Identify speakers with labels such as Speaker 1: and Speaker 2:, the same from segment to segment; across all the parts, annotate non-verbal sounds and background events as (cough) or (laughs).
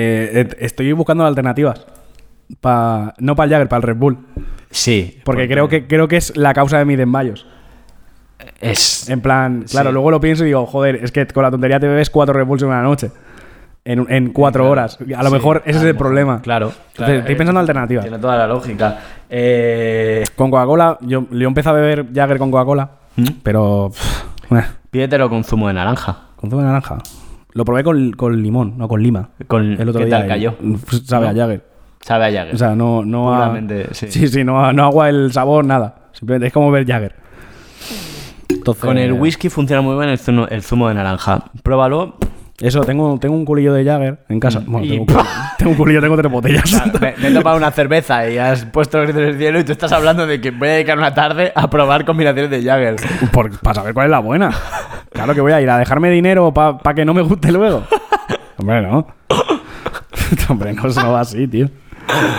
Speaker 1: Eh, et- estoy buscando alternativas. Pa- no para el Jagger, para el Red Bull.
Speaker 2: Sí.
Speaker 1: Porque creo que, creo que es la causa de mis desmayos.
Speaker 2: Es.
Speaker 1: En plan, claro,
Speaker 2: Sí.
Speaker 1: luego lo pienso y digo, joder, es que con la tontería te bebes cuatro Red Bulls en una noche. En, en cuatro horas. A lo
Speaker 2: Sí,
Speaker 1: mejor ese es
Speaker 2: a lo
Speaker 1: el
Speaker 2: mejor.
Speaker 1: problema.
Speaker 2: Claro.
Speaker 1: Entonces,
Speaker 2: claro,
Speaker 1: estoy
Speaker 2: eh,
Speaker 1: pensando en alternativas.
Speaker 2: Tiene toda la lógica. Eh,
Speaker 1: Con Coca-Cola, yo, yo empecé a beber Jagger con Coca-Cola,
Speaker 2: ¿Mm?
Speaker 1: pero. pff, eh,
Speaker 2: pídetelo con zumo de naranja.
Speaker 1: con zumo de naranja. Lo probé con, con limón, no con lima.
Speaker 2: Con-
Speaker 1: el otro
Speaker 2: ¿qué
Speaker 1: día.
Speaker 2: tal
Speaker 1: y-
Speaker 2: cayó?
Speaker 1: pff, Sabe a
Speaker 2: No.
Speaker 1: Jagger.
Speaker 2: Sabe a Jagger.
Speaker 1: O sea, no, no a-
Speaker 2: Puramente, sí.
Speaker 1: sí, no, no agua el sabor, nada. Simplemente es como ver Jagger. Entonces,
Speaker 2: con el whisky funciona muy bien el zumo, el zumo de naranja. Pruébalo.
Speaker 1: Eso, tengo, tengo un culillo de Jagger en casa. Bueno,
Speaker 2: Mm. Y-
Speaker 1: tengo, un culillo, tengo un culillo, tengo tres botellas.
Speaker 2: (laughs) Claro, Ah, Me, me he tomado una cerveza y has puesto los gritos en el cielo y tú estás hablando de que voy a dedicar una tarde a probar combinaciones
Speaker 1: (laughs)
Speaker 2: de Jagger.
Speaker 1: Por- para saber cuál es la buena. Claro que voy a ir a dejarme dinero para que no me guste luego. Hombre, no. (laughs) Hombre, no, eso no va así, tío.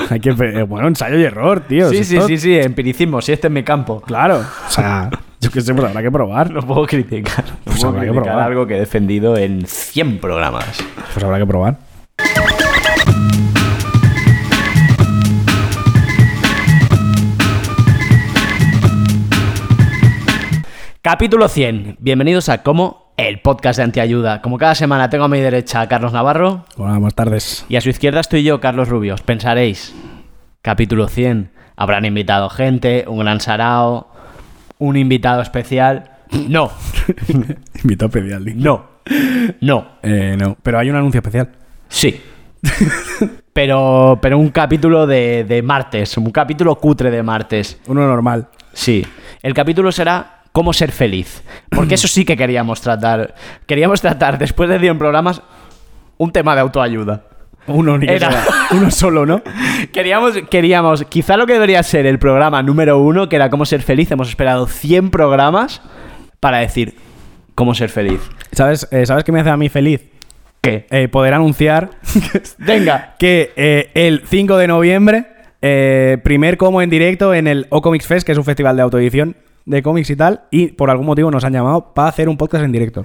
Speaker 1: Hay que, eh, bueno, ensayo y error, tío.
Speaker 2: Sí,
Speaker 1: Si
Speaker 2: sí,
Speaker 1: Pues esto-
Speaker 2: sí, sí, empiricismo, si este es mi campo.
Speaker 1: Claro. O sea, yo qué sé, pues habrá que probar.
Speaker 2: No puedo criticar. No
Speaker 1: Pues
Speaker 2: puedo
Speaker 1: habrá que
Speaker 2: criticar
Speaker 1: probar.
Speaker 2: algo que he defendido en 100 programas.
Speaker 1: Pues habrá que probar.
Speaker 2: Capítulo 100. Bienvenidos a Como, el podcast de Antiayuda. Como cada semana tengo a mi derecha a Carlos Navarro
Speaker 1: Bueno, buenas tardes.
Speaker 2: y a su izquierda estoy yo, Carlos Rubios. Pensaréis, capítulo 100. Habrán invitado gente, un gran sarao, un invitado especial. No,
Speaker 1: Invitado especial. Link.
Speaker 2: no, no.
Speaker 1: Eh, no. Pero hay un anuncio especial.
Speaker 2: Sí. pero, pero un capítulo de, de martes, un capítulo cutre de martes.
Speaker 1: Uno normal.
Speaker 2: Sí. El capítulo será cómo ser feliz. Porque eso sí que queríamos tratar. Queríamos tratar, después de 100 programas, un tema de autoayuda.
Speaker 1: Uno ni que
Speaker 2: Era-
Speaker 1: sea. Uno solo, ¿no?
Speaker 2: Queríamos, queríamos, quizá lo que debería ser el programa número uno, que era cómo ser feliz, hemos esperado 100 programas para decir cómo ser feliz.
Speaker 1: ¿Sabes, eh, ¿sabes qué me hace a mí feliz?
Speaker 2: ¿Qué?
Speaker 1: Eh, poder anunciar (laughs)
Speaker 2: Venga.
Speaker 1: que eh, el 5 de noviembre, eh, primer como en directo en el O Comics Fest, que es un festival de autoedición de cómics y tal, y por algún motivo nos han llamado para hacer un podcast en directo.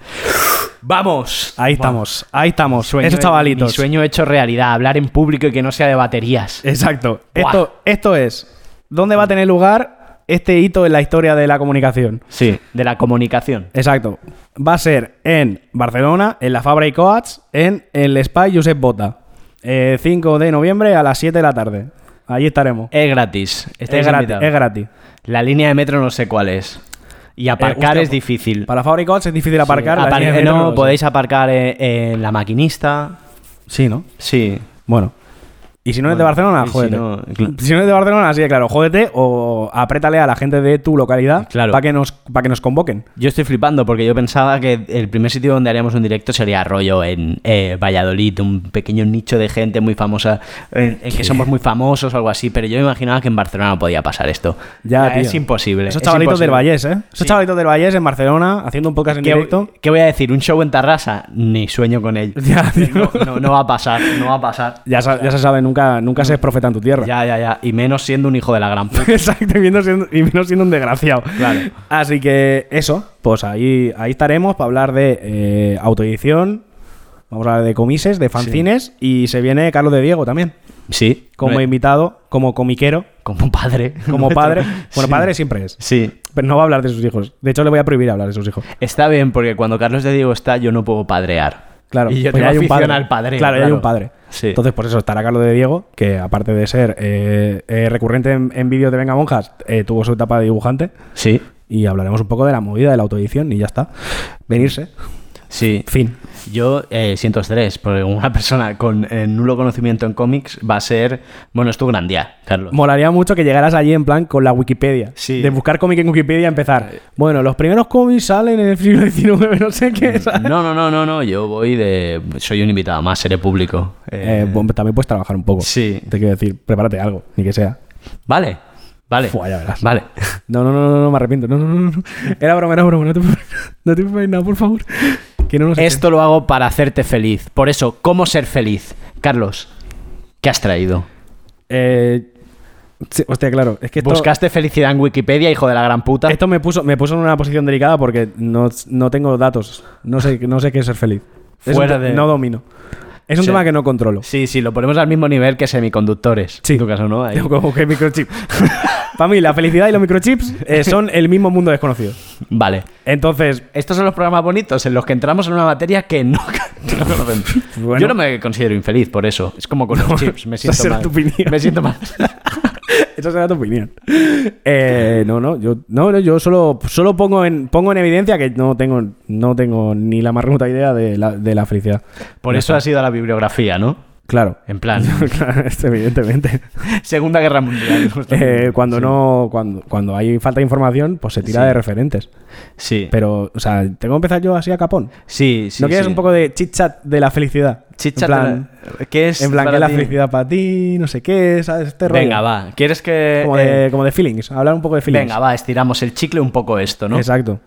Speaker 2: ¡Vamos!
Speaker 1: Ahí
Speaker 2: Vamos.
Speaker 1: estamos, ahí estamos,
Speaker 2: Sueño-
Speaker 1: esos chavalitos.
Speaker 2: Mi sueño hecho realidad, hablar en público y que no sea de baterías.
Speaker 1: Exacto.
Speaker 2: Buah.
Speaker 1: Esto, esto es, ¿dónde va a tener lugar este hito en la historia de la comunicación?
Speaker 2: Sí, de la comunicación.
Speaker 1: Exacto. Va a ser en Barcelona, en la Fabra y Coats, en el Spy Josep Bota. Eh, 5 de noviembre a las 7 de la tarde. Allí estaremos.
Speaker 2: Es gratis. Eh, estáis
Speaker 1: Es gratis,
Speaker 2: invitados.
Speaker 1: es gratis.
Speaker 2: La línea de metro no sé cuál es. Y aparcar
Speaker 1: hostia,
Speaker 2: es difícil.
Speaker 1: Eh, Para Fabra y Coats es difícil aparcar. la
Speaker 2: Apar- eh,
Speaker 1: línea de
Speaker 2: Ah, no,
Speaker 1: metro lo sé.
Speaker 2: podéis aparcar en, en la maquinista.
Speaker 1: Sí, ¿no?
Speaker 2: Sí.
Speaker 1: Bueno. Y si no eres de
Speaker 2: Bueno, y
Speaker 1: Barcelona,
Speaker 2: si
Speaker 1: jódete. Si
Speaker 2: no,
Speaker 1: no,
Speaker 2: cl-
Speaker 1: eres de Barcelona, sí, claro, jódete o apriétale a la gente de tu localidad
Speaker 2: Claro.
Speaker 1: para que, nos- pa' que nos convoquen.
Speaker 2: Yo estoy flipando porque yo pensaba que el primer sitio donde haríamos un directo sería rollo en eh, Valladolid, un pequeño nicho de gente muy famosa, en, en que somos muy famosos o algo así, pero yo me imaginaba que en Barcelona no podía pasar esto.
Speaker 1: Ya, tío.
Speaker 2: es imposible.
Speaker 1: Esos
Speaker 2: es
Speaker 1: chavalitos
Speaker 2: imposible.
Speaker 1: del Vallés, ¿eh? Esos
Speaker 2: Sí.
Speaker 1: chavalitos del Vallés en Barcelona haciendo un podcast en
Speaker 2: ¿Qué,
Speaker 1: directo.
Speaker 2: qué voy a decir? ¿Un show en Tarrasa? Ni sueño con ello.
Speaker 1: Ya, tío.
Speaker 2: no, no- no va a pasar, no va a pasar.
Speaker 1: Ya, sa- ya se sabe, nunca, nunca se es profeta en tu tierra.
Speaker 2: Mm. Ya, ya, ya. Y menos siendo un hijo de la gran puta.
Speaker 1: (laughs) Exacto, y menos siendo, y menos siendo un desgraciado.
Speaker 2: Claro.
Speaker 1: Así que eso, pues ahí, ahí estaremos para hablar de eh, autoedición. Vamos a hablar de comises, de fanzines. Y se viene Carlos de Diego también,
Speaker 2: Sí.
Speaker 1: como
Speaker 2: No es-
Speaker 1: invitado, como
Speaker 2: (laughs)
Speaker 1: comiquero,
Speaker 2: como padre.
Speaker 1: como
Speaker 2: (laughs) Nuestro.
Speaker 1: padre. Bueno,
Speaker 2: Sí.
Speaker 1: padre siempre es.
Speaker 2: Sí.
Speaker 1: Pero no va a hablar de sus hijos. De hecho, le voy a prohibir hablar de sus hijos.
Speaker 2: Está bien, porque cuando Carlos de Diego está, yo no puedo padrear.
Speaker 1: Claro,
Speaker 2: Y yo
Speaker 1: pues
Speaker 2: tengo
Speaker 1: ya hay un
Speaker 2: afición
Speaker 1: padre.
Speaker 2: al padre.
Speaker 1: Claro, ya hay un padre.
Speaker 2: Sí.
Speaker 1: Entonces, por eso estará Carlos de Diego, que aparte de ser eh, eh, recurrente en, en vídeos de Venga Monjas, eh, tuvo su etapa de dibujante.
Speaker 2: Sí.
Speaker 1: Y hablaremos un poco de la movida de la autoedición y ya está. Venirse.
Speaker 2: Sí.
Speaker 1: Fin.
Speaker 2: Yo eh, siento estrés, porque una (laughs) persona con eh, nulo conocimiento en cómics va a ser. Bueno, es tu gran día, Carlos.
Speaker 1: Molaría mucho que llegaras allí en plan con la Wikipedia.
Speaker 2: Sí.
Speaker 1: De buscar cómic en Wikipedia y empezar. Bueno, los primeros cómics salen en el siglo XIX, (laughs) no sé qué. Eh, ¿sabes?
Speaker 2: (laughs) No, no, no, no, no. Yo voy de. Soy un invitado más, seré público. Eh,
Speaker 1: Eh, bueno, también puedes trabajar un poco.
Speaker 2: sí.
Speaker 1: Te quiero decir, prepárate algo, ni que sea.
Speaker 2: Vale, vale.
Speaker 1: Fua, ya
Speaker 2: (laughs)
Speaker 1: verás.
Speaker 2: Vale.
Speaker 1: No, no, no, no, no, me arrepiento. No, no, no, no. Era broma, era broma. No te, no te preocupes, (laughs) nada, por favor. Que no nos
Speaker 2: Esto lo hago para hacerte feliz. Por eso, ¿cómo ser feliz? Carlos, ¿qué has traído?
Speaker 1: Eh, sí, hostia, claro. Es que esto,
Speaker 2: ¿Buscaste felicidad en Wikipedia, hijo de la gran puta?
Speaker 1: esto me puso, me puso en una posición delicada porque no, no tengo datos. No sé, no sé qué es ser feliz. Es
Speaker 2: Fuera
Speaker 1: un-
Speaker 2: de-
Speaker 1: No domino. Es un
Speaker 2: Sí.
Speaker 1: tema que no controlo. (laughs)
Speaker 2: Sí, sí, lo ponemos al mismo nivel que semiconductores.
Speaker 1: Sí.
Speaker 2: En tu caso, ¿no? Ahí.
Speaker 1: Tengo como que microchip. (laughs) Para mí, la felicidad y los microchips eh, son el mismo mundo desconocido.
Speaker 2: Vale.
Speaker 1: Entonces, (laughs)
Speaker 2: Estos son los programas bonitos en los que entramos en una materia que no, que (laughs) no conocemos.
Speaker 1: Bueno.
Speaker 2: Yo no me considero infeliz por eso. Es como con los
Speaker 1: (laughs)
Speaker 2: chips. Me
Speaker 1: esa
Speaker 2: siento
Speaker 1: será
Speaker 2: mal.
Speaker 1: tu opinión.
Speaker 2: Me
Speaker 1: (laughs)
Speaker 2: siento mal.
Speaker 1: esa será tu opinión. Eh, no, no, yo, no, no, yo solo, solo pongo, en, pongo en evidencia que no tengo, no tengo ni la más remota idea de la, de la felicidad.
Speaker 2: Por
Speaker 1: Ya
Speaker 2: eso
Speaker 1: está.
Speaker 2: ha sido la bibliografía, ¿no?
Speaker 1: Claro. (laughs)
Speaker 2: En plan,
Speaker 1: Claro, es evidentemente.
Speaker 2: Segunda Guerra Mundial.
Speaker 1: Eh, cuando
Speaker 2: Sí.
Speaker 1: no, cuando, cuando hay falta de información, pues se tira
Speaker 2: Sí.
Speaker 1: de referentes.
Speaker 2: Sí.
Speaker 1: Pero, o sea, tengo que empezar yo así a capón.
Speaker 2: sí, sí.
Speaker 1: ¿No quieres
Speaker 2: sí.
Speaker 1: un poco de chit chat de la felicidad?
Speaker 2: Chicha
Speaker 1: En plan,
Speaker 2: ¿Qué es
Speaker 1: en plan,
Speaker 2: para
Speaker 1: ¿qué es la
Speaker 2: ti?
Speaker 1: felicidad para ti? No sé qué, ¿sabes? Este rollo.
Speaker 2: Venga, va. ¿Quieres que.?
Speaker 1: Como
Speaker 2: eh,
Speaker 1: de, como de feelings, hablar un poco de feelings.
Speaker 2: Venga, va, estiramos el chicle un poco esto, ¿no?
Speaker 1: Exacto.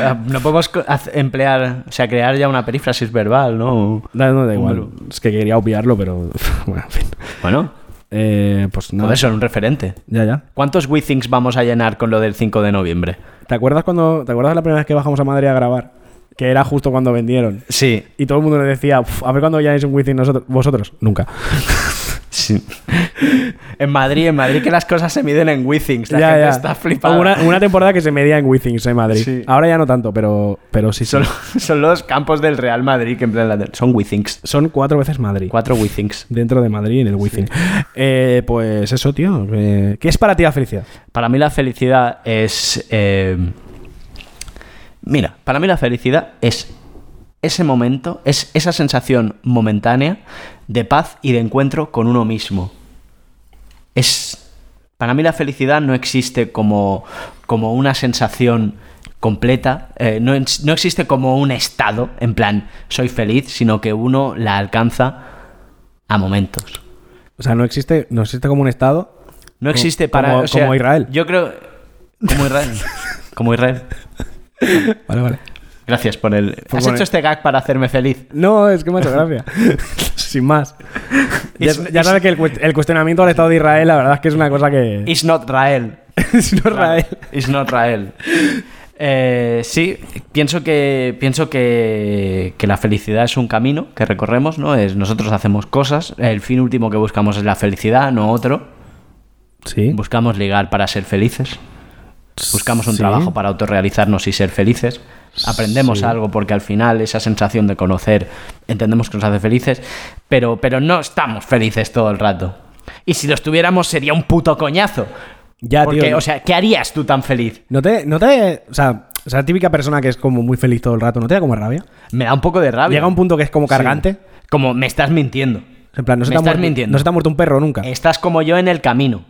Speaker 2: Ah, No podemos co- haz- emplear, o sea, crear ya una perífrasis verbal, ¿no?
Speaker 1: No, no, da igual.
Speaker 2: Hombre.
Speaker 1: Es que quería obviarlo, pero (laughs) bueno, en fin.
Speaker 2: Bueno,
Speaker 1: Eh, pues nada.
Speaker 2: puede ser un referente.
Speaker 1: Ya, ya.
Speaker 2: ¿Cuántos WeThings vamos a llenar con lo del 5 de noviembre?
Speaker 1: ¿Te acuerdas cuando te acuerdas la primera vez que bajamos a Madrid a grabar? Que era justo cuando vendieron.
Speaker 2: Sí,
Speaker 1: Y todo el mundo le decía, "Uf, a ver cuándo ya un wifi nosotros, vosotros. Nunca.
Speaker 2: sí. (laughs) En Madrid, en Madrid que las cosas se miden en WeThings. La gente está flipada.
Speaker 1: Hubo Una, una temporada que se medía en Withings en Madrid.
Speaker 2: Sí.
Speaker 1: Ahora ya no tanto, pero, pero sí. sí.
Speaker 2: Son, (laughs) son los campos del Real Madrid que emplean la... Son WeThings.
Speaker 1: Son cuatro veces Madrid.
Speaker 2: Cuatro WeThings.
Speaker 1: Dentro de Madrid en el wifi Eh, pues eso, tío. Eh, ¿Qué es para ti la felicidad?
Speaker 2: Para mí la felicidad es... eh, mira, para mí la felicidad es ese momento, es esa sensación momentánea de paz y de encuentro con uno mismo. Es... Para mí la felicidad no existe como, como una sensación completa, eh, no, ens- no existe como un estado, en plan, soy feliz, sino que uno la alcanza a momentos.
Speaker 1: O sea, no existe, no existe como un estado.
Speaker 2: No existe
Speaker 1: como-
Speaker 2: para. o sea,
Speaker 1: como Israel.
Speaker 2: Yo creo. Como Israel. como Israel.
Speaker 1: Vale, vale.
Speaker 2: Gracias por el.
Speaker 1: Por
Speaker 2: Has
Speaker 1: poner-
Speaker 2: hecho este gag para hacerme feliz.
Speaker 1: No, es que me ha hecho
Speaker 2: (laughs)
Speaker 1: gracia. Sin más. Ya,
Speaker 2: Is-
Speaker 1: ya
Speaker 2: is-
Speaker 1: sabes que el, cuest- el cuestionamiento al Estado de Israel, la verdad es que es una cosa que.
Speaker 2: It's not Rael.
Speaker 1: (laughs) Es una Israel.
Speaker 2: It's not Rael. Eh, sí, pienso que pienso que, que la felicidad es un camino que recorremos, ¿no? Es nosotros hacemos cosas, el fin último que buscamos es la felicidad, no otro.
Speaker 1: Sí.
Speaker 2: Buscamos ligar para ser felices. Buscamos un trabajo para autorrealizarnos y ser felices. Aprendemos
Speaker 1: Sí.
Speaker 2: algo porque al final esa sensación de conocer entendemos que nos hace felices, pero, pero no estamos felices todo el rato. Y si lo estuviéramos sería un puto coñazo.
Speaker 1: Ya,
Speaker 2: porque,
Speaker 1: tío. no-
Speaker 2: o sea, ¿qué harías tú tan feliz?
Speaker 1: no te. No te o sea, o sea, típica persona que es como muy feliz todo el rato, ¿no te da como rabia?
Speaker 2: Me da un poco de rabia.
Speaker 1: Llega un punto que es como
Speaker 2: Sí.
Speaker 1: cargante.
Speaker 2: Como me estás mintiendo.
Speaker 1: En plan, no se,
Speaker 2: Me
Speaker 1: te ha
Speaker 2: estás
Speaker 1: muerto,
Speaker 2: mintiendo.
Speaker 1: no se te ha muerto un perro nunca.
Speaker 2: Estás como yo en el camino.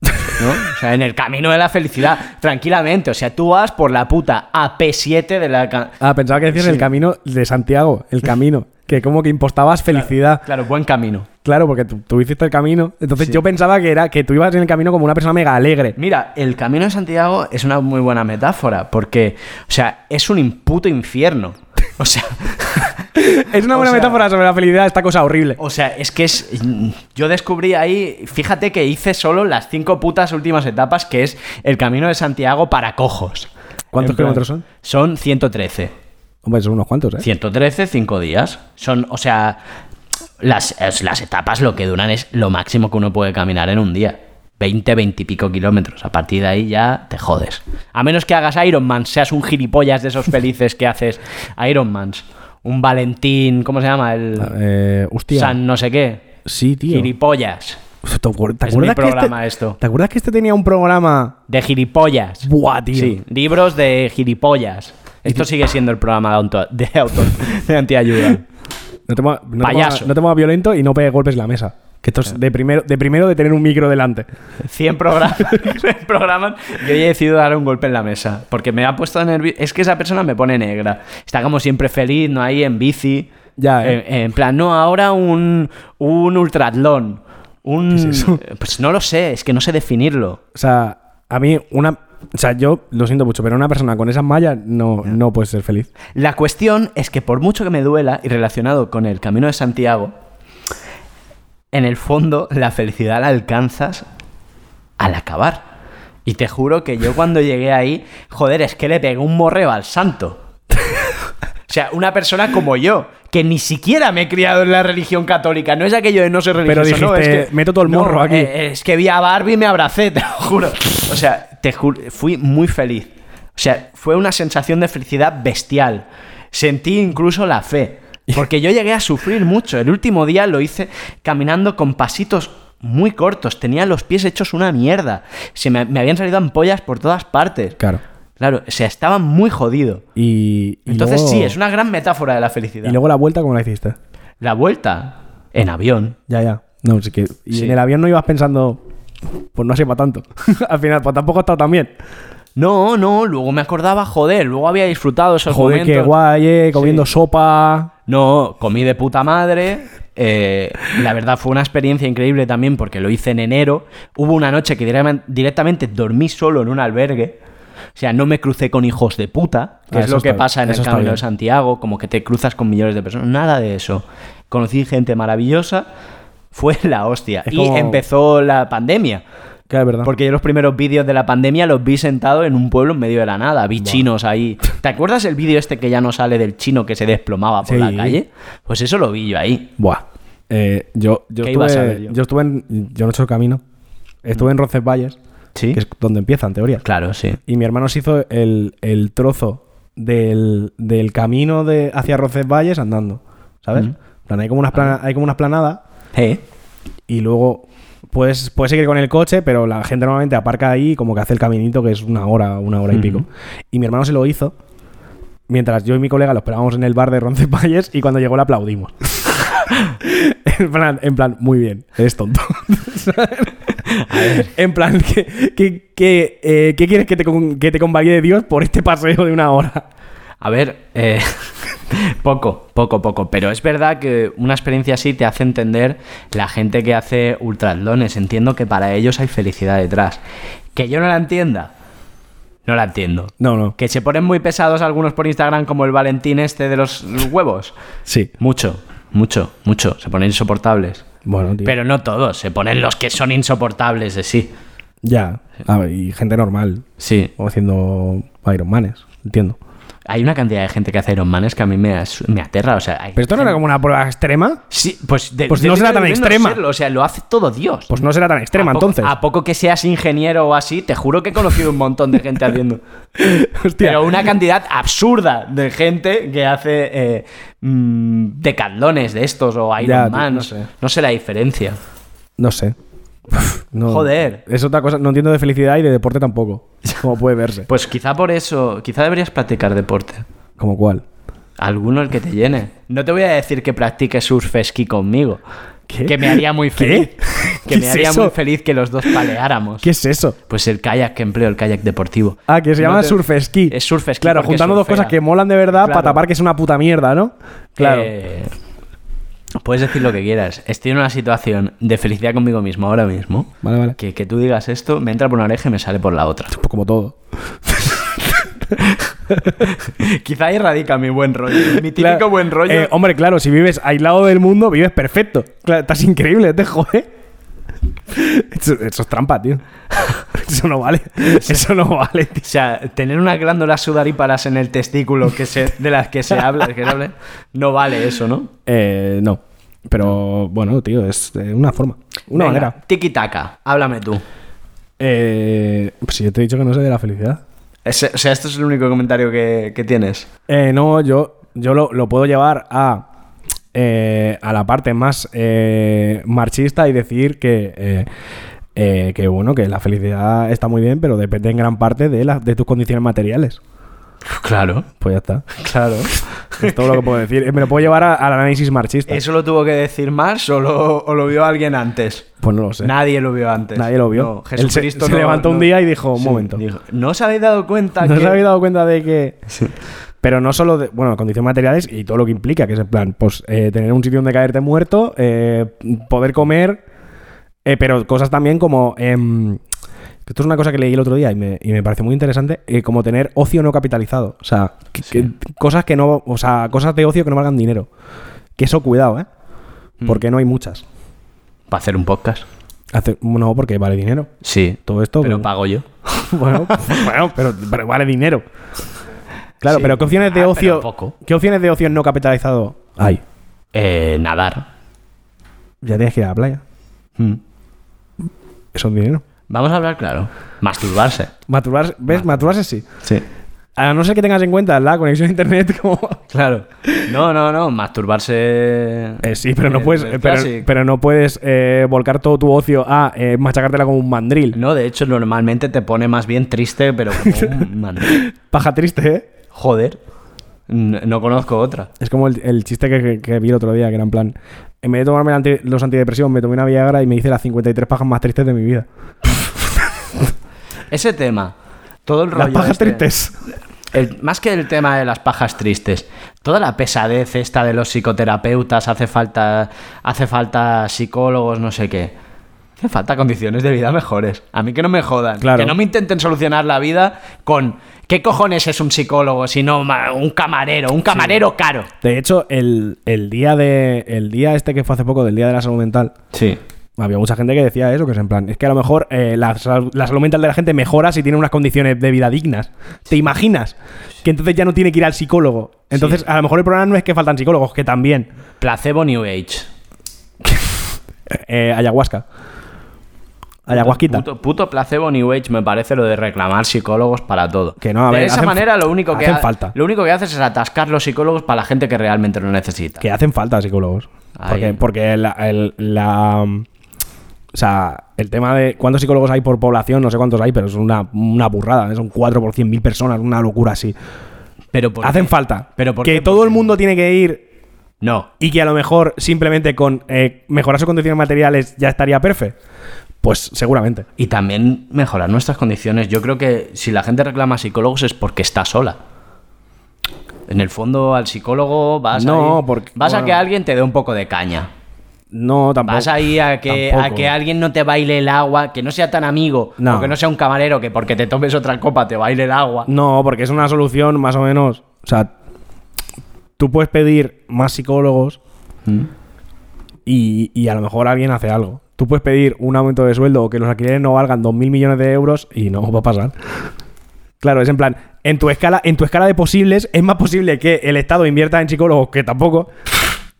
Speaker 2: ¿no? O sea, en el camino de la felicidad, tranquilamente. O sea, tú vas por la puta AP7 de la. ca-
Speaker 1: Ah, pensaba que decías el camino de Santiago,
Speaker 2: (laughs)
Speaker 1: el camino. que como que impostabas felicidad. Claro,
Speaker 2: Claro, buen camino.
Speaker 1: porque tú, tú hiciste el camino. Entonces
Speaker 2: Sí.
Speaker 1: yo pensaba que era que tú ibas en el camino como una persona mega alegre.
Speaker 2: Mira, el camino de Santiago es una muy buena metáfora porque, o sea, es un imputo infierno. O sea, (laughs)
Speaker 1: Es una
Speaker 2: O
Speaker 1: buena
Speaker 2: sea-
Speaker 1: metáfora sobre la felicidad, esta cosa horrible.
Speaker 2: o sea, es que es. Yo descubrí ahí, fíjate que hice solo las cinco putas últimas etapas, que es el camino de Santiago para cojos.
Speaker 1: ¿Cuántos
Speaker 2: En plan,
Speaker 1: kilómetros son?
Speaker 2: Son 113.
Speaker 1: Hombre, son unos cuantos, ¿eh?
Speaker 2: 113, 5 días. Son, o sea, las, es- las etapas lo que duran es lo máximo que uno puede caminar en un día. 20, 20 y pico kilómetros. A partir de ahí ya te jodes. A menos que hagas Ironman, seas un gilipollas
Speaker 1: (laughs)
Speaker 2: de esos felices que haces Ironmans. Un Valentín, ¿cómo se llama? El
Speaker 1: Eh, hostia.
Speaker 2: San no sé qué.
Speaker 1: Sí, tío.
Speaker 2: Gilipollas.
Speaker 1: Uf, ¿Te, acuer- te
Speaker 2: Es mi
Speaker 1: acuerdas que
Speaker 2: programa
Speaker 1: este,
Speaker 2: esto.
Speaker 1: ¿Te acuerdas que este tenía un programa?
Speaker 2: De gilipollas.
Speaker 1: Buah, tío.
Speaker 2: Sí, libros de gilipollas. Esto sigue siendo el programa de, auto, de, auto, de antiayuda.
Speaker 1: (laughs) No te, muevas- no te
Speaker 2: Payaso. Eh.
Speaker 1: muevas- no te muevas violento y no pegues golpes en la mesa. Que esto es de primero, de primero de tener un micro delante.
Speaker 2: 100 (laughs) programas, 100 programas. Yo ya he decidido dar un golpe en la mesa. Porque me ha puesto nervioso. Es que esa persona me pone negra. Está como siempre feliz, no ahí en bici.
Speaker 1: Ya,
Speaker 2: Eh,
Speaker 1: eh.
Speaker 2: En, plan, no, ahora un, un ultratlón. Un, Eh, Pues no lo sé, es que no sé definirlo.
Speaker 1: O sea, a mí una... O sea, yo lo siento mucho, pero una persona con esas mallas no, no puede ser feliz.
Speaker 2: La cuestión es que por mucho que me duela y relacionado con el Camino de Santiago, en el fondo la felicidad la alcanzas al acabar. Y te juro que yo cuando llegué ahí, joder, es que le pegué un morreo al santo. O sea, una persona como yo, que ni siquiera me he criado en la religión católica. No es aquello de no ser religioso,
Speaker 1: Pero
Speaker 2: no, es
Speaker 1: dijiste,
Speaker 2: que,
Speaker 1: "Meto todo el
Speaker 2: no,
Speaker 1: morro aquí".
Speaker 2: eh, es que vi a Barbie y me abracé, (laughs) te lo juro. O sea, te ju- fui muy feliz. O sea, fue una sensación de felicidad bestial. Sentí incluso la fe. Porque yo llegué a sufrir mucho. El último día lo hice caminando con pasitos muy cortos. Tenía los pies hechos una mierda. Se me, me habían salido ampollas por todas partes.
Speaker 1: Claro.
Speaker 2: Claro, o sea, estaba muy jodido.
Speaker 1: Y, y
Speaker 2: Entonces
Speaker 1: luego-
Speaker 2: sí, es una gran metáfora de la felicidad.
Speaker 1: Y luego la vuelta, ¿cómo la hiciste?
Speaker 2: La vuelta en avión.
Speaker 1: Ya, ya. No, es que... Y
Speaker 2: Sí.
Speaker 1: en el avión no ibas pensando... Pues no ha sido para tanto. (laughs) Al final, pues tampoco ha estado tan bien.
Speaker 2: No, no, luego me acordaba, joder, luego había disfrutado esos
Speaker 1: Joder, qué
Speaker 2: momentos.
Speaker 1: guay, eh, comiendo sopa...
Speaker 2: No, comí de puta madre. eh, la verdad fue una experiencia increíble también porque lo hice en enero. Hubo una noche que direma- directamente dormí solo en un albergue. O sea, no me crucé con hijos de puta, que
Speaker 1: Ah,
Speaker 2: es
Speaker 1: eso
Speaker 2: lo que
Speaker 1: está bien,
Speaker 2: pasa en el
Speaker 1: eso está
Speaker 2: Camino de
Speaker 1: bien.
Speaker 2: Santiago, como que te cruzas con millones de personas. Nada de eso. Conocí gente maravillosa. Fue (laughs) la hostia.
Speaker 1: Es
Speaker 2: y
Speaker 1: como-
Speaker 2: empezó la pandemia.
Speaker 1: Que es verdad.
Speaker 2: Porque yo los primeros vídeos de la pandemia los vi sentado en un pueblo en medio de la nada. Vi chinos ahí. ¿Te acuerdas el vídeo este que ya no sale del chino que se desplomaba por
Speaker 1: Sí.
Speaker 2: la calle? Pues eso lo vi yo ahí.
Speaker 1: Buah. Eh, yo, yo,
Speaker 2: ¿Qué iba a
Speaker 1: estuve,
Speaker 2: saber yo? Mm.
Speaker 1: yo? estuve en. Yo no he hecho el camino. Estuve en Roncesvalles,
Speaker 2: ¿Sí?
Speaker 1: que es donde empieza, en teoría.
Speaker 2: Claro, sí.
Speaker 1: Y mi hermano se hizo el, el trozo del, del camino de, hacia Roncesvalles andando. ¿Sabes? En plan, hay, como unas plana- hay como una esplanada
Speaker 2: ¿Eh?
Speaker 1: y luego. Puedes, puedes seguir con el coche, pero la gente normalmente aparca ahí y como que hace el caminito que es una hora, una hora y pico. Y mi hermano se lo hizo mientras yo y mi colega lo esperábamos en el bar de Roncesvalles y cuando llegó le aplaudimos. (laughs) en, plan, en plan, muy bien, eres tonto. en plan, ¿qué, qué, qué, eh, qué quieres que te, con- que te convalide Dios por este paseo de una hora?
Speaker 2: A ver, eh, (laughs) poco, poco, poco. Pero es verdad que una experiencia así te hace entender la gente que hace ultratlones. Entiendo que para ellos hay felicidad detrás. Que yo no la entienda. No la entiendo.
Speaker 1: No, no.
Speaker 2: Que se ponen muy pesados algunos por Instagram, como el Valentín este de los huevos.
Speaker 1: Sí.
Speaker 2: Mucho, mucho, mucho. Se ponen insoportables.
Speaker 1: Bueno, tío.
Speaker 2: Pero no todos, se ponen los que son insoportables de sí.
Speaker 1: ya. A ver, y gente normal.
Speaker 2: Sí.
Speaker 1: O haciendo Iron Manes, entiendo.
Speaker 2: Hay una cantidad de gente que hace Ironmanes que a mí me, as- me aterra. O sea, hay
Speaker 1: Pero esto no era
Speaker 2: gente-
Speaker 1: como una prueba extrema.
Speaker 2: Sí, pues, de-
Speaker 1: Pues
Speaker 2: de-
Speaker 1: no
Speaker 2: de-
Speaker 1: será
Speaker 2: de-
Speaker 1: tan
Speaker 2: de- de- de- de-
Speaker 1: extrema.
Speaker 2: serlo, o sea, lo hace todo Dios.
Speaker 1: Pues no será tan extrema,
Speaker 2: A poco- Ah,
Speaker 1: entonces.
Speaker 2: A poco que seas ingeniero o así, te juro que he conocido un montón de
Speaker 1: (laughs)
Speaker 2: gente haciendo.
Speaker 1: (laughs) Hostia.
Speaker 2: Pero una cantidad absurda de gente que hace eh, mm, decatlones de estos o Iron
Speaker 1: Ya, tío,
Speaker 2: Man.
Speaker 1: no sé.
Speaker 2: no sé la diferencia.
Speaker 1: No sé. No.
Speaker 2: Joder.
Speaker 1: Es otra cosa. No entiendo de felicidad y de deporte tampoco. Como puede verse.
Speaker 2: Pues quizá por eso, quizá deberías practicar deporte.
Speaker 1: Como cuál.
Speaker 2: Alguno el que te llene. No te voy a decir que practiques surf esquí conmigo.
Speaker 1: ¿Qué?
Speaker 2: Que me haría muy
Speaker 1: ¿Qué?
Speaker 2: feliz. Que
Speaker 1: ¿Qué
Speaker 2: me
Speaker 1: es
Speaker 2: haría
Speaker 1: eso?
Speaker 2: muy feliz que los dos paleáramos.
Speaker 1: ¿Qué es eso?
Speaker 2: Pues el kayak que empleo, el kayak deportivo.
Speaker 1: Ah, que se
Speaker 2: No
Speaker 1: llama
Speaker 2: te-
Speaker 1: surf esquí.
Speaker 2: Es surf esquí
Speaker 1: Claro,
Speaker 2: porque
Speaker 1: juntando dos
Speaker 2: surfea.
Speaker 1: cosas que molan de verdad
Speaker 2: Claro.
Speaker 1: para tapar que es una puta mierda, ¿no? Claro.
Speaker 2: Eh, puedes decir lo que quieras. Estoy en una situación de felicidad conmigo mismo ahora mismo.
Speaker 1: Vale, vale.
Speaker 2: Que, que tú digas esto, me entra por una oreja y me sale por la otra.
Speaker 1: Pues como todo.
Speaker 2: Quizá ahí radica mi buen rollo. Mi (laughs) típico
Speaker 1: Claro.
Speaker 2: buen rollo.
Speaker 1: Eh, hombre, claro, si vives aislado del mundo, vives perfecto. Claro, estás increíble, te jode. (laughs) Eso, eso es trampa, tío. (laughs) Eso no
Speaker 2: (laughs)
Speaker 1: vale. Eso no vale, tío.
Speaker 2: O sea, tener unas glándulas sudaríparas en el testículo que se, de las que se habla, que se habla, no vale eso, ¿no?
Speaker 1: Eh, no. Pero bueno, tío, es eh, una forma. Una manera.
Speaker 2: Tiki taka, háblame tú.
Speaker 1: Eh, pues si yo te he dicho que no sé de la felicidad.
Speaker 2: Ese- o sea,
Speaker 1: este
Speaker 2: esto es el único comentario que, que tienes.
Speaker 1: Eh, no, yo, yo lo, lo puedo llevar a, eh, a la parte más eh, marchista y decir que, eh, eh, que, bueno, que la felicidad está muy bien, pero depende en gran parte de, la- de tus condiciones materiales.
Speaker 2: Claro,
Speaker 1: Pues ya está.
Speaker 2: claro.
Speaker 1: Es todo lo que puedo decir. Eh, Me lo puedo llevar a- al análisis marxista.
Speaker 2: ¿Eso lo tuvo que decir Marx o lo, o lo vio alguien antes?
Speaker 1: Pues no lo sé.
Speaker 2: Nadie lo vio antes.
Speaker 1: Nadie lo vio.
Speaker 2: No,
Speaker 1: Él se-
Speaker 2: Jesucristo
Speaker 1: se
Speaker 2: no-
Speaker 1: levantó un
Speaker 2: no-
Speaker 1: día y dijo, "Un momento".
Speaker 2: dijo, ¿No os habéis dado cuenta
Speaker 1: (laughs) ¿No
Speaker 2: que
Speaker 1: os habéis dado cuenta de que.? Pero no solo de. Bueno, condiciones materiales y todo lo que implica, que es en plan, pues eh, tener un sitio donde caerte muerto, eh, poder comer, eh, pero cosas también como. em, que esto es una cosa que leí el otro día y me, y me parece muy interesante, eh, como tener ocio no capitalizado. O sea, que- que- cosas que no. O sea, cosas de ocio que no valgan dinero. Que eso, cuidado, ¿eh?
Speaker 2: Mm.
Speaker 1: Porque no hay muchas.
Speaker 2: ¿Para hacer un podcast?
Speaker 1: Hace- no, porque vale dinero.
Speaker 2: Sí.
Speaker 1: Todo esto.
Speaker 2: Pero
Speaker 1: pues-
Speaker 2: pago yo.
Speaker 1: (laughs) bueno, bueno, pero, pero vale dinero. Claro, pero ¿qué opciones de
Speaker 2: Ah,
Speaker 1: ocio?
Speaker 2: pero poco.
Speaker 1: ¿Qué opciones de ocio no capitalizado hay?
Speaker 2: Eh, nadar.
Speaker 1: Ya tienes que ir a la playa. Hmm.
Speaker 2: Mm.
Speaker 1: Eso es dinero.
Speaker 2: Vamos a hablar claro. Masturbarse.
Speaker 1: Maturarse, ¿ves? Maturarse sí.
Speaker 2: Sí.
Speaker 1: A no ser que tengas en cuenta la conexión a internet (laughs) como...
Speaker 2: Claro. No, no, no. Masturbarse.
Speaker 1: Eh, sí, pero no
Speaker 2: El-
Speaker 1: puedes,
Speaker 2: el
Speaker 1: pero,
Speaker 2: clásico.
Speaker 1: pero no puedes eh, volcar todo tu ocio a eh, machacártela como un mandril.
Speaker 2: No, de hecho, normalmente te pone más bien triste, pero como un mandril.
Speaker 1: Paja triste, ¿eh?
Speaker 2: Joder. N- No, conozco otra.
Speaker 1: Es como el, el chiste que, que- que vi el otro día, que era en plan... En vez de tomarme el anti- los antidepresivos, me tomé una Viagra y me hice las 53 pajas más tristes de mi vida.
Speaker 2: Ese tema. Todo el rollo.
Speaker 1: Las pajas
Speaker 2: este-
Speaker 1: tristes.
Speaker 2: el- más que el tema de las pajas tristes, toda la pesadez esta de los psicoterapeutas, hace falta, hace falta psicólogos, no sé qué. Hace falta condiciones de vida mejores. A mí que no me jodan.
Speaker 1: Claro.
Speaker 2: Que no me intenten solucionar la vida con ¿qué cojones es un psicólogo si no ma- un camarero? Un camarero caro.
Speaker 1: De hecho, el, el día de. El día este que fue hace poco, del día de la salud mental,
Speaker 2: Sí.
Speaker 1: había mucha gente que decía eso, que es en plan, es que a lo mejor eh, la, sal- la salud mental de la gente mejora si tiene unas condiciones de vida dignas. ¿Te imaginas? Que entonces ya no tiene que ir al psicólogo. Entonces, a lo mejor el problema no es que faltan psicólogos, que también.
Speaker 2: Placebo New Age.
Speaker 1: Eh, ayahuasca. Ayahuasquita.
Speaker 2: Puto, puto placebo New Age me parece lo de reclamar psicólogos para todo.
Speaker 1: Que no, a
Speaker 2: de
Speaker 1: ver,
Speaker 2: esa
Speaker 1: hacen-
Speaker 2: manera lo único que
Speaker 1: hacen
Speaker 2: ha-
Speaker 1: falta.
Speaker 2: lo único que haces es atascar los psicólogos para la gente que realmente lo necesita.
Speaker 1: Que hacen falta psicólogos.
Speaker 2: Ahí.
Speaker 1: Porque, porque la, el- la- O sea, el tema de cuántos psicólogos hay por población, no sé cuántos hay, pero es una, una burrada. ¿eh? Son 4 por 100.000 personas, una locura así.
Speaker 2: Pero por
Speaker 1: Hacen
Speaker 2: qué?
Speaker 1: falta.
Speaker 2: ¿Pero por
Speaker 1: que
Speaker 2: qué?
Speaker 1: todo el mundo tiene que ir
Speaker 2: No.
Speaker 1: y que a lo mejor simplemente con eh, mejorar sus condiciones materiales ya estaría perfecto. Pues seguramente.
Speaker 2: Y también mejorar nuestras condiciones. Yo creo que si la gente reclama psicólogos es porque está sola. En el fondo, al psicólogo vas
Speaker 1: No,
Speaker 2: ahí-
Speaker 1: porque-
Speaker 2: vas a
Speaker 1: bueno.
Speaker 2: que alguien te dé un poco de caña.
Speaker 1: No, tampoco.
Speaker 2: Vas ahí a que, a
Speaker 1: Tampoco.
Speaker 2: que alguien no te baile el agua, que no sea tan amigo,
Speaker 1: No.
Speaker 2: o que no sea un camarero que porque te tomes otra copa te baile el agua.
Speaker 1: No, porque es una solución más o menos. O sea, tú puedes pedir más psicólogos
Speaker 2: Mm.
Speaker 1: y, y a lo mejor alguien hace algo. Tú puedes pedir un aumento de sueldo o que los alquileres no valgan 2.000 millones de euros y no va a pasar. Claro, es en plan, en tu escala, en tu escala de posibles, es más posible que el Estado invierta en psicólogos que tampoco,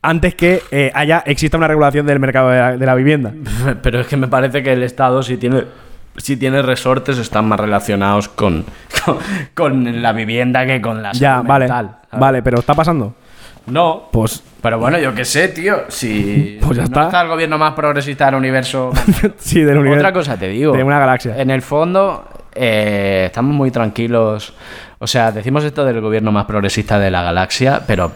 Speaker 1: antes que eh, haya, exista una regulación del mercado de la, de la
Speaker 2: (laughs)
Speaker 1: vivienda.
Speaker 2: (laughs) Pero es que me parece que el Estado si tiene, si tiene resortes están más relacionados con, (laughs) con, con la vivienda que con la salud
Speaker 1: Ya, vale.
Speaker 2: mental.
Speaker 1: Vale, pero está pasando.
Speaker 2: No.
Speaker 1: Pues (laughs)
Speaker 2: Pero bueno, yo qué sé, tío. Si
Speaker 1: Pues ya
Speaker 2: no
Speaker 1: está.
Speaker 2: el gobierno más progresista del universo.
Speaker 1: sí, (laughs) del universo.
Speaker 2: Otra cosa te digo.
Speaker 1: De una galaxia.
Speaker 2: En el fondo, eh, estamos muy tranquilos. O sea, decimos esto del gobierno más progresista de la galaxia, pero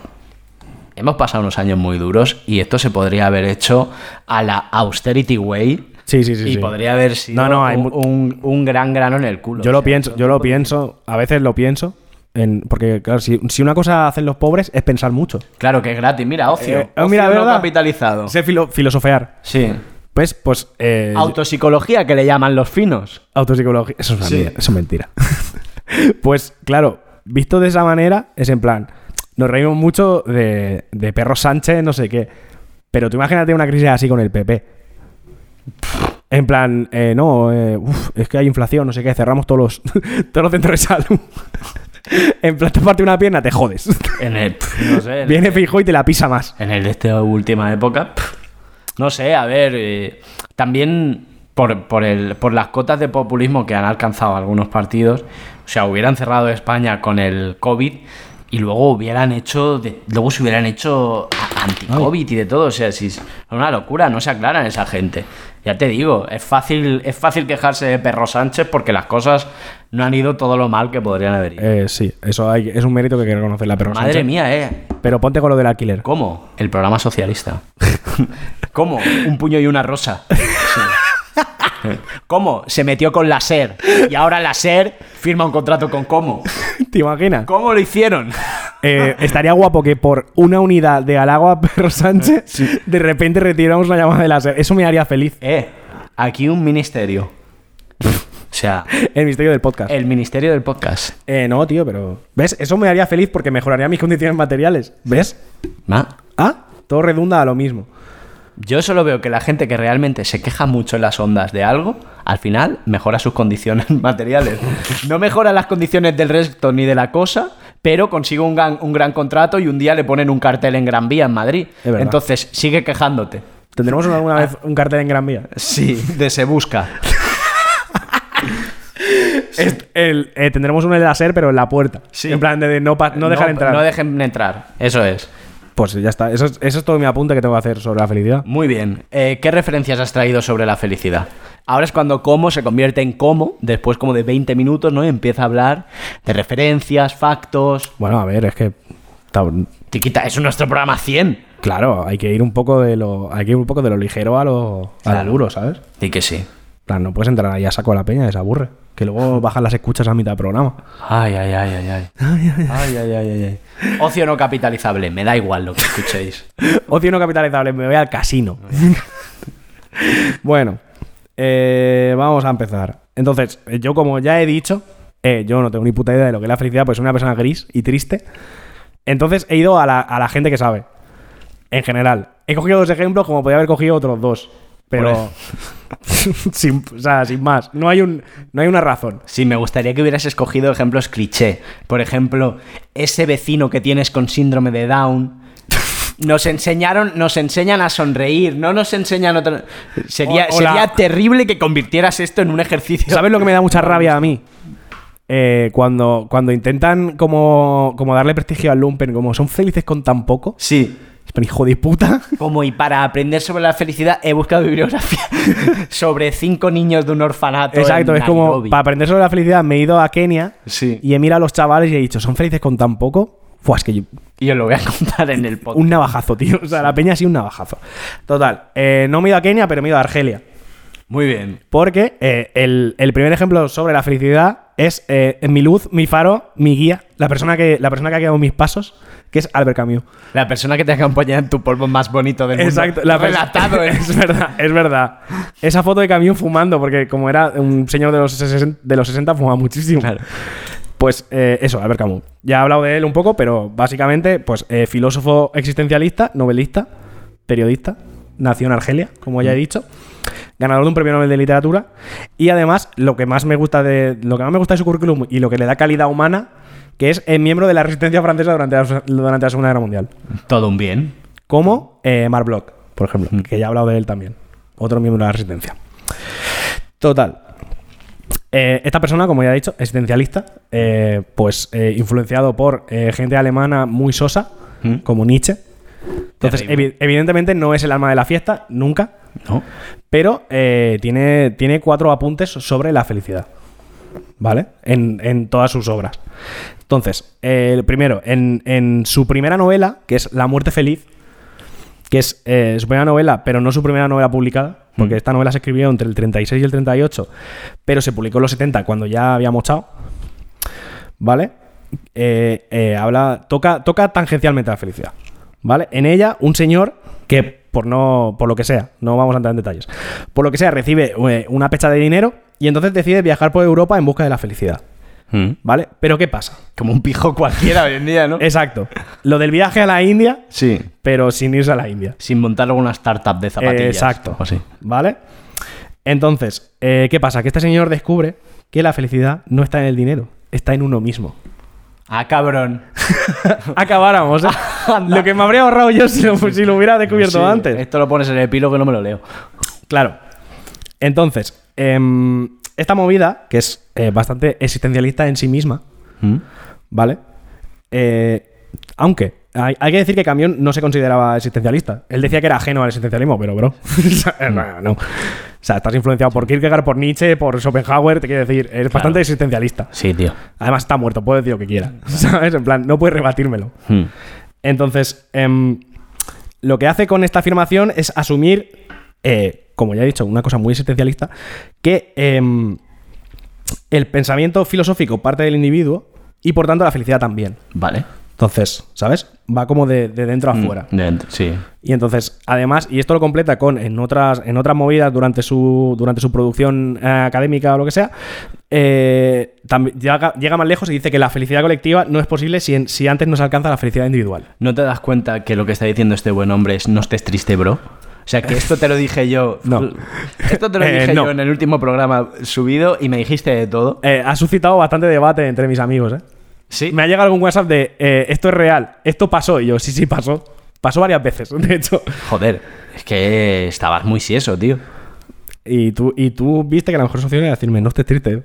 Speaker 2: hemos pasado unos años muy duros y esto se podría haber hecho a la austerity way.
Speaker 1: Sí, sí, sí,
Speaker 2: Y
Speaker 1: sí.
Speaker 2: podría haber sido
Speaker 1: No, no, hay
Speaker 2: un,
Speaker 1: mu-
Speaker 2: un- un gran grano en el culo.
Speaker 1: Yo
Speaker 2: O
Speaker 1: lo
Speaker 2: sea,
Speaker 1: pienso, yo lo pienso, a veces lo pienso, en, porque claro, si, si una cosa hacen los pobres es pensar mucho.
Speaker 2: Claro que es gratis. Mira, ocio.
Speaker 1: Eh, oh, mira,
Speaker 2: Ocio no
Speaker 1: ¿verdad?
Speaker 2: capitalizado.
Speaker 1: Sé filo- filosofear.
Speaker 2: Sí.
Speaker 1: Pues, pues... eh,
Speaker 2: Autopsicología que le llaman los finos.
Speaker 1: autopsicología. Eso es una
Speaker 2: Sí.
Speaker 1: mierda, eso es mentira. (laughs) pues claro, visto de esa manera, es en plan, nos reímos mucho de, de Perro Sánchez, no sé qué, pero tú imagínate una crisis así con el PP. En plan, eh, no, eh, uf, es que hay inflación, no sé qué, cerramos todos los, (laughs) todos los centros de salud. (laughs) en plan, te parte una pierna, te jodes.
Speaker 2: En el. pf, (laughs) No sé. en
Speaker 1: Viene
Speaker 2: el-
Speaker 1: fijo y te la pisa más.
Speaker 2: En el de esta última época. pf, No sé, a ver. eh, también por, por, el, por las cotas de populismo que han alcanzado algunos partidos. O sea, hubieran cerrado España con el COVID. Y luego hubieran hecho, de- luego se hubieran hecho a- anti-COVID y de todo. O sea, si es una locura, no se aclaran esa gente. Ya te digo, es fácil, es fácil quejarse de Perro Sánchez porque las cosas no han ido todo lo mal que podrían haber ido.
Speaker 1: Eh, sí, eso hay, es un mérito que hay que reconocer la perro
Speaker 2: Madre
Speaker 1: Sánchez.
Speaker 2: mía, eh.
Speaker 1: Pero ponte con lo del alquiler. (laughs)
Speaker 2: ¿Cómo? El programa socialista. (laughs) ¿Cómo? Un puño y una rosa. Sí. ¿Cómo? Se metió con la SER. Y ahora la SER firma un contrato con Como.
Speaker 1: ¿Te imaginas?
Speaker 2: ¿Cómo lo hicieron?
Speaker 1: Eh, estaría guapo que por una unidad de halago (laughs) a Perro Sánchez de repente retiramos la llamada de láser. Eso me haría feliz.
Speaker 2: Eh, aquí un ministerio. O sea,
Speaker 1: El misterio del podcast.
Speaker 2: el ministerio del podcast.
Speaker 1: Eh, no, tío, pero. ¿Ves? Eso me haría feliz porque mejoraría mis (laughs) condiciones materiales. ¿Ves?
Speaker 2: Ma,
Speaker 1: Ah, todo redunda a lo mismo.
Speaker 2: Yo solo veo que la gente que realmente se queja mucho en las ondas de algo, al final mejora sus condiciones (laughs) materiales. No mejora las condiciones del resto ni de la cosa, pero consigue un gran, un gran contrato y un día le ponen un cartel en Gran Vía en Madrid.
Speaker 1: Es verdad.
Speaker 2: Entonces sigue quejándote.
Speaker 1: ¿Tendremos alguna vez un cartel en Gran Vía?
Speaker 2: Sí, de se busca.
Speaker 1: Est- el- eh, tendremos un láser, pero en la puerta.
Speaker 2: Sí.
Speaker 1: En plan de, de no, pa- no dejar entrar.
Speaker 2: No dejen entrar. Eso es.
Speaker 1: Pues ya está. Eso es, eso es todo mi apunte que tengo que hacer sobre la felicidad.
Speaker 2: Muy bien. Eh, ¿Qué referencias has traído sobre la felicidad? Ahora es cuando cómo se convierte en cómo, después como de 20 minutos, ¿no? Empieza a hablar de referencias, factos.
Speaker 1: Bueno, a ver, es que. ta-
Speaker 2: Tiquita, es nuestro programa 100.
Speaker 1: Claro, hay que ir un poco de lo. Hay que ir un poco de lo ligero a lo. a
Speaker 2: Claro.
Speaker 1: lo duro, ¿sabes?
Speaker 2: Y que sí.
Speaker 1: En plan, no puedes entrar ahí a saco a la peña, que se aburre. Que luego bajan las escuchas a mitad de programa.
Speaker 2: Ay, ay, ay, ay, ay. Ay, ay, ay, ay, ay. Ocio no capitalizable, me da igual lo que escuchéis.
Speaker 1: Ocio no capitalizable, me voy al casino. bueno, eh, vamos a empezar. Entonces, eh, yo como ya he dicho, eh, yo no tengo ni puta idea de lo que es la felicidad, pues soy una persona gris y triste. Entonces he ido a la, a la gente que sabe, en general. He cogido dos ejemplos como podía haber cogido otros dos, (laughs) pero... sin, o sea, sin más, no hay, un, no hay una razón.
Speaker 2: Sí, me gustaría que hubieras escogido ejemplos cliché. Por ejemplo, ese vecino que tienes con síndrome de Down. Nos enseñaron, nos enseñan a sonreír, no nos enseñan otra. Sería,
Speaker 1: O- o la-
Speaker 2: sería terrible que convirtieras esto en un ejercicio.
Speaker 1: (laughs) ¿Sabes lo que me da mucha rabia a mí? Eh, cuando, cuando intentan como, como darle prestigio al lumpen, como son felices con tan poco.
Speaker 2: Sí.
Speaker 1: Pero hijo de puta.
Speaker 2: Como y para aprender sobre la felicidad he buscado bibliografía (laughs) sobre cinco niños de un orfanato.
Speaker 1: Exacto,
Speaker 2: en
Speaker 1: es como
Speaker 2: Nairobi.
Speaker 1: para aprender sobre la felicidad me he ido a Kenia
Speaker 2: Sí.
Speaker 1: y he mirado a los chavales y he dicho, ¿son felices con tan poco? Fua, es que yo-
Speaker 2: Y os lo voy a (laughs) contar en el podcast.
Speaker 1: un navajazo, tío. O sea, la peña ha sido un navajazo. Total, eh, no me he ido a Kenia, pero me he ido a Argelia.
Speaker 2: Muy bien.
Speaker 1: Porque eh, el, el primer ejemplo sobre la felicidad es eh, mi luz, mi faro, mi guía, la persona que, la persona que ha guiado mis pasos, que es Albert Camus.
Speaker 2: La persona que te acompaña en tu polvo más bonito del
Speaker 1: Exacto,
Speaker 2: mundo.
Speaker 1: la pers-
Speaker 2: Relatado ¿eh?
Speaker 1: (laughs)
Speaker 2: en-
Speaker 1: es verdad, es verdad. Esa foto de camión fumando, porque como era un señor de los 60, de los 60 fumaba muchísimo. Pues eh, eso, Albert Camus. Ya he hablado de él un poco, pero básicamente, pues eh, filósofo existencialista, novelista, periodista, nació en Argelia, como
Speaker 2: Mm.
Speaker 1: ya he dicho, ganador de un premio Nobel de literatura y además lo que más me gusta de lo que más me gusta de su currículum y lo que le da calidad humana, que es eh, miembro de la Resistencia francesa durante la, durante la Segunda Guerra Mundial
Speaker 2: Todo un bien.
Speaker 1: como eh, Mark Bloch, por ejemplo,
Speaker 2: Mm.
Speaker 1: que ya he hablado de él también, otro miembro de la resistencia. Total. eh, esta persona, como ya he dicho, existencialista, eh, pues eh, influenciado por eh, gente alemana muy sosa, como Nietzsche. Entonces,
Speaker 2: Terrible.
Speaker 1: evi- evidentemente no es el alma de la fiesta, nunca,
Speaker 2: ¿No?
Speaker 1: pero eh, tiene, tiene cuatro apuntes sobre la felicidad. ¿Vale? En, en todas sus obras. Entonces, eh, el primero, en, en su primera novela, que es La muerte feliz, que es eh, su primera novela, pero no su primera novela publicada, porque esta novela se escribió entre el 36 y el 38, pero se publicó en los 70, cuando ya había mochado. ¿Vale? Eh, eh, habla, toca, toca tangencialmente la felicidad. ¿Vale? En ella, un señor que, por no. por lo que sea, no vamos a entrar en detalles. Por lo que sea, recibe eh, una pecha de dinero y entonces decide viajar por Europa en busca de la felicidad. ¿Vale? Pero ¿qué pasa?
Speaker 2: Como un pijo cualquiera hoy en día, ¿no?
Speaker 1: Exacto. Lo del viaje a la India,
Speaker 2: Sí.
Speaker 1: pero sin irse a la India.
Speaker 2: Sin montar alguna startup de zapatillas.
Speaker 1: Exacto.
Speaker 2: O sí.
Speaker 1: ¿Vale? Entonces, eh, ¿qué pasa? Que este señor descubre que la felicidad no está en el dinero, está en uno mismo.
Speaker 2: Ah, cabrón.
Speaker 1: Acabáramos,
Speaker 2: (laughs)
Speaker 1: ¿eh? lo que me habría ahorrado yo si lo, si lo hubiera descubierto
Speaker 2: Sí,
Speaker 1: antes.
Speaker 2: Esto lo pones en el epílogo y no me lo leo.
Speaker 1: Claro. Entonces, em, esta movida, que es eh, bastante existencialista en sí misma, ¿vale? Eh, aunque hay, hay que decir que Camión no se consideraba existencialista. Él decía que era ajeno al existencialismo, pero bro. (laughs) o sea, no, no. O sea, estás influenciado por Kierkegaard, por Nietzsche, por Schopenhauer. Te quiero decir, eres bastante existencialista.
Speaker 2: Sí, tío.
Speaker 1: Además, está muerto, puede decir lo que quiera. (laughs) ¿Sabes? En plan, no puedes rebatírmelo.
Speaker 2: Hmm.
Speaker 1: Entonces, em, lo que hace con esta afirmación es asumir, eh, como ya he dicho, una cosa muy existencialista, que em, el pensamiento filosófico parte del individuo y por tanto la felicidad también.
Speaker 2: Vale.
Speaker 1: Entonces, ¿sabes? Va como de, de dentro a fuera.
Speaker 2: Mm, dentro, sí.
Speaker 1: Y entonces, además, y esto lo completa con en otras, en otras movidas durante su, durante su producción eh, académica o lo que sea, eh, tambi- llega, llega más lejos y dice que la felicidad colectiva no es posible si, en- si antes no se alcanza la felicidad individual.
Speaker 2: ¿No te das cuenta que lo que está diciendo este buen hombre es no estés triste, bro? O sea, que esto te lo dije yo.
Speaker 1: (laughs) No.
Speaker 2: Esto te
Speaker 1: (laughs)
Speaker 2: lo
Speaker 1: Eh,
Speaker 2: dije
Speaker 1: no.
Speaker 2: yo en el último programa subido y me dijiste de todo.
Speaker 1: Eh, ha suscitado bastante debate entre mis amigos, ¿eh?
Speaker 2: Sí.
Speaker 1: Me ha llegado algún WhatsApp de eh, esto es real, esto pasó, y yo, sí, sí, pasó. Pasó varias veces, (laughs) de hecho.
Speaker 2: Joder, es que estabas muy sieso, tío.
Speaker 1: Y tú, y tú viste que la mejor solución era decirme, no estés triste. ¿eh?".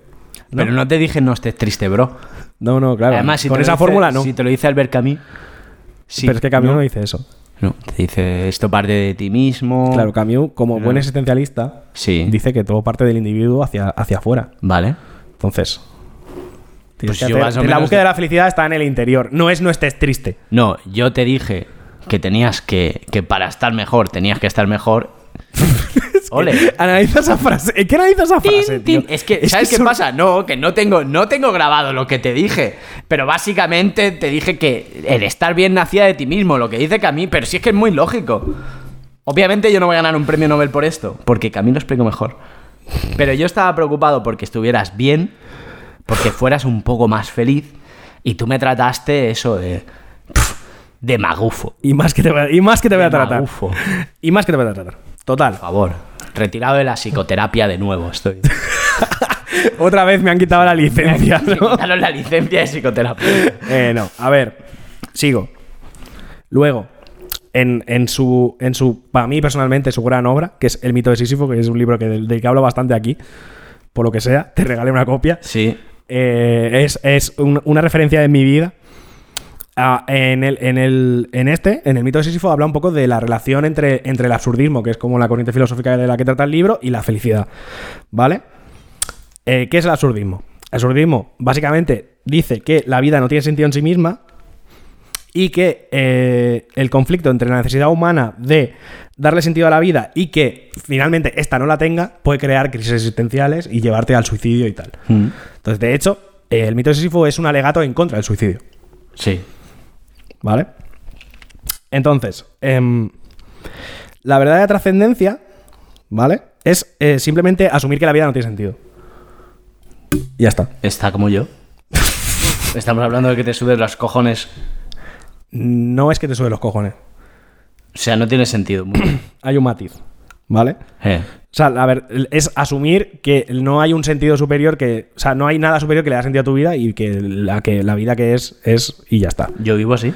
Speaker 1: No,
Speaker 2: Pero no te dije no estés triste, bro.
Speaker 1: no, no, claro.
Speaker 2: Además, si
Speaker 1: Con
Speaker 2: te lo
Speaker 1: esa
Speaker 2: dice-
Speaker 1: fórmula no.
Speaker 2: Si te lo dice Albert Camus. sí,
Speaker 1: Pero es que Camus
Speaker 2: no.
Speaker 1: no dice eso.
Speaker 2: No, te dice esto parte de ti mismo.
Speaker 1: Claro, Camus, como buen existencialista,
Speaker 2: Sí.
Speaker 1: dice que todo parte del individuo hacia, hacia afuera.
Speaker 2: Vale.
Speaker 1: Entonces. tienes
Speaker 2: Pues
Speaker 1: que
Speaker 2: yo
Speaker 1: hacer-
Speaker 2: más o
Speaker 1: la
Speaker 2: menos
Speaker 1: búsqueda
Speaker 2: de-
Speaker 1: de la felicidad está en el interior. No es no estés triste.
Speaker 2: No, yo te dije que tenías que. que para estar mejor tenías que estar mejor.
Speaker 1: (laughs)
Speaker 2: Ole.
Speaker 1: Analiza esa frase. ¿Qué analiza esa
Speaker 2: Eh. Tin,
Speaker 1: frase? tío?
Speaker 2: tin. Es que, ¿sabes qué
Speaker 1: son-
Speaker 2: pasa? No, que no tengo, no tengo grabado lo que te dije. Pero básicamente te dije que el estar bien nacía de ti mismo, lo que dice Camille, pero sí es que es muy lógico. Obviamente yo no voy a ganar un premio Nobel por esto, porque Camille lo explico mejor. Pero yo estaba preocupado porque estuvieras bien, porque fueras un poco más feliz, y tú me trataste eso de. pf, de magufo.
Speaker 1: Y más que te voy a, y más que te voy a
Speaker 2: De
Speaker 1: tratar.
Speaker 2: magufo.
Speaker 1: Y más que te voy a tratar. Total.
Speaker 2: Por favor, retirado de la psicoterapia de nuevo estoy. (laughs)
Speaker 1: Otra vez me han quitado la licencia, ¿no?
Speaker 2: Quitaros la licencia de psicoterapia.
Speaker 1: Eh, no, a ver, sigo. Luego, en, en su, en su, para mí personalmente, su gran obra, que es El mito de Sísifo, que es un libro que, del, del que hablo bastante aquí, por lo que sea, te regalé una copia.
Speaker 2: Sí.
Speaker 1: Eh, es es un- una referencia de mi vida. Ah, en, el, en, el, en este, en el mito de Sísifo, habla un poco de la relación entre, entre el absurdismo, que es como la corriente filosófica de la que trata el libro, y la felicidad. ¿Vale? Eh, ¿Qué es el absurdismo? El absurdismo básicamente dice que la vida no tiene sentido en sí misma y que eh, el conflicto entre la necesidad humana de darle sentido a la vida y que finalmente esta no la tenga puede crear crisis existenciales y llevarte al suicidio y tal. Entonces, de hecho, eh, el mito de Sísifo es un alegato en contra del suicidio.
Speaker 2: Sí.
Speaker 1: ¿Vale? Entonces, em, la verdadera trascendencia, ¿vale? Es eh, simplemente asumir que la vida no tiene sentido. Ya está.
Speaker 2: Está como yo. Estamos hablando de que te subes los cojones.
Speaker 1: No es que te sube los cojones.
Speaker 2: O sea, no tiene sentido. Muy bien.
Speaker 1: Hay un matiz, ¿vale?
Speaker 2: (coughs) Eh,
Speaker 1: O sea, a ver, es asumir que no hay un sentido superior que. O sea, no hay nada superior que le da sentido a tu vida y que la, que la vida que es, es y ya está. (laughs)
Speaker 2: Yo vivo así.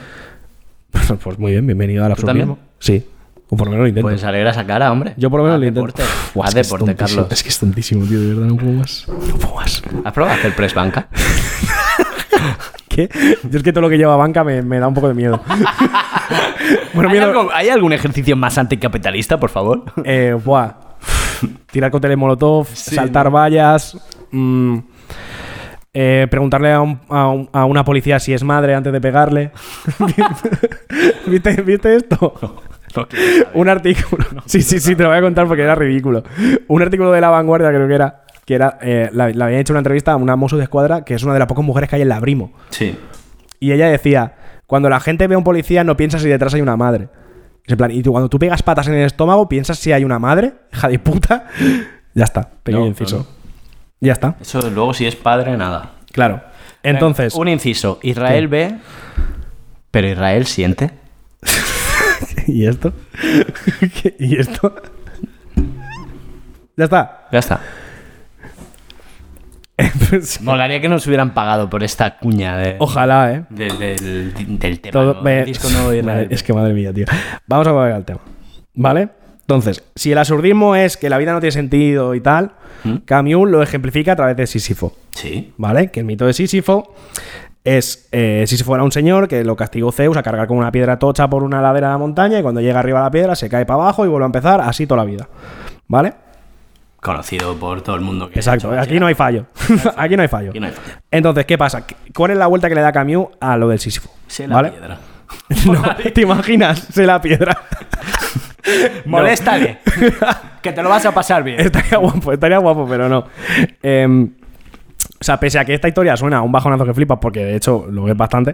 Speaker 1: Pues muy bien, bienvenido al absurdismo.
Speaker 2: también?
Speaker 1: Sí. O por lo menos lo intento.
Speaker 2: Pues alegra esa cara, hombre.
Speaker 1: Yo por lo menos
Speaker 2: Haz
Speaker 1: lo intento.
Speaker 2: deporte.
Speaker 1: Uf,
Speaker 2: Haz
Speaker 1: es que es
Speaker 2: deporte,
Speaker 1: tontísimo,
Speaker 2: Carlos.
Speaker 1: Es que es tontísimo, tío, de verdad, no puedo
Speaker 2: (laughs)
Speaker 1: más. No puedo más.
Speaker 2: ¿Has probado hacer press banca?
Speaker 1: ¿Qué? Yo es que todo lo que lleva banca me, me da un poco de
Speaker 2: (laughs)
Speaker 1: miedo. bueno,
Speaker 2: ¿Hay,
Speaker 1: miedo.
Speaker 2: algo- hay algún ejercicio más anticapitalista, por favor? (laughs)
Speaker 1: Eh, buah. Tirar cócteles molotov, saltar vallas. mm, eh, preguntarle a, un- a un- a una policía si es madre antes de pegarle. (laughs) ¿Viste, ¿Viste esto? un artículo. sí, sí, sí, te lo voy a contar porque era ridículo. Un artículo de La Vanguardia, creo que era. Que era. eh, la, la habían hecho una entrevista a una mozo de escuadra, que es una de las pocas mujeres que hay en la Brimo.
Speaker 2: Sí.
Speaker 1: Y ella decía, cuando la gente ve a un policía no piensa si detrás hay una madre. Es en plan, y tú cuando tú pegas patas en el estómago piensas si hay una madre, (laughs) hija de puta. Ya está, pequeño
Speaker 2: No,
Speaker 1: inciso.
Speaker 2: no, no.
Speaker 1: Ya está,
Speaker 2: Eso luego si es padre, nada.
Speaker 1: claro. Entonces,
Speaker 2: Un inciso. Israel ve, pero Israel siente.
Speaker 1: (laughs) ¿y esto? ¿Qué? (laughs) ¿Y esto? ya está. (laughs)
Speaker 2: Ya está.
Speaker 1: Pues,
Speaker 2: Molaría que nos hubieran pagado por esta cuña de...
Speaker 1: Ojalá, ¿eh?
Speaker 2: de- del, del tema.
Speaker 1: Todo-
Speaker 2: ¿no?
Speaker 1: me-
Speaker 2: El disco nuevo
Speaker 1: (laughs)
Speaker 2: de Israel
Speaker 1: Madre-
Speaker 2: Be.
Speaker 1: es que madre mía, tío. Vamos a volver al tema. ¿Vale? Entonces, si el absurdismo es que la vida no tiene sentido y tal, Camus lo ejemplifica a través de Sísifo.
Speaker 2: Sí.
Speaker 1: ¿vale? Que el mito de Sísifo es eh, si se fuera un señor que lo castigó Zeus a cargar con una piedra tocha por una ladera de la montaña y cuando llega arriba a la piedra se cae para abajo y vuelve a empezar así toda la vida. ¿Vale?
Speaker 2: Conocido por todo el mundo. Que
Speaker 1: Exacto,
Speaker 2: ha hecho
Speaker 1: aquí no hay fallo. (laughs) aquí no hay fallo.
Speaker 2: Aquí no hay fallo.
Speaker 1: Entonces, ¿qué pasa? ¿Cuál es la vuelta que le da Camus a lo del Sísifo?
Speaker 2: Se la
Speaker 1: ¿Vale?
Speaker 2: piedra.
Speaker 1: (laughs) No, ¿Te imaginas? Se la piedra. (laughs)
Speaker 2: Moléstale. que te lo vas a pasar bien.
Speaker 1: Estaría guapo, estaría guapo, pero no. Em, o sea, pese a que esta historia suena a un bajonazo que flipas, porque de hecho lo es bastante,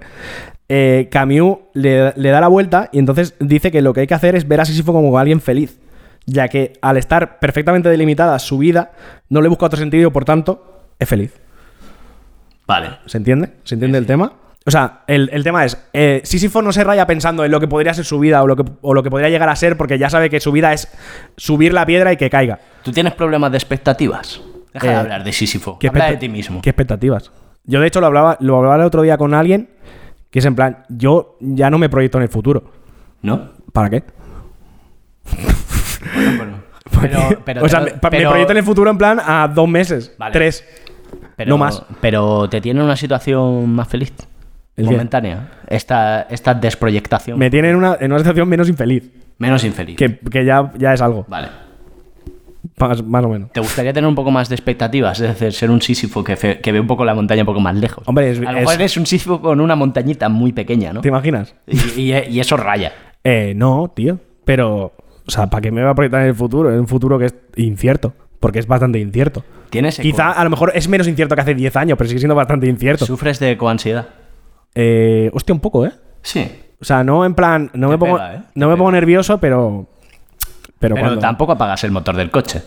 Speaker 1: eh, Camus le, le da la vuelta y entonces dice que lo que hay que hacer es ver a Sísifo como alguien feliz, ya que al estar perfectamente delimitada su vida, no le busca otro sentido y por tanto es feliz.
Speaker 2: Vale.
Speaker 1: ¿Se entiende? ¿Se entiende el tema? O sea, el, el tema es, eh, Sísifo no se raya pensando en lo que podría ser su vida o lo, que, o lo que podría llegar a ser porque ya sabe que su vida es subir la piedra y que caiga.
Speaker 2: ¿Tú tienes problemas de expectativas? Deja
Speaker 1: Eh,
Speaker 2: de hablar de Sísifo. Habla de
Speaker 1: expecta-
Speaker 2: ti mismo.
Speaker 1: ¿Qué expectativas? Yo, de hecho, lo hablaba, lo hablaba el otro día con alguien que es en plan, yo ya no me proyecto en el futuro. (laughs)
Speaker 2: ¿No?
Speaker 1: ¿Para qué?
Speaker 2: Pero, pero
Speaker 1: o
Speaker 2: te
Speaker 1: sea,
Speaker 2: lo-
Speaker 1: me, pa- me
Speaker 2: pero-
Speaker 1: proyecto en el futuro en plan a dos meses,
Speaker 2: Vale.
Speaker 1: tres.
Speaker 2: pero-
Speaker 1: no más.
Speaker 2: Pero te tiene una situación más feliz.
Speaker 1: ¿El qué?
Speaker 2: momentánea. Esta, esta desproyectación.
Speaker 1: Me tienen en una, en una situación menos infeliz,
Speaker 2: Menos infeliz.
Speaker 1: que, que ya, ya es algo,
Speaker 2: Vale.
Speaker 1: más, más o menos.
Speaker 2: ¿Te gustaría tener un poco más de expectativas? Es decir, ser un Sísifo que, fe- que ve un poco la montaña un poco más lejos.
Speaker 1: Hombre, es-
Speaker 2: a lo
Speaker 1: es-
Speaker 2: mejor eres un Sísifo con una montañita muy pequeña, ¿no?
Speaker 1: ¿Te imaginas?
Speaker 2: Y, y- y eso raya.
Speaker 1: Eh, no, tío. Pero, o sea, ¿para qué me voy a proyectar en el futuro? En un futuro que es incierto, porque es bastante incierto.
Speaker 2: Tienes eco.
Speaker 1: Quizá a lo mejor es menos incierto que hace 10 años, pero sigue siendo bastante incierto.
Speaker 2: Sufres de coansiedad.
Speaker 1: Eh, hostia, un poco, ¿eh?
Speaker 2: Sí.
Speaker 1: O sea, no en plan, no me pongo,
Speaker 2: pega, ¿eh? Te
Speaker 1: no me pongo nervioso, pero pero,
Speaker 2: Pero,
Speaker 1: cuando
Speaker 2: tampoco apagas el motor del coche.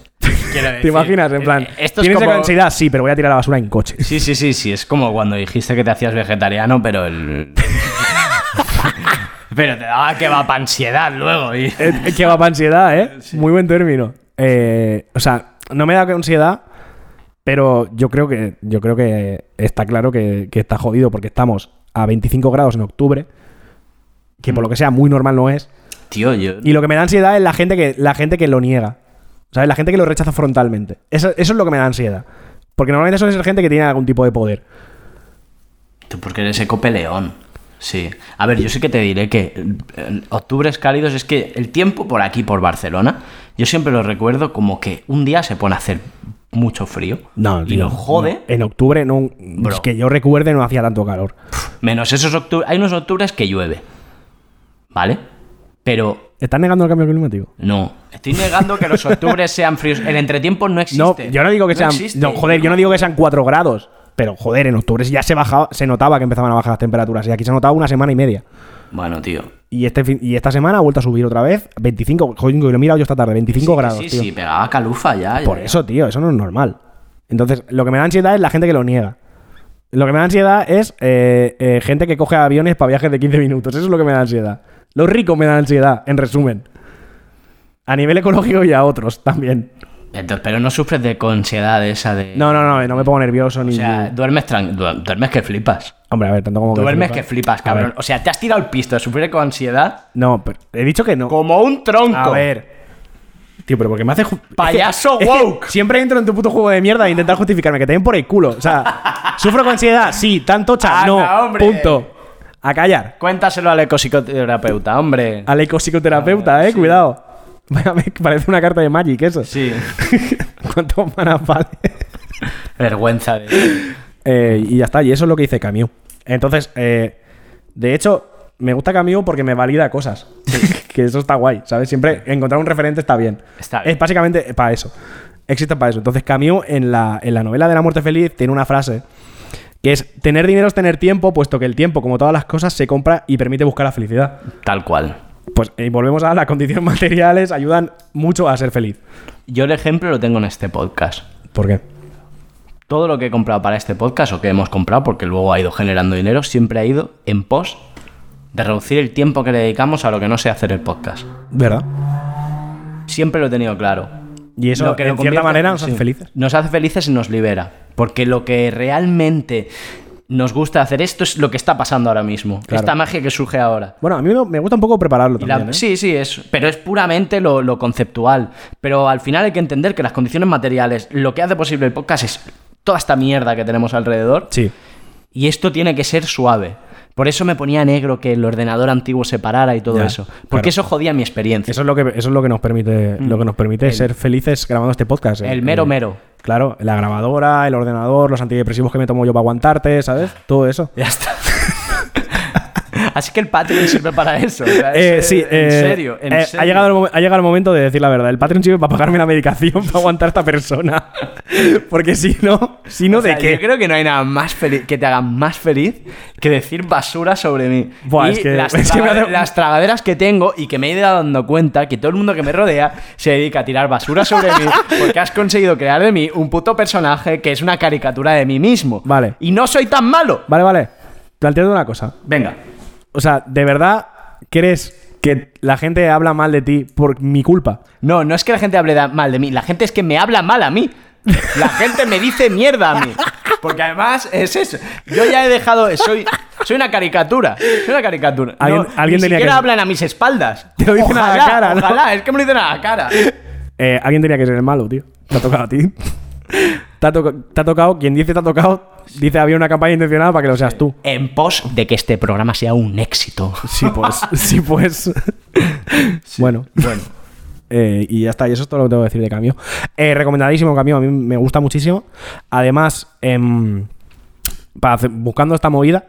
Speaker 2: Quiero
Speaker 1: te
Speaker 2: decir,
Speaker 1: imaginas en plan,
Speaker 2: eh, Esto es
Speaker 1: tienes
Speaker 2: como...
Speaker 1: ansiedad, sí, pero voy a tirar la basura en coche.
Speaker 2: (laughs) Sí, sí, sí, sí. Es como cuando dijiste que te hacías vegetariano,
Speaker 1: (laughs)
Speaker 2: pero el. pero te daba que va para ansiedad luego. Y...
Speaker 1: Eh, eh, que va para ansiedad, ¿eh? Muy buen término. Eh, o sea, no me da ansiedad, pero yo creo que yo creo que está claro que, que está jodido porque estamos a 25 grados en octubre, que
Speaker 2: Mm.
Speaker 1: por lo que sea muy normal no es.
Speaker 2: Tío, yo.
Speaker 1: Y lo que me da ansiedad es la gente que, la gente que lo niega. ¿Sabes? La gente que lo rechaza frontalmente. Eso, eso es lo que me da ansiedad. Porque normalmente suele ser gente que tiene algún tipo de poder.
Speaker 2: Tú porque eres ecopeleón. Sí. A ver, yo sí que te diré que eh, octubres cálidos es que el tiempo por aquí, por Barcelona, yo siempre lo recuerdo como que un día se pone a hacer mucho frío. Y
Speaker 1: tío,
Speaker 2: nos jode.
Speaker 1: no. Eh. En octubre, no,
Speaker 2: Bro.
Speaker 1: es que yo recuerde, no hacía tanto calor.
Speaker 2: Menos esos octubres. Hay unos octubres que llueve. ¿Vale? Pero
Speaker 1: ¿Estás negando el cambio climático?
Speaker 2: no. Estoy negando que los
Speaker 1: (laughs)
Speaker 2: octubres sean fríos. El entretiempo no existe.
Speaker 1: No, yo no digo que sean.
Speaker 2: existe.
Speaker 1: no, joder, yo no digo que sean 4 grados. Pero joder, en octubre ya se bajaba, se notaba que empezaban a bajar las temperaturas. Y aquí se notaba una semana y media.
Speaker 2: Bueno, tío.
Speaker 1: Y, este fin- y esta semana ha vuelto a subir otra vez. 25, joder, lo he mirado yo esta tarde, 25
Speaker 2: Sí,
Speaker 1: grados,
Speaker 2: sí,
Speaker 1: tío.
Speaker 2: sí, pegaba calufa ya. ya,
Speaker 1: Por
Speaker 2: ya.
Speaker 1: eso, tío, eso no es normal. Entonces, lo que me da ansiedad es la gente que lo niega. Lo que me da ansiedad es eh, eh, gente que coge aviones para viajes de 15 minutos. Eso es lo que me da ansiedad. Los ricos me dan ansiedad, en resumen. A nivel ecológico y a otros también.
Speaker 2: Entonces, pero no sufres de ansiedad de esa de.
Speaker 1: No, no, no, no me pongo nervioso
Speaker 2: O
Speaker 1: ni.
Speaker 2: sea, duermes, tran- du- duermes que flipas.
Speaker 1: Hombre, a ver, tanto como.
Speaker 2: Duermes que flipas,
Speaker 1: A ver,
Speaker 2: cabrón. O sea, te has tirado el pisto, sufres con ansiedad.
Speaker 1: No, pero he dicho que no.
Speaker 2: Como un tronco.
Speaker 1: A ver. Tío, pero porque me hace. ju-
Speaker 2: Payaso
Speaker 1: Es que
Speaker 2: woke.
Speaker 1: siempre entro en tu puto juego de mierda e intentar justificarme, que te den por el culo. O
Speaker 2: (laughs)
Speaker 1: sea, ¿sufro con ansiedad? Sí, tanto
Speaker 2: Anda,
Speaker 1: tocha? No,
Speaker 2: hombre.
Speaker 1: punto. A callar.
Speaker 2: Cuéntaselo al ecopsicoterapeuta, hombre.
Speaker 1: Al ecopsicoterapeuta, eh, cuidado. (laughs) Vaya, me parece una carta de Magic eso.
Speaker 2: Sí.
Speaker 1: (laughs) ¿Cuántos manas vale?
Speaker 2: Vergüenza de.
Speaker 1: Eh, y ya está, y eso es lo que dice Camus. Entonces, eh, de hecho, me gusta Camus porque me valida cosas. (laughs) que eso está guay, ¿sabes? Siempre encontrar un referente está bien.
Speaker 2: Está bien.
Speaker 1: Es básicamente para eso. Existe para eso. Entonces, Camus en la, en la novela de La Muerte Feliz tiene una frase que es: Tener dinero es tener tiempo, puesto que el tiempo, como todas las cosas, se compra y permite buscar la felicidad.
Speaker 2: Tal cual.
Speaker 1: Pues eh, volvemos a las condiciones (laughs) materiales, ayudan mucho a ser feliz.
Speaker 2: Yo el ejemplo lo tengo en este podcast.
Speaker 1: ¿Por qué?
Speaker 2: Todo lo que he comprado para este podcast o que hemos comprado, porque luego ha ido generando dinero, siempre ha ido en pos de reducir el tiempo que le dedicamos a lo que no sé hacer el podcast.
Speaker 1: ¿Verdad?
Speaker 2: Siempre lo he tenido claro.
Speaker 1: Y eso,
Speaker 2: Lo que lo
Speaker 1: en cierta
Speaker 2: convierte-
Speaker 1: manera, nos hace
Speaker 2: sí.
Speaker 1: felices.
Speaker 2: Nos hace felices y nos libera. Porque lo que realmente nos gusta hacer esto es lo que está pasando ahora mismo.
Speaker 1: Claro.
Speaker 2: Esta magia que surge ahora.
Speaker 1: Bueno, a mí me- me gusta un poco prepararlo
Speaker 2: Y la-
Speaker 1: también. ¿eh?
Speaker 2: Sí, sí, es, pero es puramente lo, lo conceptual. Pero al final hay que entender que las condiciones materiales, lo que hace posible el podcast es toda esta mierda que tenemos alrededor
Speaker 1: Sí.
Speaker 2: Y esto tiene que ser suave. Por eso me ponía negro que el ordenador antiguo se parara y todo
Speaker 1: Ya,
Speaker 2: eso. Porque
Speaker 1: claro.
Speaker 2: eso jodía mi experiencia.
Speaker 1: Eso es lo que, eso es lo que nos permite, lo que nos permite ser felices grabando este podcast. ¿eh?
Speaker 2: Mm. el mero
Speaker 1: Eh,
Speaker 2: mero.
Speaker 1: Claro, la grabadora, el ordenador, los antidepresivos que me tomo yo para aguantarte, ¿sabes? Todo eso.
Speaker 2: Ya está. (laughs) Así que el Patreon sirve para eso. o sea,
Speaker 1: Eh,
Speaker 2: es-
Speaker 1: sí,
Speaker 2: en
Speaker 1: eh,
Speaker 2: serio. en
Speaker 1: eh, Ha,
Speaker 2: serio.
Speaker 1: llegado el momen- ha llegado el momento de decir la verdad. El Patreon sirve para pagarme la medicación (laughs) para aguantar a esta persona. (laughs) Porque si no, si no,
Speaker 2: O sea,
Speaker 1: ¿de qué?
Speaker 2: Yo creo que no hay nada más feliz que te haga más feliz que decir basura sobre mí.
Speaker 1: Buah,
Speaker 2: y
Speaker 1: es que- (laughs)
Speaker 2: las,
Speaker 1: es que me
Speaker 2: traga-
Speaker 1: hace-
Speaker 2: las tragaderas que tengo y que me he ido dando cuenta que todo el mundo que me rodea se dedica a tirar basura sobre
Speaker 1: (laughs)
Speaker 2: mí porque has conseguido crear de mí un puto personaje que es una caricatura de mí mismo.
Speaker 1: Vale.
Speaker 2: Y no soy tan malo.
Speaker 1: Vale, vale. Planteate una cosa.
Speaker 2: Venga.
Speaker 1: O sea, ¿de verdad crees que la gente habla mal de ti por mi culpa?
Speaker 2: No, no es que la gente hable da- mal de mí, la gente es que me habla mal a mí. La gente me dice mierda a mí. Porque además es eso. Yo ya he dejado. Soy, soy una caricatura. Soy una caricatura. No,
Speaker 1: Alguien- alguien
Speaker 2: ni
Speaker 1: tenía
Speaker 2: siquiera
Speaker 1: que-
Speaker 2: hablan a mis espaldas.
Speaker 1: (laughs) Te lo dicen a la
Speaker 2: Ojalá,
Speaker 1: cara, ¿no?
Speaker 2: Ojalá, es que me lo dicen a la cara.
Speaker 1: Eh, alguien tenía que ser el malo, tío. Te ha tocado (laughs) a ti. Te ha, toca- te ha tocado, quien dice te ha tocado, dice había una campaña intencionada para que lo seas tú.
Speaker 2: En pos de que este programa sea un éxito.
Speaker 1: Sí, pues. (laughs) sí, pues. (laughs) Bueno.
Speaker 2: Bueno.
Speaker 1: Eh, y ya está, y eso es todo lo que tengo que decir de Cameo. Eh, recomendadísimo Cameo, a mí me gusta muchísimo. Además, em, para hacer- buscando esta movida,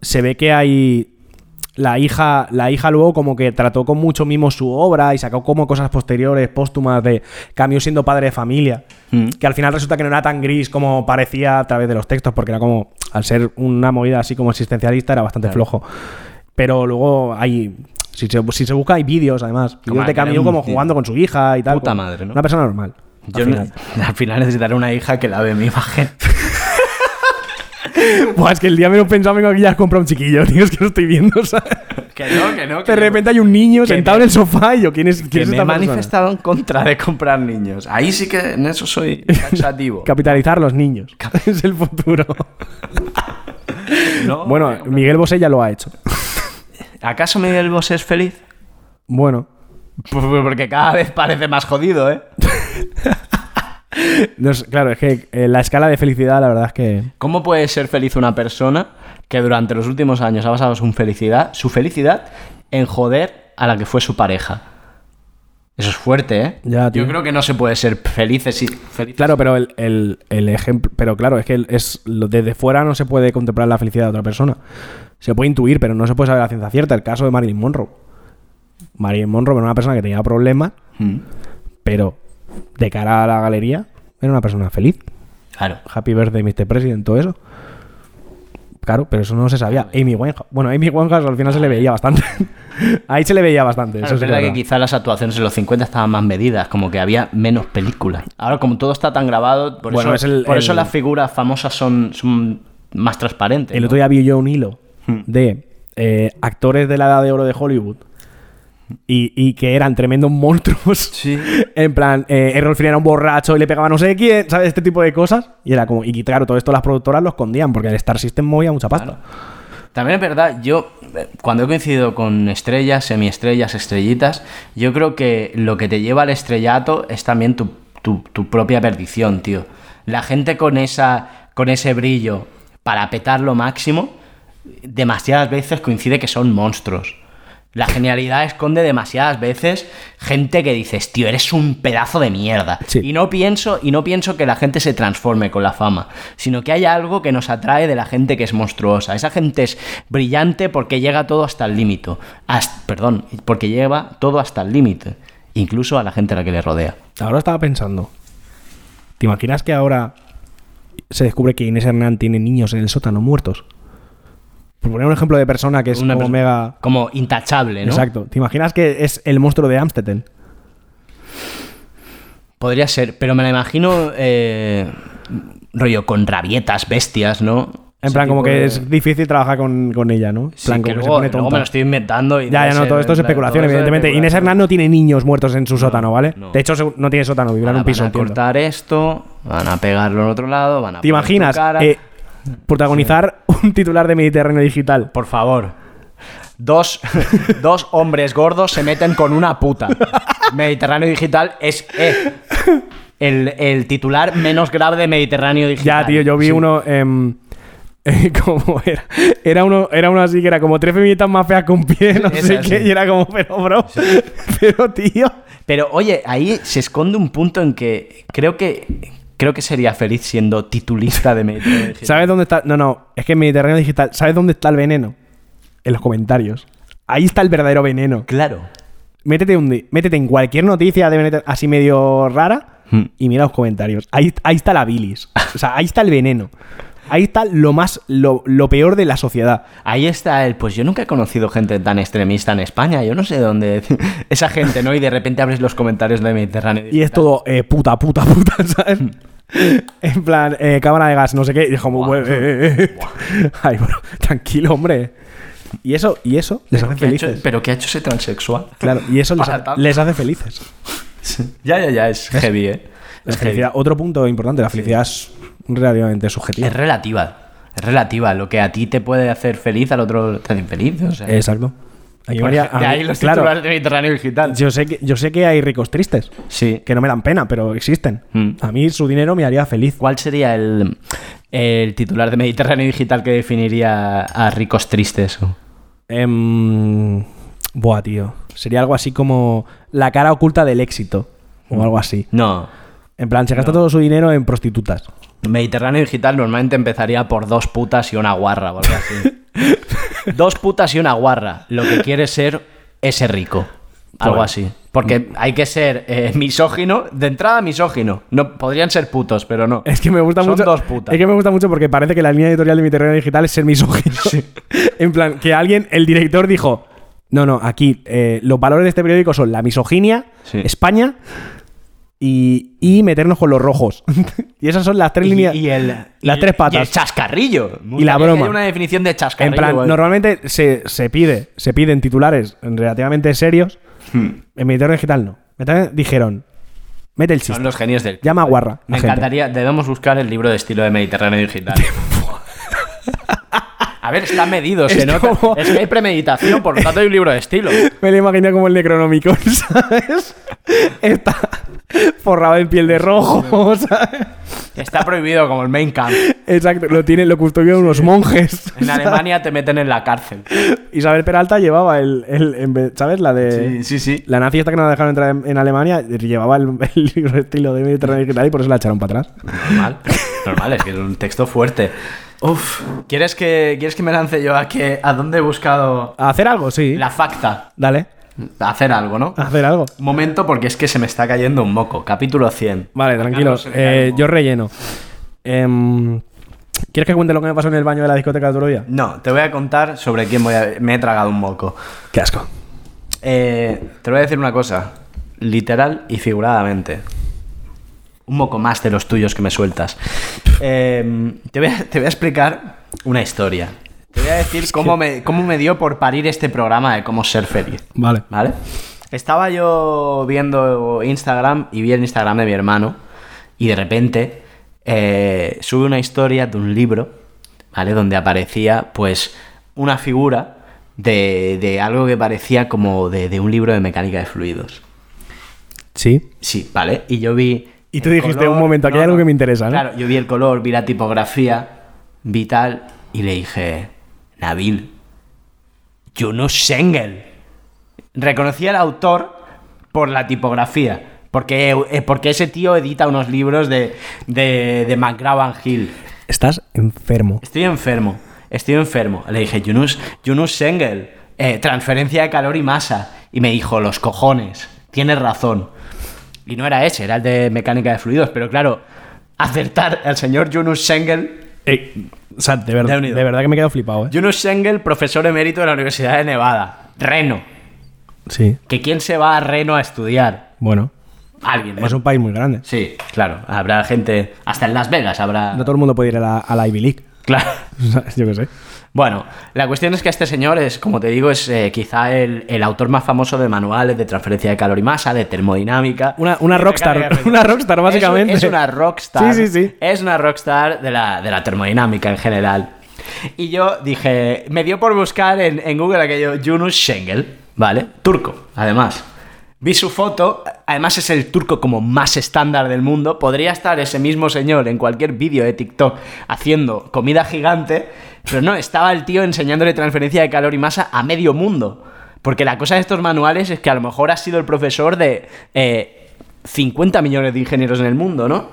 Speaker 1: se ve que hay... La hija, la hija luego como que trató con mucho mimo su obra y sacó como cosas posteriores, póstumas de Cameo siendo padre de familia.
Speaker 2: Mm.
Speaker 1: Que al final resulta que no era tan gris como parecía a través de los textos, porque era como, al ser una movida así como existencialista, era bastante flojo. Pero luego hay. Si se, si se busca, hay vídeos además.
Speaker 2: Como
Speaker 1: Vídeos de
Speaker 2: que era
Speaker 1: Camilo
Speaker 2: un
Speaker 1: como
Speaker 2: tío.
Speaker 1: jugando con su hija y tal.
Speaker 2: Puta
Speaker 1: como
Speaker 2: madre, ¿no?
Speaker 1: Una persona normal. al
Speaker 2: Yo ne-
Speaker 1: final.
Speaker 2: al final necesitaré una hija que lave mi imagen.
Speaker 1: (laughs) Buah, es que el día menos pensado vengo aquí y ya has comprado un chiquillo, (laughs) tío. Es que lo estoy viendo, ¿sabes?
Speaker 2: Que no, que no. que
Speaker 1: De
Speaker 2: no.
Speaker 1: repente hay un niño
Speaker 2: Que
Speaker 1: sentado
Speaker 2: me-
Speaker 1: en el sofá y yo, ¿quién es, quién
Speaker 2: Que
Speaker 1: es
Speaker 2: me he
Speaker 1: esta persona?
Speaker 2: manifestado en contra de comprar niños. Ahí sí que en
Speaker 1: (laughs)
Speaker 2: eso soy taxativo.
Speaker 1: Capitalizar los niños. (laughs) es el futuro.
Speaker 2: No,
Speaker 1: bueno, Miguel Bosé ya lo ha hecho.
Speaker 2: ¿Acaso Miguel Bosé es feliz?
Speaker 1: Bueno,
Speaker 2: Pues, Porque cada vez parece más jodido, ¿eh?
Speaker 1: no es- claro, es que eh, la escala de felicidad, la verdad es que.
Speaker 2: ¿Cómo puede ser feliz una persona que durante los últimos años ha basado su felicidad, su felicidad en joder a la que fue su pareja? Eso es fuerte, ¿eh?
Speaker 1: Ya, tío.
Speaker 2: Yo creo que no se puede ser felices y felices.
Speaker 1: Claro, pero el, el- el ejemplo. Pero claro, es que el- es, lo- desde fuera no se puede contemplar la felicidad de otra persona. Se puede intuir, pero no se puede saber a ciencia cierta. El caso de Marilyn Monroe. Marilyn Monroe era una persona que tenía problemas, pero de cara a la galería era una persona feliz.
Speaker 2: Claro.
Speaker 1: Happy birthday, Mr. President, todo eso. Claro, pero eso no se sabía. Amy Winehouse. Bueno, Amy Winehouse al final se le veía bastante. (laughs) Ahí se le veía bastante.
Speaker 2: Claro,
Speaker 1: eso sí
Speaker 2: es
Speaker 1: que
Speaker 2: verdad
Speaker 1: es
Speaker 2: que quizás las actuaciones en los 50 estaban más medidas, como que había menos películas. Ahora, como todo está tan grabado, por,
Speaker 1: Bueno,
Speaker 2: eso,
Speaker 1: es el-
Speaker 2: por eso
Speaker 1: el-
Speaker 2: las figuras famosas son, son más transparentes.
Speaker 1: El
Speaker 2: ¿no? Hmm.
Speaker 1: otro día vi yo un hilo de eh, actores de la edad de oro de Hollywood y, y que eran tremendos monstruos. (laughs) en plan, eh, Errol Flynn era un borracho y le pegaba no sé quién, ¿sabes? Este tipo de cosas. Y era como, y claro, todo esto las productoras lo escondían porque el Star System movía mucha pasta.
Speaker 2: También es verdad, yo eh, cuando he coincidido con estrellas, semiestrellas, estrellitas, yo creo que lo que te lleva al estrellato es también tu, tu- tu propia perdición, tío. La gente con, esa, con ese brillo para petar lo máximo, demasiadas veces coincide que son monstruos. La genialidad esconde demasiadas veces gente que dices, tío, eres un pedazo de mierda.
Speaker 1: Sí.
Speaker 2: Y no pienso, y no pienso que la gente se transforme con la fama, sino que hay algo que nos atrae de la gente que es monstruosa. Esa gente es brillante porque llega todo hasta el límite. Hasta- Perdón, porque lleva todo hasta el límite. Incluso a la gente a la que le rodea.
Speaker 1: Ahora estaba pensando, ¿te imaginas que ahora se descubre que Inés Hernán tiene niños en el sótano muertos? Por poner un ejemplo de persona que es
Speaker 2: Una
Speaker 1: como
Speaker 2: perso-
Speaker 1: mega...
Speaker 2: Como intachable, ¿no?
Speaker 1: Exacto. ¿Te imaginas que es el monstruo de Amstetten?
Speaker 2: Podría ser, pero me la imagino eh, rollo con rabietas, bestias, ¿no?
Speaker 1: En
Speaker 2: Ese
Speaker 1: plan, como
Speaker 2: tipo
Speaker 1: que
Speaker 2: de-
Speaker 1: es difícil trabajar con, con ella, ¿no? En
Speaker 2: Sí,
Speaker 1: plan,
Speaker 2: que
Speaker 1: como que se
Speaker 2: luego,
Speaker 1: pone
Speaker 2: luego
Speaker 1: tonta.
Speaker 2: me lo estoy inventando. Y
Speaker 1: Ya,
Speaker 2: no
Speaker 1: ya, no,
Speaker 2: sé,
Speaker 1: todo esto es
Speaker 2: todo
Speaker 1: especulación,
Speaker 2: esto es
Speaker 1: evidentemente. Inés
Speaker 2: especulación.
Speaker 1: Hernán no tiene niños muertos en su sótano, ¿vale?
Speaker 2: no.
Speaker 1: De hecho, segu- no tiene sótano, vivirá en
Speaker 2: Ahora
Speaker 1: un piso.
Speaker 2: van a
Speaker 1: entiendo.
Speaker 2: cortar esto, van a pegarlo al otro lado, van a.
Speaker 1: ¿Te
Speaker 2: poner tu
Speaker 1: imaginas
Speaker 2: cara?
Speaker 1: eh, protagonizar un titular de Mediterráneo Digital?
Speaker 2: Por favor. Dos, (laughs) dos hombres gordos se meten con una puta. Mediterráneo Digital es eh, el, el titular menos grave de Mediterráneo Digital.
Speaker 1: Ya, tío, yo vi
Speaker 2: Sí.
Speaker 1: uno. em, (laughs) eh, como era, era uno, era uno así que era como tres feministas más feas con pie, no
Speaker 2: Esa,
Speaker 1: sé qué,
Speaker 2: sí.
Speaker 1: y era como, pero bro, (laughs) pero tío.
Speaker 2: Pero oye, ahí se esconde un punto en que creo que creo que sería feliz siendo titulista de
Speaker 1: (laughs)
Speaker 2: Mediterráneo Digital.
Speaker 1: ¿Sabes dónde está? No, no, es que en Mediterráneo Digital, ¿sabes dónde está el veneno? En los comentarios. Ahí está el verdadero veneno.
Speaker 2: Claro.
Speaker 1: Métete, un, di- métete en cualquier noticia de Benetton así medio rara
Speaker 2: Hmm.
Speaker 1: y mira los comentarios. Ahí, ahí está la bilis. O sea, ahí está el veneno. Ahí está lo más, lo, lo peor de la sociedad.
Speaker 2: Ahí está el, pues yo nunca he conocido gente tan extremista en España, yo no sé dónde (laughs) esa gente, ¿no? Y de repente abres los comentarios de Mediterráneo.
Speaker 1: Y es todo eh, puta, puta, puta, (laughs) ¿sabes? En plan, eh, cámara de gas, no sé qué. Y es como,
Speaker 2: Hmm. Buah.
Speaker 1: "Bueno, eh, eh, eh". Ay, bro, (laughs) tranquilo, hombre. Y eso, y eso les hace
Speaker 2: ¿Pero qué ha hecho-
Speaker 1: felices.
Speaker 2: ¿Pero qué ha hecho ese transexual? (laughs)
Speaker 1: Claro, y eso les,
Speaker 2: Para
Speaker 1: ha-
Speaker 2: tanto.
Speaker 1: les hace felices.
Speaker 2: Ya, ya, ya, es heavy, ¿eh?
Speaker 1: La
Speaker 2: heavy.
Speaker 1: felicidad, otro punto importante, la felicidad es relativamente subjetiva.
Speaker 2: Es relativa. Es relativa. Lo que a ti te puede hacer feliz, al otro te hace infeliz. O sea,
Speaker 1: Exacto. Aquí
Speaker 2: Por-
Speaker 1: María,
Speaker 2: de
Speaker 1: a
Speaker 2: ahí
Speaker 1: mí-
Speaker 2: los
Speaker 1: claro,
Speaker 2: titulares de Mediterráneo Digital.
Speaker 1: yo sé, que, yo sé que hay ricos tristes,
Speaker 2: sí.
Speaker 1: que no me dan pena, pero existen.
Speaker 2: Mm.
Speaker 1: A mí su dinero me haría feliz.
Speaker 2: ¿Cuál sería el, el titular de Mediterráneo Digital que definiría a ricos tristes?
Speaker 1: Em, buah, tío. Sería algo así como la cara oculta del éxito. O algo así.
Speaker 2: No.
Speaker 1: En plan, se gasta todo su dinero en prostitutas. (laughs)
Speaker 2: Mediterráneo Digital normalmente empezaría por dos putas y una guarra o
Speaker 1: (laughs)
Speaker 2: algo así. dos putas y una guarra. Lo que quiere ser ese rico. Algo
Speaker 1: Bueno.
Speaker 2: así. Porque hay que ser eh, misógino, de entrada misógino. No, podrían ser putos, pero no.
Speaker 1: Es que me gusta
Speaker 2: Son
Speaker 1: mucho.
Speaker 2: dos putas.
Speaker 1: Es que me gusta mucho porque parece que la línea editorial de mi terreno digital es ser misógino. (laughs) en plan, que alguien, el director dijo: No, no, aquí eh, los valores de este periódico son la misoginia,
Speaker 2: Sí.
Speaker 1: España y, y meternos con los rojos. (laughs) y esas son las tres líneas.
Speaker 2: y, y el,
Speaker 1: las
Speaker 2: y-
Speaker 1: tres
Speaker 2: y
Speaker 1: patas.
Speaker 2: el chascarrillo.
Speaker 1: Y la
Speaker 2: Habría que
Speaker 1: broma.
Speaker 2: hacer una definición de chascarrillo. eh.
Speaker 1: en plan,
Speaker 2: guay.
Speaker 1: normalmente se, se pide, se piden titulares relativamente serios.
Speaker 2: Hmm.
Speaker 1: En mi terreno digital no. Meterráneo- Dijeron: Mete el chiste.
Speaker 2: Son los genios del.
Speaker 1: Llama a guarra.
Speaker 2: Me
Speaker 1: a gente".
Speaker 2: encantaría. Debemos buscar el libro de estilo de Mediterráneo Digital. A ver, está medido, se
Speaker 1: Es
Speaker 2: nota.
Speaker 1: como-
Speaker 2: Es que hay premeditación, por lo tanto hay un libro de estilo.
Speaker 1: Me lo imagino como el Necronomicon, (laughs) ¿sabes? Está forrado en piel de rojo, ¿sabes?
Speaker 2: Está prohibido como el main camp.
Speaker 1: Exacto, lo tienen, lo custodian unos monjes. (laughs)
Speaker 2: En Alemania te meten en la cárcel.
Speaker 1: Isabel Peralta llevaba el, el- en vez- ¿sabes? La de...
Speaker 2: sí, sí.
Speaker 1: La nazi esta que no la dejaron entrar en, en Alemania eh, llevaba el, (laughs) el libro de estilo de Mediterráneo Digital y por eso la echaron para atrás.
Speaker 2: Normal, normal, es que es un texto fuerte. Uf, ¿quieres que, ¿quieres que me lance yo a que a dónde he buscado
Speaker 1: ¿A hacer algo? Sí.
Speaker 2: la facta?
Speaker 1: Dale.
Speaker 2: A hacer algo, ¿no?
Speaker 1: ¿A hacer algo?
Speaker 2: Un momento porque es que se me está cayendo un moco. Capítulo 100.
Speaker 1: Vale,
Speaker 2: A
Speaker 1: tranquilos.
Speaker 2: Carlos se le cae
Speaker 1: Eh,
Speaker 2: un moco.
Speaker 1: yo relleno. Em, ¿Quieres que cuente lo que me pasó en el baño de la discoteca el otro día?
Speaker 2: No, te voy a contar sobre quién voy a... me he tragado un moco.
Speaker 1: Qué asco.
Speaker 2: Eh, te voy a decir una cosa, literal y figuradamente. Un moco más de los tuyos que me sueltas. Eh, te, voy a, te voy a explicar una historia. Te voy a decir cómo me, cómo me dio por parir este programa de cómo ser feliz.
Speaker 1: Vale.
Speaker 2: ¿Vale? Estaba yo viendo Instagram y vi el Instagram de mi hermano y de repente eh, sube una historia de un libro, ¿vale? Donde aparecía pues una figura de, de algo que parecía como de, de un libro de mecánica de fluidos.
Speaker 1: Sí.
Speaker 2: Sí, ¿vale? Y yo vi...
Speaker 1: Y tú
Speaker 2: el
Speaker 1: dijiste, un momento, aquí hay algo que me interesa, ¿no?
Speaker 2: Claro, yo vi el color, vi la tipografía, vi tal y le dije, Nabil, Yunus Schengel. Reconocí al autor por la tipografía. Porque, eh, porque ese tío edita unos libros de, de, de McGrawan Hill.
Speaker 1: Estás enfermo.
Speaker 2: Estoy enfermo, estoy enfermo. Le dije, Yunus, Yunus Schengel, eh, transferencia de calor y masa. Y me dijo, los cojones, tienes razón. Y no era ese, era el de mecánica de fluidos. Pero claro, acertar al señor Yunus Schengel
Speaker 1: o sea, de,
Speaker 2: Te he
Speaker 1: verdad
Speaker 2: unido.
Speaker 1: de verdad que me he quedado flipado, ¿eh?
Speaker 2: Yunus Schengel, profesor emérito de la Universidad de Nevada, Reno.
Speaker 1: Sí.
Speaker 2: ¿Que quién se va a Reno a estudiar?
Speaker 1: Bueno,
Speaker 2: Alguien. ¿no?
Speaker 1: es un país muy grande.
Speaker 2: Sí, claro. Habrá gente. Hasta en Las Vegas habrá.
Speaker 1: No todo el mundo puede ir a la, a la Ivy League. (laughs)
Speaker 2: Claro.
Speaker 1: Yo qué sé.
Speaker 2: Bueno, la cuestión es que este señor es, como te digo, es eh, quizá el, el autor más famoso de manuales de transferencia de calor y masa, de termodinámica.
Speaker 1: Una- una
Speaker 2: de
Speaker 1: rockstar,
Speaker 2: mecánica de
Speaker 1: una rockstar,
Speaker 2: Es-
Speaker 1: básicamente.
Speaker 2: Es, una rockstar.
Speaker 1: Sí, sí, sí.
Speaker 2: Es una rockstar de la, de la termodinámica en general. Y yo dije, me dio por buscar en, en Google aquello Yunus Schengel, ¿vale? Turco, además. Vi su foto, además es el turco como más estándar del mundo. Podría estar ese mismo señor en cualquier vídeo de TikTok haciendo comida gigante, pero no, estaba el tío enseñándole transferencia de calor y masa a medio mundo. Porque la cosa de estos manuales es que a lo mejor ha sido el profesor de eh, 50 millones de ingenieros en el mundo, ¿no?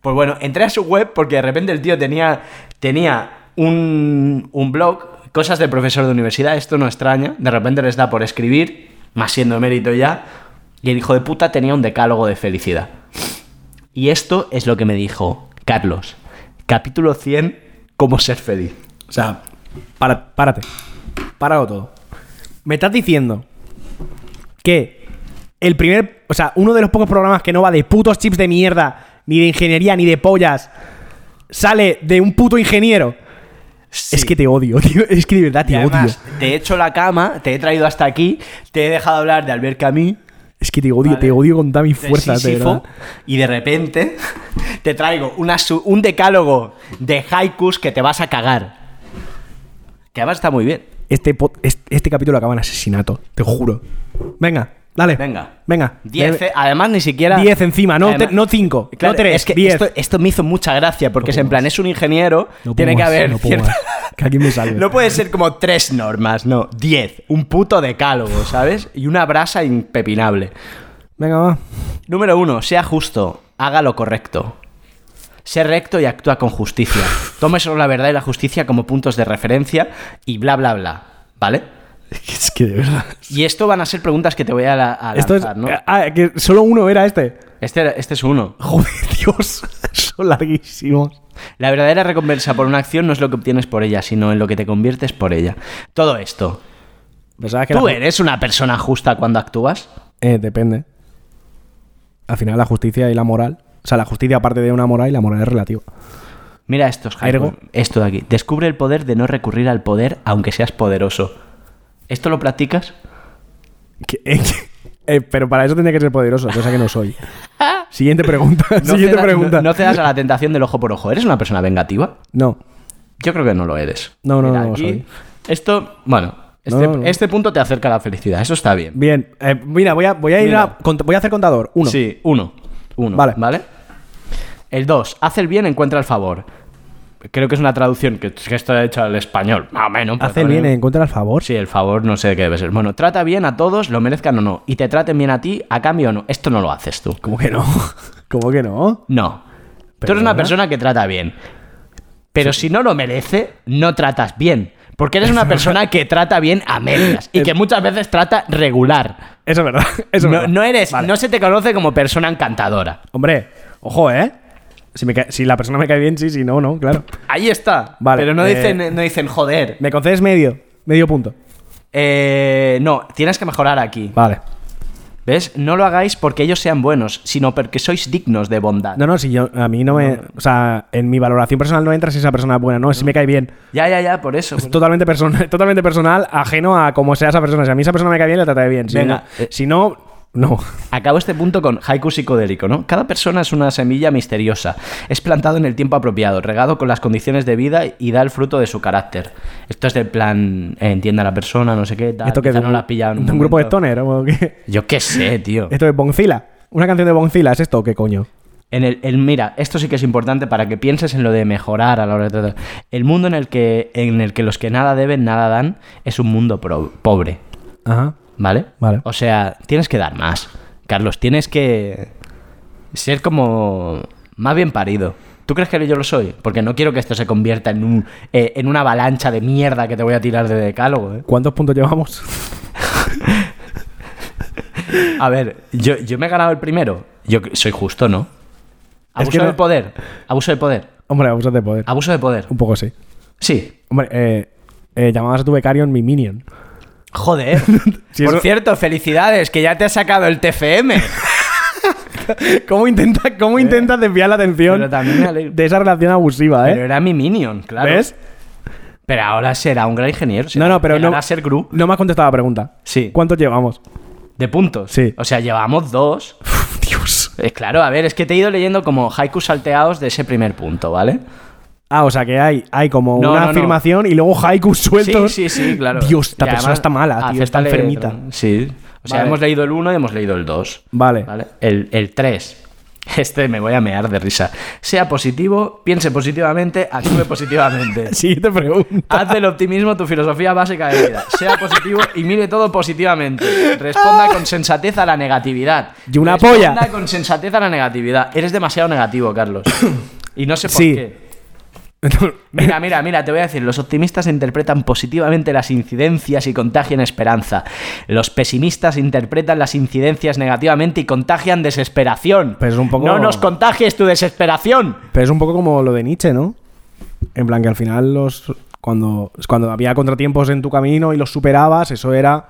Speaker 2: Pues bueno, entré a su web porque de repente el tío tenía, tenía un, un blog, cosas del profesor de universidad, esto no extraña, de repente les da por escribir, más siendo mérito ya, y el hijo de puta tenía un decálogo de felicidad. Y esto es lo que me dijo Carlos, capítulo 100, cómo ser feliz.
Speaker 1: O sea, para- párate. Páralo todo. Me estás diciendo que el primer. O sea, uno de los pocos programas que no va de putos chips de mierda, ni de ingeniería, ni de pollas, sale de un puto ingeniero. Es que te odio, (laughs) tío. Es que de verdad
Speaker 2: Y
Speaker 1: te
Speaker 2: además,
Speaker 1: odio.
Speaker 2: te he hecho la cama, te he traído hasta aquí, te he dejado hablar de Albert Camus,
Speaker 1: Es que te odio,
Speaker 2: Vale.
Speaker 1: te odio con toda mi
Speaker 2: de
Speaker 1: fuerza, de
Speaker 2: Sísifo,
Speaker 1: verdad.
Speaker 2: y de repente (laughs) te traigo una su- un decálogo de haikus que te vas a cagar. Que además está muy bien.
Speaker 1: Este, po- este, este capítulo acaba en asesinato, te juro. Venga, dale.
Speaker 2: Venga.
Speaker 1: Venga.
Speaker 2: 10,
Speaker 1: Debe-
Speaker 2: eh, además ni siquiera...
Speaker 1: 10 encima, no
Speaker 2: Además-
Speaker 1: te- no cinco,
Speaker 2: Claro,
Speaker 1: no tres,
Speaker 2: es que
Speaker 1: 10.
Speaker 2: Esto, esto me hizo mucha gracia porque
Speaker 1: No
Speaker 2: es en
Speaker 1: puedo
Speaker 2: plan,
Speaker 1: más.
Speaker 2: es un ingeniero,
Speaker 1: No puedo
Speaker 2: tiene que
Speaker 1: más,
Speaker 2: haber
Speaker 1: no puedo
Speaker 2: cierta-
Speaker 1: más. Que alguien me salve.
Speaker 2: (laughs) No puede ser como tres normas, no, 10, un puto decálogo, ¿sabes? Y una brasa impepinable.
Speaker 1: Venga, va.
Speaker 2: Número uno, sea justo, haga lo correcto. Sé recto y actúa
Speaker 1: (laughs)
Speaker 2: con justicia. Tome solo la verdad y la justicia como puntos de referencia y bla, bla, bla. ¿Vale?
Speaker 1: Es que de verdad.
Speaker 2: Y esto van a ser preguntas que te voy a, la- a
Speaker 1: Esto
Speaker 2: lanzar,
Speaker 1: es.
Speaker 2: ¿no?
Speaker 1: Ah, que solo uno era este. (laughs)
Speaker 2: Este, era- este es uno.
Speaker 1: Joder, Dios. Son larguísimos.
Speaker 2: La verdadera recompensa por una acción no es lo que obtienes por ella, sino en lo que te conviertes por ella. Todo esto.
Speaker 1: Pensabas que
Speaker 2: ¿Tú
Speaker 1: la ju-
Speaker 2: eres una persona justa cuando actúas?
Speaker 1: Eh, depende. Al final, la justicia y la moral. O sea, la justicia parte de una moral y la moral es relativa.
Speaker 2: Mira estos, Jaime.
Speaker 1: Ergo.
Speaker 2: Esto de aquí. Descubre el poder de no recurrir al poder aunque seas poderoso. ¿Esto lo practicas?
Speaker 1: Que- eh, que- eh, pero para eso tendría que ser poderoso, cosa que no
Speaker 2: (laughs)
Speaker 1: soy. Siguiente pregunta. (laughs) Siguiente
Speaker 2: cedas-
Speaker 1: pregunta.
Speaker 2: no- no cedas a la tentación del ojo por ojo. ¿Eres una persona vengativa?
Speaker 1: No.
Speaker 2: Yo creo que no lo eres.
Speaker 1: No, no,
Speaker 2: Mira,
Speaker 1: no lo
Speaker 2: aquí-
Speaker 1: soy.
Speaker 2: Esto, bueno, este,
Speaker 1: no, no.
Speaker 2: este punto te acerca a la felicidad. Eso está bien.
Speaker 1: Bien. eh, mira, voy a, voy a ir
Speaker 2: Mira.
Speaker 1: a. cont- Voy a hacer contador. Uno.
Speaker 2: Sí, uno. Uno. Vale.
Speaker 1: Vale.
Speaker 2: El dos, haz el bien, encuentra el favor. Creo que es una traducción que, que está hecha al español. Más o menos. pero
Speaker 1: Hace el
Speaker 2: no-
Speaker 1: bien en contra del favor.
Speaker 2: Sí, el favor no sé de qué debe ser. Bueno, trata bien a todos, lo merezcan o no. Y te traten bien a ti, a cambio o no. Esto no lo haces tú.
Speaker 1: ¿Cómo que no? (laughs) ¿Cómo que no?
Speaker 2: No. Tú eres una
Speaker 1: ¿Perdona?
Speaker 2: persona que trata bien. Pero si no lo merece, no tratas bien.
Speaker 1: (laughs)
Speaker 2: Porque eres una persona que trata bien a medias y que muchas veces trata regular.
Speaker 1: Eso es verdad. Eh, Eso es
Speaker 2: No,
Speaker 1: verdad.
Speaker 2: no eres,
Speaker 1: Vale.
Speaker 2: no se te conoce como persona encantadora.
Speaker 1: Hombre, ojo, ¿eh? Si, me ca- si la persona me cae bien, sí, si no, no, claro.
Speaker 2: Ahí está.
Speaker 1: Vale,
Speaker 2: Pero no
Speaker 1: eh,
Speaker 2: dicen, no dicen joder.
Speaker 1: Me concedes medio, medio punto.
Speaker 2: Eh, no, tienes que mejorar aquí.
Speaker 1: Vale.
Speaker 2: ¿Ves? No lo hagáis porque ellos sean buenos, sino porque sois dignos de bondad.
Speaker 1: No, no, si yo, a mí no me. O sea, en mi valoración personal no entra si esa persona es buena, no, Pues si me cae bien.
Speaker 2: Ya, ya, ya, por eso.
Speaker 1: Es totalmente personal, (laughs) totalmente personal, ajeno a cómo sea esa persona. Si a mí esa persona me cae bien, la trataré bien. Si,
Speaker 2: Venga,
Speaker 1: no,
Speaker 2: eh.
Speaker 1: si no, no.
Speaker 2: Acabo este punto con haiku psicodélico, ¿no? Cada persona es una semilla misteriosa. Es plantado en el tiempo apropiado, regado con las condiciones de vida y da el fruto de su carácter. Esto es del plan, eh, entienda a la persona, no sé qué, tal.
Speaker 1: Esto que
Speaker 2: Ah, quizá
Speaker 1: de
Speaker 2: no
Speaker 1: un-
Speaker 2: la has pillado en
Speaker 1: de un grupo de
Speaker 2: momento.
Speaker 1: stoner. ¿o qué?
Speaker 2: Yo
Speaker 1: (laughs)
Speaker 2: qué sé, tío.
Speaker 1: Esto es Boncila. Una canción de Boncila, ¿es esto o qué coño?
Speaker 2: En el, el- mira, esto sí que es importante para que pienses en lo de mejorar a la hora de tratar. El mundo en el que, en el que los que nada deben, nada dan, es un mundo pro- pobre,
Speaker 1: Ajá.
Speaker 2: ¿vale?
Speaker 1: Vale.
Speaker 2: O sea, tienes que dar más. Carlos, tienes que ser como más bien parido. ¿Tú crees que yo lo soy? Porque no quiero que esto se convierta en, un, eh, en una avalancha de mierda que te voy a tirar de decálogo. ¿eh?
Speaker 1: ¿Cuántos puntos llevamos? (laughs)
Speaker 2: A ver, yo, yo me he ganado el primero. Yo soy justo, ¿no?
Speaker 1: Es
Speaker 2: Abuso
Speaker 1: que no-
Speaker 2: del poder. Abuso de poder.
Speaker 1: Hombre, abusas de poder.
Speaker 2: Abuso de poder.
Speaker 1: Un poco sí.
Speaker 2: Sí,
Speaker 1: Hombre, eh, eh, llamabas a tu becario en mi minion. (laughs)
Speaker 2: Joder.
Speaker 1: Si
Speaker 2: Por
Speaker 1: eso-
Speaker 2: cierto, felicidades, que ya te has sacado
Speaker 1: (laughs)
Speaker 2: el TFM.
Speaker 1: ¿Cómo intentas cómo intentas desviar la atención
Speaker 2: ¿Eh? pero también me alegro.
Speaker 1: de esa relación abusiva,
Speaker 2: Pero
Speaker 1: eh?
Speaker 2: era mi minion, claro.
Speaker 1: ¿Ves?
Speaker 2: Pero ahora será un gran ingeniero. será-
Speaker 1: No, no, pero no.
Speaker 2: llegará a ser Gru
Speaker 1: No me has contestado la pregunta.
Speaker 2: Sí.
Speaker 1: ¿Cuántos llevamos?
Speaker 2: de puntos.
Speaker 1: Sí.
Speaker 2: O sea,
Speaker 1: (laughs)
Speaker 2: llevamos dos.
Speaker 1: Dios.
Speaker 2: Eh, claro, a ver, es que te he ido leyendo como haikus salteados de ese primer punto, ¿vale?
Speaker 1: Ah, o sea que hay, hay como
Speaker 2: No,
Speaker 1: una
Speaker 2: no, no.
Speaker 1: afirmación y luego haikus sueltos.
Speaker 2: Sí, sí, sí, claro.
Speaker 1: Dios, esta
Speaker 2: Y
Speaker 1: persona
Speaker 2: además,
Speaker 1: está mala, tío. Está (laughs)
Speaker 2: acéptale-
Speaker 1: enfermita.
Speaker 2: Sí. O O sea,
Speaker 1: Vale.
Speaker 2: hemos leído el 1 y hemos leído el 2.
Speaker 1: Vale.
Speaker 2: El, 3. (laughs) Este me voy a mear de risa. Sea positivo, piense positivamente, actúe positivamente.
Speaker 1: Siguiente pregunta.
Speaker 2: Haz del optimismo tu filosofía básica de vida. Sea positivo y mire todo positivamente. Responda con sensatez a la negatividad.
Speaker 1: Y una
Speaker 2: Responda
Speaker 1: polla.
Speaker 2: con sensatez a la negatividad. Eres demasiado negativo, Carlos. Y no sé por
Speaker 1: Sí.
Speaker 2: qué. Mira, mira, mira, te voy a decir, los optimistas interpretan positivamente las incidencias y contagian esperanza. Los pesimistas interpretan las incidencias negativamente y contagian desesperación.
Speaker 1: Pero es un poco-
Speaker 2: No nos contagies tu desesperación.
Speaker 1: Pero es un poco como lo de Nietzsche, ¿no? En plan que al final los cuando, cuando había contratiempos en tu camino y los superabas, eso era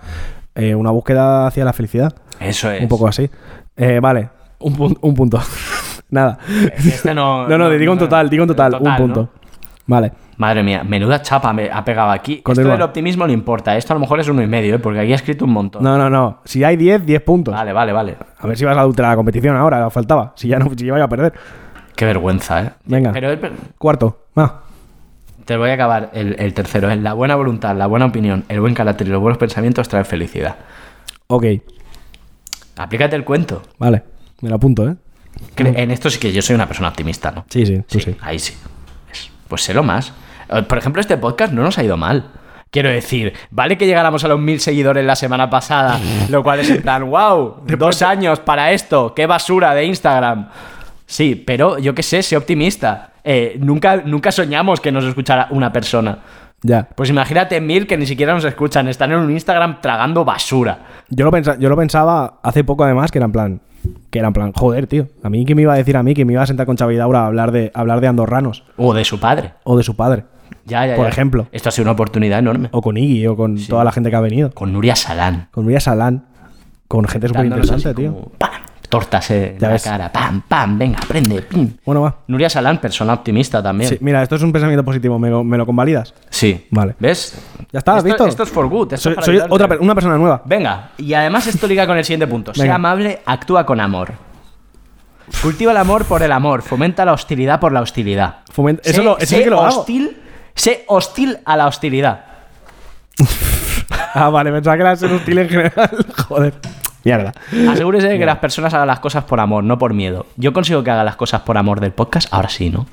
Speaker 1: eh, una búsqueda hacia la felicidad.
Speaker 2: Eso es.
Speaker 1: Un poco así. Eh, vale, un, pun- un punto. (laughs) Nada.
Speaker 2: Este
Speaker 1: (laughs)
Speaker 2: no-
Speaker 1: no,
Speaker 2: no,
Speaker 1: digo un
Speaker 2: no,
Speaker 1: total, digo un total,
Speaker 2: total,
Speaker 1: un punto.
Speaker 2: ¿no?
Speaker 1: Vale.
Speaker 2: Madre mía, menuda chapa me ha pegado aquí.
Speaker 1: Continúa.
Speaker 2: Esto del optimismo no importa. Esto a lo mejor es uno y medio, ¿eh? porque aquí ha escrito un montón.
Speaker 1: No, no, no. Si hay 10, 10 puntos.
Speaker 2: Vale, vale, vale.
Speaker 1: A ver si vas a adulterar la competición ahora, faltaba. Si ya no, si ya voy a perder.
Speaker 2: Qué vergüenza, ¿eh?
Speaker 1: Venga.
Speaker 2: Pero el-
Speaker 1: Cuarto. Ah, Va.
Speaker 2: te voy a acabar el, el tercero. Es la buena voluntad, la buena opinión, el buen carácter y los buenos pensamientos traen felicidad.
Speaker 1: Ok.
Speaker 2: Aplícate el cuento.
Speaker 1: Vale. Me lo apunto, ¿eh?
Speaker 2: Cre- En esto sí que yo soy una persona optimista, ¿no?
Speaker 1: Sí, sí, tú sí.
Speaker 2: Ahí sí. Es- Pues sé lo más. Eh, Por ejemplo, este podcast no nos ha ido mal. Quiero decir, vale que llegáramos a los mil seguidores la semana
Speaker 1: (laughs)
Speaker 2: pasada, lo cual es en plan, wow, dos años para esto, qué basura de Instagram. Sí, pero yo qué sé, sé optimista. Eh, nunca, nunca soñamos que nos escuchara una persona.
Speaker 1: Ya.
Speaker 2: Pues imagínate mil que ni siquiera nos escuchan, están en un Instagram tragando basura.
Speaker 1: Yo lo, pensa- yo lo pensaba hace poco además que era en plan, que era en plan, joder, tío, a mí que me iba a decir a mí que me iba a sentar con Xavi Daura a hablar de, a hablar de andorranos
Speaker 2: O de su padre.
Speaker 1: o de su padre
Speaker 2: Ya, ya,
Speaker 1: Por
Speaker 2: ya.
Speaker 1: ejemplo.
Speaker 2: Esto ha sido una oportunidad enorme.
Speaker 1: o con Iggy o con toda la gente que ha venido,
Speaker 2: Con Nuria Salán.
Speaker 1: con Nuria Salán, con gente súper
Speaker 2: Dándonos
Speaker 1: interesante,
Speaker 2: así
Speaker 1: tío.
Speaker 2: como, ¡pam! Tortas en
Speaker 1: Ya
Speaker 2: la
Speaker 1: ves.
Speaker 2: cara. Pam, pam, venga, aprende. Pim.
Speaker 1: Bueno, va.
Speaker 2: Nuria Salán, persona optimista también.
Speaker 1: Sí,
Speaker 2: Sí.
Speaker 1: mira, esto es un pensamiento positivo, ¿me lo, me lo convalidas? Vale.
Speaker 2: ¿Ves?
Speaker 1: Ya está, ¿has
Speaker 2: Esto-
Speaker 1: visto?
Speaker 2: Esto es for good. esto
Speaker 1: Soy,
Speaker 2: es para
Speaker 1: soy
Speaker 2: ayudarte.
Speaker 1: otra, per- una persona nueva.
Speaker 2: Venga, y además esto liga con el siguiente punto. Sea
Speaker 1: Venga.
Speaker 2: amable, actúa con amor. Cultiva el amor por el amor, fomenta la hostilidad por la hostilidad.
Speaker 1: Fomenta- eso
Speaker 2: Sé-
Speaker 1: lo- eso sí
Speaker 2: sé
Speaker 1: que lo hago.
Speaker 2: hostil, Sé hostil a la hostilidad.
Speaker 1: Ah, vale, pensaba que era ser útil en general, (laughs) joder. Mierda.
Speaker 2: Asegúrese de que las personas hagan las cosas por amor, no por miedo. Yo consigo que haga las cosas por amor del podcast, ahora sí, ¿no?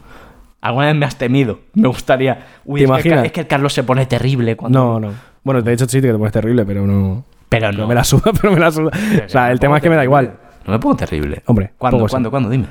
Speaker 2: Alguna vez me has temido, (laughs) me gustaría. Uy,
Speaker 1: ¿Te
Speaker 2: es, que el
Speaker 1: imaginas?
Speaker 2: Car- es Que el Carlos se pone terrible cuando.
Speaker 1: No, no. Bueno, de hecho sí que te pones terrible, pero no...
Speaker 2: Pero no.
Speaker 1: No me la suda, (laughs) pero me la suda. O sea, el tema es que me da igual.
Speaker 2: No me pongo terrible.
Speaker 1: Hombre,
Speaker 2: ¿cuándo,
Speaker 1: poco sí.
Speaker 2: cuándo, cuándo? Dime.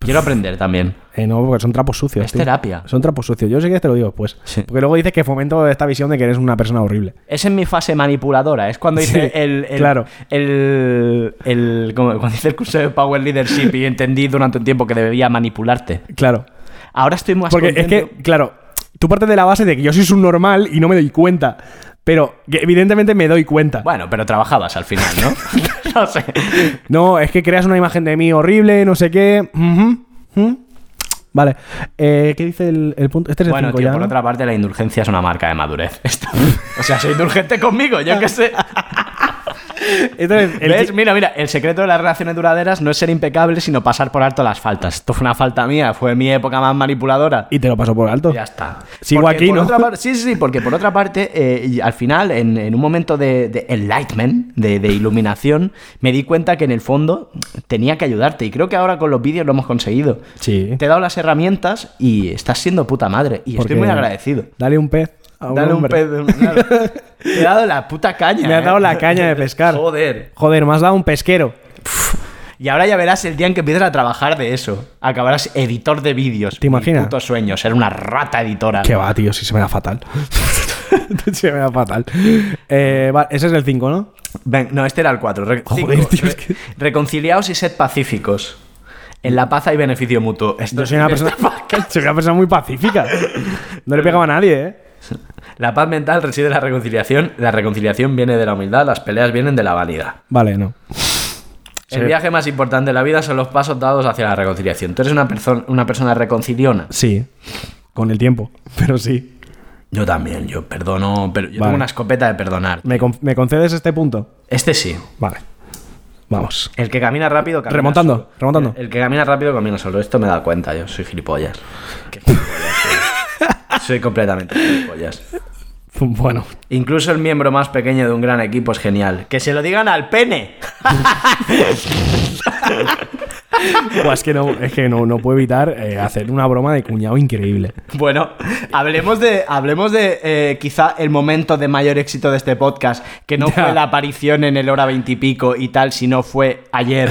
Speaker 2: Quiero aprender también.
Speaker 1: Eh, no, porque son trapos sucios.
Speaker 2: Es
Speaker 1: tío.
Speaker 2: terapia.
Speaker 1: Son trapos sucios. Yo sé que te lo digo después.
Speaker 2: Sí.
Speaker 1: Porque luego dices que fomento esta visión de que eres una persona horrible.
Speaker 2: Es en mi fase manipuladora, es cuando dice
Speaker 1: Sí,
Speaker 2: el, el-
Speaker 1: claro.
Speaker 2: el, el- como- cuando hice el curso de Power Leadership y entendí durante un tiempo que debía manipularte.
Speaker 1: Claro.
Speaker 2: Ahora estoy más
Speaker 1: Porque es
Speaker 2: contento.
Speaker 1: que, claro, tú partes de la base de que yo soy un normal y no me doy cuenta. Pero que evidentemente me doy cuenta.
Speaker 2: Bueno, pero trabajabas al final, ¿no? (laughs) no sé.
Speaker 1: No, es que creas una imagen de mí horrible, no sé qué. Ujú, ujú. Vale. Eh, ¿Qué dice el, el punto? Este es el
Speaker 2: Bueno,
Speaker 1: 5
Speaker 2: tío,
Speaker 1: ya.
Speaker 2: por
Speaker 1: ¿no? (laughs)
Speaker 2: otra parte, la indulgencia es una marca de madurez. (laughs) Esto- o sea, soy indulgente
Speaker 1: (laughs)
Speaker 2: conmigo, yo qué sé.
Speaker 1: Este es el
Speaker 2: ¿Ves?
Speaker 1: chi-
Speaker 2: Mira, mira, el secreto de las relaciones duraderas no es ser impecable, sino pasar por alto las faltas. Esto fue una falta mía, fue mi época más manipuladora.
Speaker 1: Y te lo paso por alto.
Speaker 2: Ya está.
Speaker 1: Sigo
Speaker 2: Porque
Speaker 1: aquí,
Speaker 2: por
Speaker 1: ¿no?
Speaker 2: otra par- sí, sí, sí, porque por otra parte, eh, y al final, en, en un momento de, de enlightenment, de, de iluminación, me di cuenta que en el fondo tenía que ayudarte. Y creo que ahora con los vídeos lo hemos conseguido.
Speaker 1: Sí.
Speaker 2: Te he dado las herramientas y estás siendo puta madre. Y
Speaker 1: Porque
Speaker 2: estoy muy agradecido.
Speaker 1: Dale un pez. A un
Speaker 2: Dale un
Speaker 1: hombre.
Speaker 2: pedo.
Speaker 1: (laughs)
Speaker 2: claro. Te he dado la puta caña.
Speaker 1: Me has
Speaker 2: eh.
Speaker 1: dado la caña de pescar.
Speaker 2: Joder.
Speaker 1: Joder, me has dado un pesquero.
Speaker 2: Y ahora ya verás el día en que empiezas a trabajar de eso. Acabarás editor de vídeos.
Speaker 1: ¿Te imaginas?
Speaker 2: Mi puto sueño, ser una rata editora.
Speaker 1: Que va, tío, si se me da fatal. (laughs) se me da fatal. Eh, va, ese es el 5, ¿no?
Speaker 2: Ven, no, este era el 4.
Speaker 1: Joder, tío, es que-
Speaker 2: Reconciliaos y sed pacíficos. En la paz hay beneficio mutuo. Esto-
Speaker 1: Yo soy una
Speaker 2: esto- (laughs)
Speaker 1: persona. soy una persona muy pacífica. No le pegaba a nadie, ¿eh?
Speaker 2: La paz mental reside en la reconciliación. La reconciliación viene de la humildad, las peleas vienen de la vanidad.
Speaker 1: Vale, no.
Speaker 2: El
Speaker 1: Sí.
Speaker 2: viaje más importante de la vida son los pasos dados hacia la reconciliación. Tú eres una, perso- una persona reconciliona.
Speaker 1: Sí. Con el tiempo. (laughs) Pero sí.
Speaker 2: Yo también, yo perdono, pero yo
Speaker 1: Vale.
Speaker 2: tengo una escopeta de perdonar.
Speaker 1: ¿Me, con- me concedes este punto?
Speaker 2: Este sí.
Speaker 1: Vale. Vamos.
Speaker 2: El que camina rápido camina
Speaker 1: Remontando,
Speaker 2: solo.
Speaker 1: remontando.
Speaker 2: El, el que camina rápido camina solo. Esto me da
Speaker 1: (laughs)
Speaker 2: cuenta, yo soy gilipollas. Qué gilipollas soy. Soy completamente gilipollas.
Speaker 1: (laughs) Bueno,
Speaker 2: Incluso el miembro más pequeño de un gran equipo es genial. ¡Que se lo digan al pene!
Speaker 1: buah, es que no, es que no, no puedo evitar eh, hacer una broma de cuñado increíble.
Speaker 2: Bueno, hablemos de, hablemos de eh, quizá el momento de mayor éxito de este podcast, que no
Speaker 1: Ya.
Speaker 2: fue la aparición en el hora veintipico y, tal, sino fue ayer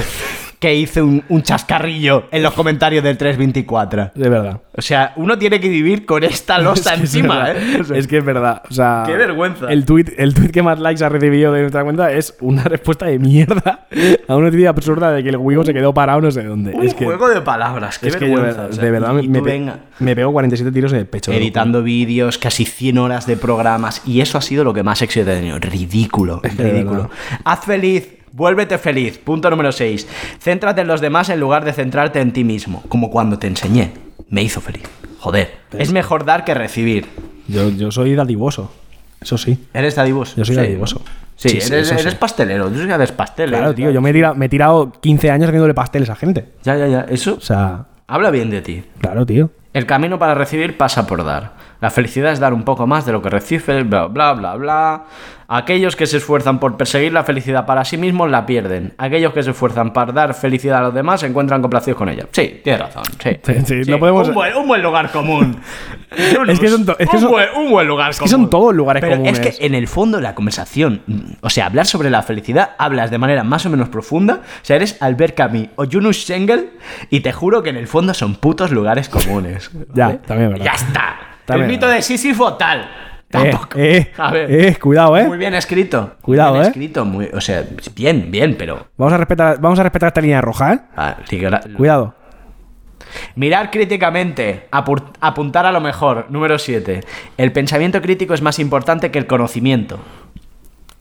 Speaker 2: que hice un, un chascarrillo en los comentarios del 324.
Speaker 1: De verdad.
Speaker 2: O sea, uno tiene que vivir con esta
Speaker 1: (laughs)
Speaker 2: losa
Speaker 1: Es que es
Speaker 2: encima,
Speaker 1: verdad.
Speaker 2: ¿eh? O
Speaker 1: (laughs)
Speaker 2: sea,
Speaker 1: Es que es verdad. O sea,
Speaker 2: Qué vergüenza.
Speaker 1: El tweet, el tweet que más likes ha recibido de nuestra cuenta es una (laughs) respuesta de mierda a una noticia absurda de que el Wigo se quedó parado no sé dónde.
Speaker 2: un
Speaker 1: es que,
Speaker 2: juego de palabras, qué
Speaker 1: es que yo,
Speaker 2: vergüenza. o sea,
Speaker 1: de verdad
Speaker 2: y-
Speaker 1: me,
Speaker 2: y
Speaker 1: me
Speaker 2: tú
Speaker 1: pe-
Speaker 2: venga.
Speaker 1: me pego 47 tiros en el pecho. de
Speaker 2: editando vídeos, casi 100 horas de programas. Y eso ha sido lo que más éxito he tenido. Ridículo, ridículo. Haz feliz. Vuélvete feliz. Punto número 6. Céntrate en los demás en lugar de centrarte en ti mismo. Como cuando te enseñé. Me hizo feliz. Joder. Es mejor dar que recibir.
Speaker 1: locura. Yo, yo soy dadivoso. Eso sí.
Speaker 2: ¿Eres dadivoso?
Speaker 1: Yo soy dadivoso.
Speaker 2: Sí,
Speaker 1: Sí, sí,
Speaker 2: eres,
Speaker 1: eso sí.
Speaker 2: eres pastelero. Tú sí que haces pasteles.
Speaker 1: Claro, tío, yo me he, tirado, me he tirado 15 años haciéndole pasteles a gente.
Speaker 2: Ya, ya, ya. Eso
Speaker 1: O sea,
Speaker 2: habla bien de ti.
Speaker 1: claro, tío.
Speaker 2: El camino para recibir pasa por dar. La felicidad es dar un poco más de lo que recibes, bla, bla, bla, bla. Aquellos que se esfuerzan por perseguir la felicidad para sí mismos la pierden. Aquellos que se esfuerzan para dar felicidad a los demás se encuentran complacidos con ella. Sí, tienes razón. Sí,
Speaker 1: Sí, sí, no podemos-
Speaker 2: un, buen, un buen
Speaker 1: (laughs)
Speaker 2: lugar común. Yunus,
Speaker 1: Es que son to- es que
Speaker 2: un,
Speaker 1: son-
Speaker 2: buen, un buen lugar
Speaker 1: es que
Speaker 2: común.
Speaker 1: son todos lugares
Speaker 2: Pero
Speaker 1: comunes.
Speaker 2: Es que eh, en el fondo la conversación, mm, o sea, hablar sobre la felicidad, hablas de manera más o menos profunda. O sea, eres Albert Camus o Yunus Schengel y te juro que en el fondo son putos lugares comunes.
Speaker 1: (laughs) Ya,
Speaker 2: ¿vale?
Speaker 1: también es verdad.
Speaker 2: ¿eh? Ya está.
Speaker 1: También
Speaker 2: el
Speaker 1: es
Speaker 2: mito
Speaker 1: verdad.
Speaker 2: de Sísifo tal.
Speaker 1: Eh,
Speaker 2: Tampoco.
Speaker 1: eh,
Speaker 2: A ver.
Speaker 1: eh, cuidado, eh.
Speaker 2: Muy bien escrito.
Speaker 1: Cuidado,
Speaker 2: muy bien
Speaker 1: eh.
Speaker 2: escrito, muy, o sea, bien, bien, pero.
Speaker 1: Vamos a respetar, vamos a respetar esta línea roja, ¿eh?
Speaker 2: ah, sí que la-
Speaker 1: Cuidado.
Speaker 2: Mirar críticamente, apur- apuntar a lo mejor. Número 7. El pensamiento crítico es más importante que el conocimiento.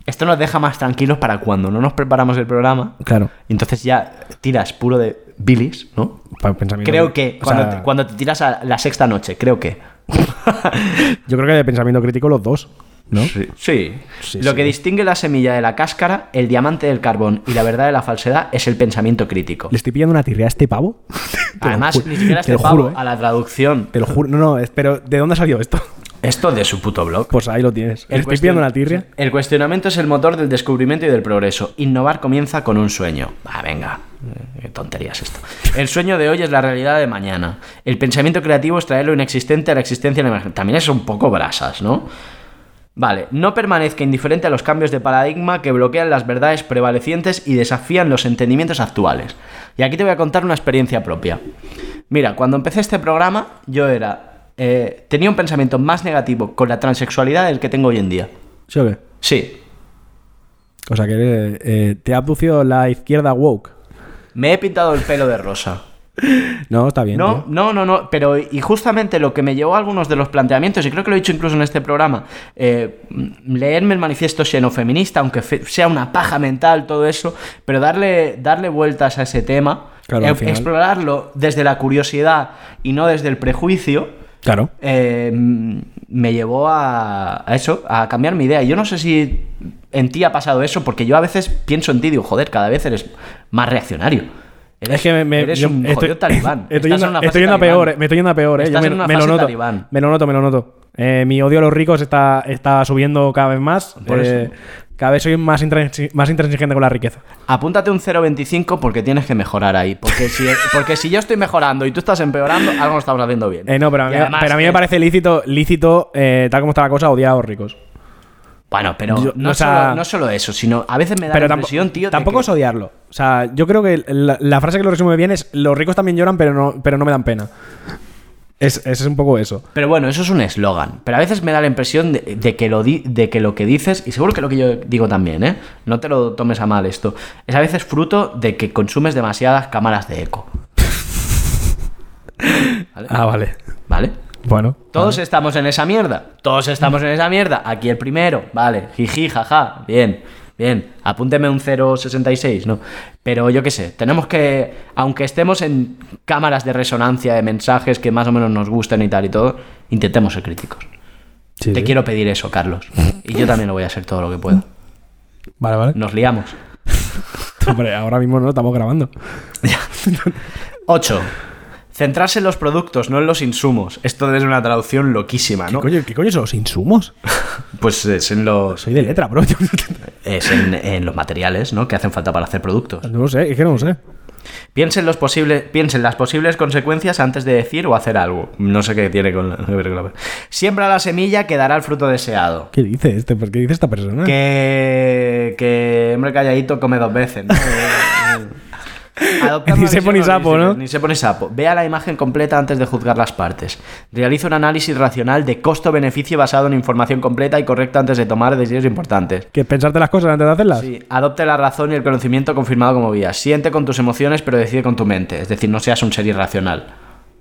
Speaker 2: Esto nos deja más tranquilos para cuando no nos preparamos el programa.
Speaker 1: Claro.
Speaker 2: Entonces ya tiras puro de bilis, ¿no?
Speaker 1: Pa- pensamiento-
Speaker 2: Creo que
Speaker 1: o
Speaker 2: cuando,
Speaker 1: sea,
Speaker 2: te, cuando te tiras a la sexta noche, creo que.
Speaker 1: Yo creo que de pensamiento crítico los dos, ¿no?
Speaker 2: Sí. sí.
Speaker 1: (laughs) Sí,
Speaker 2: Lo
Speaker 1: sí.
Speaker 2: que distingue la semilla de la cáscara, el diamante del carbón y la verdad de la falsedad es el pensamiento crítico.
Speaker 1: Le estoy pillando una tirria a este pavo. (laughs) Te lo
Speaker 2: Además,
Speaker 1: ju-
Speaker 2: ni siquiera
Speaker 1: te
Speaker 2: este
Speaker 1: lo
Speaker 2: pavo
Speaker 1: juro, ¿eh?
Speaker 2: a la traducción.
Speaker 1: Te lo juro. No, no, es- pero ¿de dónde ha salido esto? (laughs)
Speaker 2: Esto de su puto blog.
Speaker 1: Pues ahí lo tienes. Le
Speaker 2: El
Speaker 1: estoy
Speaker 2: cuestion-
Speaker 1: pillando una tirria.
Speaker 2: El cuestionamiento es el motor del descubrimiento y del progreso. Innovar comienza con un sueño. Ah, venga. Qué tontería es esto. El sueño de hoy es la realidad de mañana. El pensamiento creativo es traer lo inexistente a la existencia de la imaginación. También es un poco brasas, ¿no? Vale, no permanezca indiferente a los cambios de paradigma que bloquean las verdades prevalecientes y desafían los entendimientos actuales. Y aquí te voy a contar una experiencia propia. Mira, cuando empecé este programa, yo era. eh, tenía un pensamiento más negativo con la transexualidad del que tengo hoy en día.
Speaker 1: ¿Sí o qué?
Speaker 2: Sí.
Speaker 1: O sea que eh, eh, te ha abducido la izquierda woke.
Speaker 2: Me he pintado el pelo de rosa.
Speaker 1: No, está bien. tío.
Speaker 2: No, no, no, no. Pero, y justamente lo que me llevó a algunos de los planteamientos, y creo que lo he dicho incluso en este programa, eh, mm, leerme el manifiesto xenofeminista, aunque fe- sea una paja mental, todo eso, pero darle, darle vueltas a ese tema,
Speaker 1: Claro, al
Speaker 2: e-
Speaker 1: final.
Speaker 2: explorarlo desde la curiosidad y no desde el prejuicio.
Speaker 1: Claro.
Speaker 2: eh, mm, me llevó a, a eso, a cambiar mi idea. Yo no sé si en ti ha pasado eso, porque yo a veces pienso en ti y digo, joder, cada vez eres más reaccionario. Eres,
Speaker 1: Es que me, me-
Speaker 2: eres
Speaker 1: yo
Speaker 2: un
Speaker 1: (laughs)
Speaker 2: jodido talibán.
Speaker 1: Estoy
Speaker 2: Estás
Speaker 1: yendo,
Speaker 2: en una
Speaker 1: estoy
Speaker 2: fase
Speaker 1: yendo a peor, eh,
Speaker 2: talibán.
Speaker 1: me estoy yendo a peor, eh.
Speaker 2: Estás
Speaker 1: yo
Speaker 2: en
Speaker 1: me,
Speaker 2: una
Speaker 1: me lo
Speaker 2: fase
Speaker 1: noto.
Speaker 2: talibán.
Speaker 1: Me lo noto, me lo noto. Eh, mi odio a los ricos está, está subiendo cada vez más.
Speaker 2: Por
Speaker 1: Eh,
Speaker 2: eso.
Speaker 1: cada vez soy más, intransi- más intransigente con la riqueza.
Speaker 2: Apúntate un 0.25 porque tienes que mejorar ahí.
Speaker 1: (laughs)
Speaker 2: Porque si, porque si yo estoy mejorando y tú estás empeorando, algo no estamos haciendo bien.
Speaker 1: Eh, no, pero a
Speaker 2: Y
Speaker 1: mí,
Speaker 2: además,
Speaker 1: pero a mí
Speaker 2: eh,
Speaker 1: me parece lícito, lícito eh, tal como está la cosa, odiar a los ricos.
Speaker 2: Bueno, pero
Speaker 1: Yo-
Speaker 2: no,
Speaker 1: o sea-
Speaker 2: solo, no solo eso, sino a veces me da
Speaker 1: Pero
Speaker 2: la
Speaker 1: tampo-
Speaker 2: impresión, tío. de
Speaker 1: tampoco
Speaker 2: que-
Speaker 1: es odiarlo. O sea, yo creo que la, la frase que lo resume bien es: los ricos también lloran, pero no, pero no me dan pena. Es, es un poco eso.
Speaker 2: Pero bueno, eso es un eslogan. Pero a veces me da la impresión de, de que lo di- de que lo que dices, y seguro que lo que yo digo también, ¿eh? No te lo tomes a mal esto. Es a veces fruto de que consumes demasiadas cámaras
Speaker 1: (laughs)
Speaker 2: de eco.
Speaker 1: Ah, vale.
Speaker 2: ¿Vale?
Speaker 1: (laughs) Bueno.
Speaker 2: Todos estamos en esa mierda. Todos estamos en esa mierda. Aquí el primero. Vale. Jiji, jaja. Bien. Bien. Apúnteme un 0,66, ¿no? Pero yo qué sé. Tenemos que. Aunque estemos en cámaras de resonancia, de mensajes que más o menos nos gusten y tal y todo, intentemos ser críticos.
Speaker 1: Sí,
Speaker 2: Te
Speaker 1: sí.
Speaker 2: quiero pedir eso, Carlos. Y yo también lo voy a hacer todo lo que pueda.
Speaker 1: Vale, vale.
Speaker 2: Nos liamos.
Speaker 1: Hombre, ahora mismo no lo estamos grabando.
Speaker 2: 8. Centrarse en los productos, no en los insumos. Esto debe ser una traducción loquísima, ¿no?
Speaker 1: Coño, ¿Qué coño son los insumos?
Speaker 2: Pues es en los,
Speaker 1: Soy de letra, bro. (laughs) Yo
Speaker 2: es en, en los materiales, ¿no? Que hacen falta para hacer productos.
Speaker 1: no lo sé, es que no lo sé.
Speaker 2: Piensen, los posibles, piensen las posibles consecuencias antes de decir o hacer algo. No sé qué tiene con la, (laughs) que ver con la- Siembra la semilla que dará el fruto deseado.
Speaker 1: ¿Qué dice este? ¿Por qué dice esta persona?
Speaker 2: Que, que hombre calladito come
Speaker 1: (laughs)
Speaker 2: dos veces. ¿no? Adopta
Speaker 1: Ni
Speaker 2: una
Speaker 1: se
Speaker 2: visión
Speaker 1: pone sapo, ¿no?
Speaker 2: holística, Ni se pone sapo. Vea la imagen completa antes de juzgar las partes. Realiza un análisis racional de costo-beneficio basado en información completa y correcta antes de tomar decisiones importantes.
Speaker 1: Que pensarte las cosas antes de hacerlas.
Speaker 2: Sí, adopte la razón y el conocimiento confirmado como vía. Siente con tus emociones, pero decide con tu mente. Es decir, no seas un ser irracional.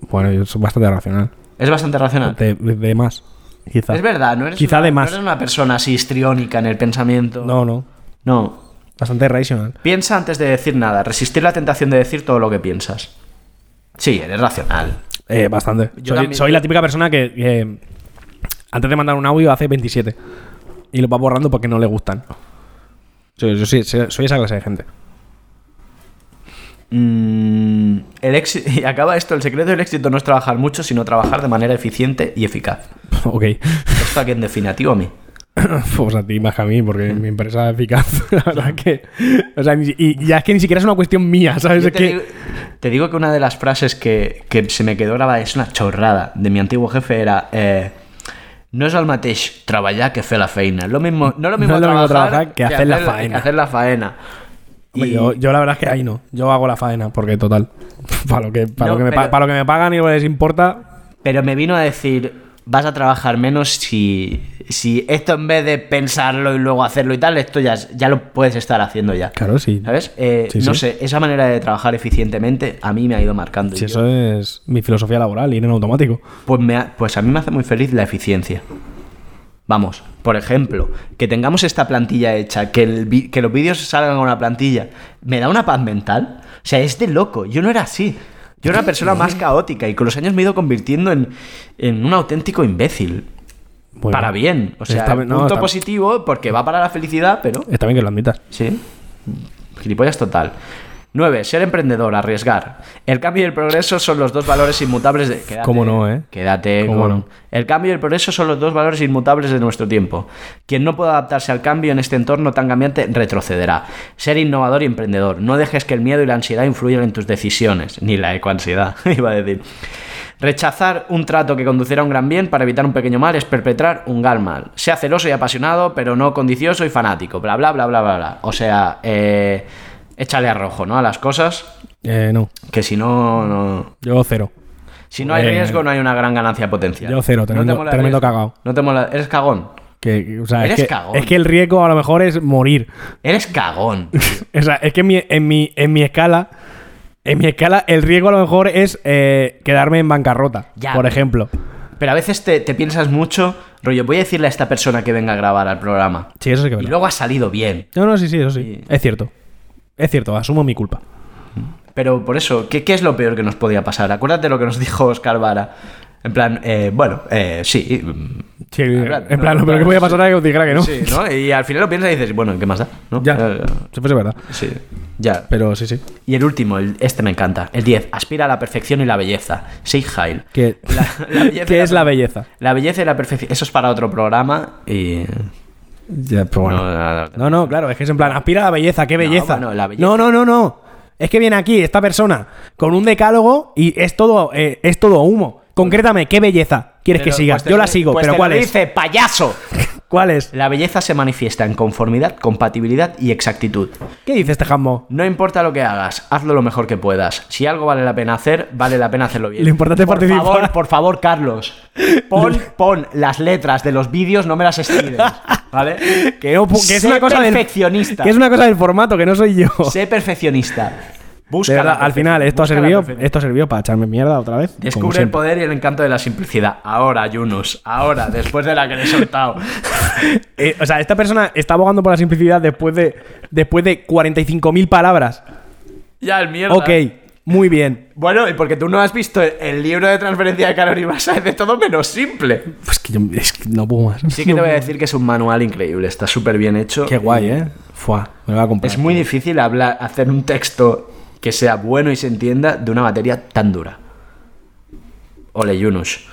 Speaker 1: Bueno, yo soy bastante racional.
Speaker 2: Es bastante racional.
Speaker 1: De, de- de más. Quizá.
Speaker 2: Es verdad, no eres,
Speaker 1: Quizá
Speaker 2: una,
Speaker 1: de más.
Speaker 2: no eres una persona así histriónica en el pensamiento.
Speaker 1: No, no.
Speaker 2: No.
Speaker 1: Bastante racional.
Speaker 2: Piensa antes de decir nada. Resistir la tentación de decir todo lo que piensas. Sí, eres racional.
Speaker 1: Eh, bastante. Soy,
Speaker 2: Yo también-
Speaker 1: soy la típica persona que, que antes de mandar un audio hace 27. Y lo va borrando porque no le gustan. Soy, yo sí- soy, soy esa clase de gente. (laughs)
Speaker 2: Mm, el éxi- (laughs) y acaba esto. El secreto del éxito no es trabajar mucho, sino trabajar de manera eficiente y eficaz.
Speaker 1: ok. (laughs)
Speaker 2: Esto aquí en definitivo a mí.
Speaker 1: Pues a ti más que a mí, porque mi empresa es eficaz. (laughs) La verdad que. O sea, ni si- y ya es que ni siquiera es una cuestión mía, ¿sabes?
Speaker 2: Yo
Speaker 1: Es
Speaker 2: te,
Speaker 1: que.
Speaker 2: digo, te digo que una de las frases que, que se me quedó grabada es una chorrada de mi antiguo jefe era eh, no es el mateix treballar que fer la feina lo mismo, no lo mismo,
Speaker 1: No es lo mismo
Speaker 2: trabajar,
Speaker 1: trabajar que hacer la faena.
Speaker 2: que hacer la faena
Speaker 1: Hombre,
Speaker 2: Y-
Speaker 1: yo, yo la verdad es que ahí no. Yo hago la faena, porque total. (laughs) Para lo que, para lo
Speaker 2: No,
Speaker 1: que, me, pa-
Speaker 2: pero-
Speaker 1: para lo que me pagan y lo que les importa.
Speaker 2: pero me vino a decir vas a trabajar menos si, si esto en vez de pensarlo y luego hacerlo y tal esto ya, ya lo puedes estar haciendo ya
Speaker 1: Claro, sí.
Speaker 2: ¿sabes? Eh,
Speaker 1: Sí,
Speaker 2: no
Speaker 1: sí.
Speaker 2: sé esa manera de trabajar eficientemente a mí me ha ido marcando
Speaker 1: Si
Speaker 2: Y yo-
Speaker 1: eso es mi filosofía laboral, ir en automático.
Speaker 2: Pues, me ha- pues a mí me hace muy feliz la eficiencia. Vamos, por ejemplo, que tengamos esta plantilla hecha, que, el vi- que los vídeos salgan con la plantilla, me da una paz mental. O sea, es de loco. Yo no era así. Yo era una persona más caótica y con los años me he ido convirtiendo en, en un auténtico imbécil.
Speaker 1: Bueno,
Speaker 2: para bien. O sea,
Speaker 1: está bien- no,
Speaker 2: punto
Speaker 1: está-
Speaker 2: positivo porque va para la felicidad, pero...
Speaker 1: Está bien que lo admitas.
Speaker 2: Sí. Gilipollas total. 9. Ser emprendedor, arriesgar. El cambio y el progreso son los dos valores inmutables de. Quédate,
Speaker 1: ¿Cómo no, eh?
Speaker 2: Quédate,
Speaker 1: ¿Cómo
Speaker 2: con-
Speaker 1: no?
Speaker 2: El cambio y el progreso son los dos valores inmutables de nuestro tiempo. Quien no pueda adaptarse al cambio en este entorno tan cambiante retrocederá. Ser innovador y emprendedor. No dejes que el miedo y la ansiedad influyan en tus decisiones. Ni la ecoansiedad, (laughs) iba a decir. Rechazar un trato que conducirá a un gran bien para evitar un pequeño mal es perpetrar un gran mal. Sea celoso y apasionado, pero no condicioso y fanático. Bla, bla, bla, bla, bla, bla. O sea, eh, échale arrojo, ¿no? A las cosas,
Speaker 1: Eh, no.
Speaker 2: que si no, no...
Speaker 1: Yo cero.
Speaker 2: Si no hay
Speaker 1: Eh,
Speaker 2: riesgo, no hay una gran ganancia potencial.
Speaker 1: Yo cero, tremendo-
Speaker 2: mola el
Speaker 1: tremendo
Speaker 2: riesgo.
Speaker 1: cagao.
Speaker 2: No te mola... Eres cagón.
Speaker 1: Que, que- o sea,
Speaker 2: Eres
Speaker 1: es, que,
Speaker 2: cagón.
Speaker 1: es que el riesgo a lo mejor es morir. (laughs)
Speaker 2: Eres cagón.
Speaker 1: O sea, es que en mi, en mi, en mi escala. En mi escala, el riesgo a lo mejor es eh, quedarme en bancarrota,
Speaker 2: Ya.
Speaker 1: por ejemplo.
Speaker 2: Pero a veces te, te piensas mucho... Rollo, voy a decirle a esta persona que venga a grabar al programa.
Speaker 1: Sí, eso sí que es
Speaker 2: Y
Speaker 1: verdad.
Speaker 2: luego ha salido bien.
Speaker 1: No, no, sí, sí, eso sí. Es cierto. Es cierto, asumo mi culpa.
Speaker 2: Pero por eso, ¿qué, qué es lo peor que nos podía pasar? Acuérdate lo que nos dijo Oscar Vara. En plan, eh, bueno, eh, sí. mm,
Speaker 1: Sí,
Speaker 2: Hablar,
Speaker 1: en
Speaker 2: no,
Speaker 1: plan, lo
Speaker 2: no,
Speaker 1: peor que
Speaker 2: no,
Speaker 1: voy a
Speaker 2: sí.
Speaker 1: pasar es que os dijera que no.
Speaker 2: Sí, ¿no? Y al final lo piensas y dices, bueno, ¿qué más da?
Speaker 1: (laughs)
Speaker 2: ¿No?
Speaker 1: Ya.
Speaker 2: Eh,
Speaker 1: Sí, pues es verdad.
Speaker 2: sí, ya.
Speaker 1: Pero sí, sí.
Speaker 2: Y el último, el- este me encanta. El 10, aspira a la perfección y la belleza. Sig Heil.
Speaker 1: Que-
Speaker 2: (laughs)
Speaker 1: (laughs)
Speaker 2: La- la belleza y
Speaker 1: ¿Qué es la belleza?
Speaker 2: La belleza y la perfección. Eso es para otro programa y...
Speaker 1: Ya, pero
Speaker 2: No, no, no.
Speaker 1: No, no, claro, es que es en plan, aspira a la belleza, qué belleza.
Speaker 2: bueno, la belleza.
Speaker 1: No, no, no, no. Es que viene aquí esta persona con un decálogo y es todo, eh, es todo humo. Concrétame, ¿qué belleza quieres que
Speaker 2: Pero,
Speaker 1: siga?
Speaker 2: pues te
Speaker 1: Yo
Speaker 2: lo-
Speaker 1: la sigo,
Speaker 2: pues
Speaker 1: pero
Speaker 2: te lo
Speaker 1: ¿cuál es?
Speaker 2: dice, payaso!
Speaker 1: ¿Cuál es?
Speaker 2: La belleza se manifiesta en conformidad, compatibilidad y exactitud.
Speaker 1: ¿Qué dice este jambo?
Speaker 2: No importa lo que hagas, hazlo lo mejor que puedas. Si algo vale la pena hacer, vale la pena hacerlo bien.
Speaker 1: Lo importante es
Speaker 2: por
Speaker 1: participar.
Speaker 2: Favor, por favor,
Speaker 1: (laughs)
Speaker 2: Carlos, pon, pon las letras de los vídeos, no me las estires, ¿vale?
Speaker 1: Que, no pu- que es
Speaker 2: Sé
Speaker 1: una cosa del,
Speaker 2: perfeccionista.
Speaker 1: que es una cosa del formato, que no soy yo.
Speaker 2: Sé perfeccionista. Busca
Speaker 1: De verdad,
Speaker 2: la
Speaker 1: al final,
Speaker 2: perfección,
Speaker 1: esto ha
Speaker 2: busca la
Speaker 1: servido,
Speaker 2: perfección.
Speaker 1: esto ha servido para echarme mierda otra vez. como
Speaker 2: Descubre el
Speaker 1: siempre.
Speaker 2: poder y el encanto de la simplicidad. Ahora, Yunus. Ahora, después de la que le
Speaker 1: (laughs)
Speaker 2: he soltado.
Speaker 1: Eh, o sea, esta persona está abogando por la simplicidad después de, después de 45.000 palabras.
Speaker 2: ya, el mierda.
Speaker 1: Ok, muy bien.
Speaker 2: Bueno, y porque tú no has visto el, el libro de transferencia de calor y masa, (laughs) es de todo menos simple.
Speaker 1: Pues que yo es que no puedo más.
Speaker 2: Sí que te voy a decir que es un manual increíble, está súper bien
Speaker 1: (laughs)
Speaker 2: hecho.
Speaker 1: Qué guay, ¿eh? Fua, me lo voy a comprar.
Speaker 2: Es muy difícil hablar, hacer un texto que sea bueno y se entienda de una materia tan dura. Ole Yunus.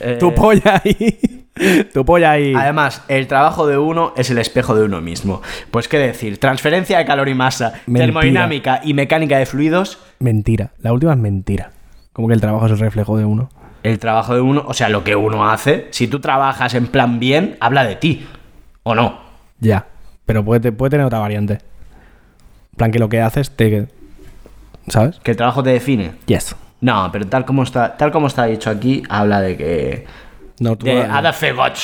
Speaker 2: Eh,
Speaker 1: Tu polla ahí. (laughs) Tu polla ahí.
Speaker 2: Además, el trabajo de uno es el espejo de uno mismo. Pues qué decir, transferencia de calor y masa,
Speaker 1: Mentira.
Speaker 2: termodinámica y mecánica de fluidos,
Speaker 1: Mentira. La última es mentira. Como que el trabajo es el reflejo de uno.
Speaker 2: el trabajo de uno, o sea, lo que uno hace, si tú trabajas en plan bien, habla de ti, ¿o no?
Speaker 1: Ya. Pero puede, te- puede tener otra variante. En plan que lo que haces te. ¿Sabes?
Speaker 2: Que el trabajo te define.
Speaker 1: Yes.
Speaker 2: No, pero tal como está, tal como está dicho aquí, habla de que...
Speaker 1: No, tú
Speaker 2: De
Speaker 1: no-
Speaker 2: Ada Fegoch.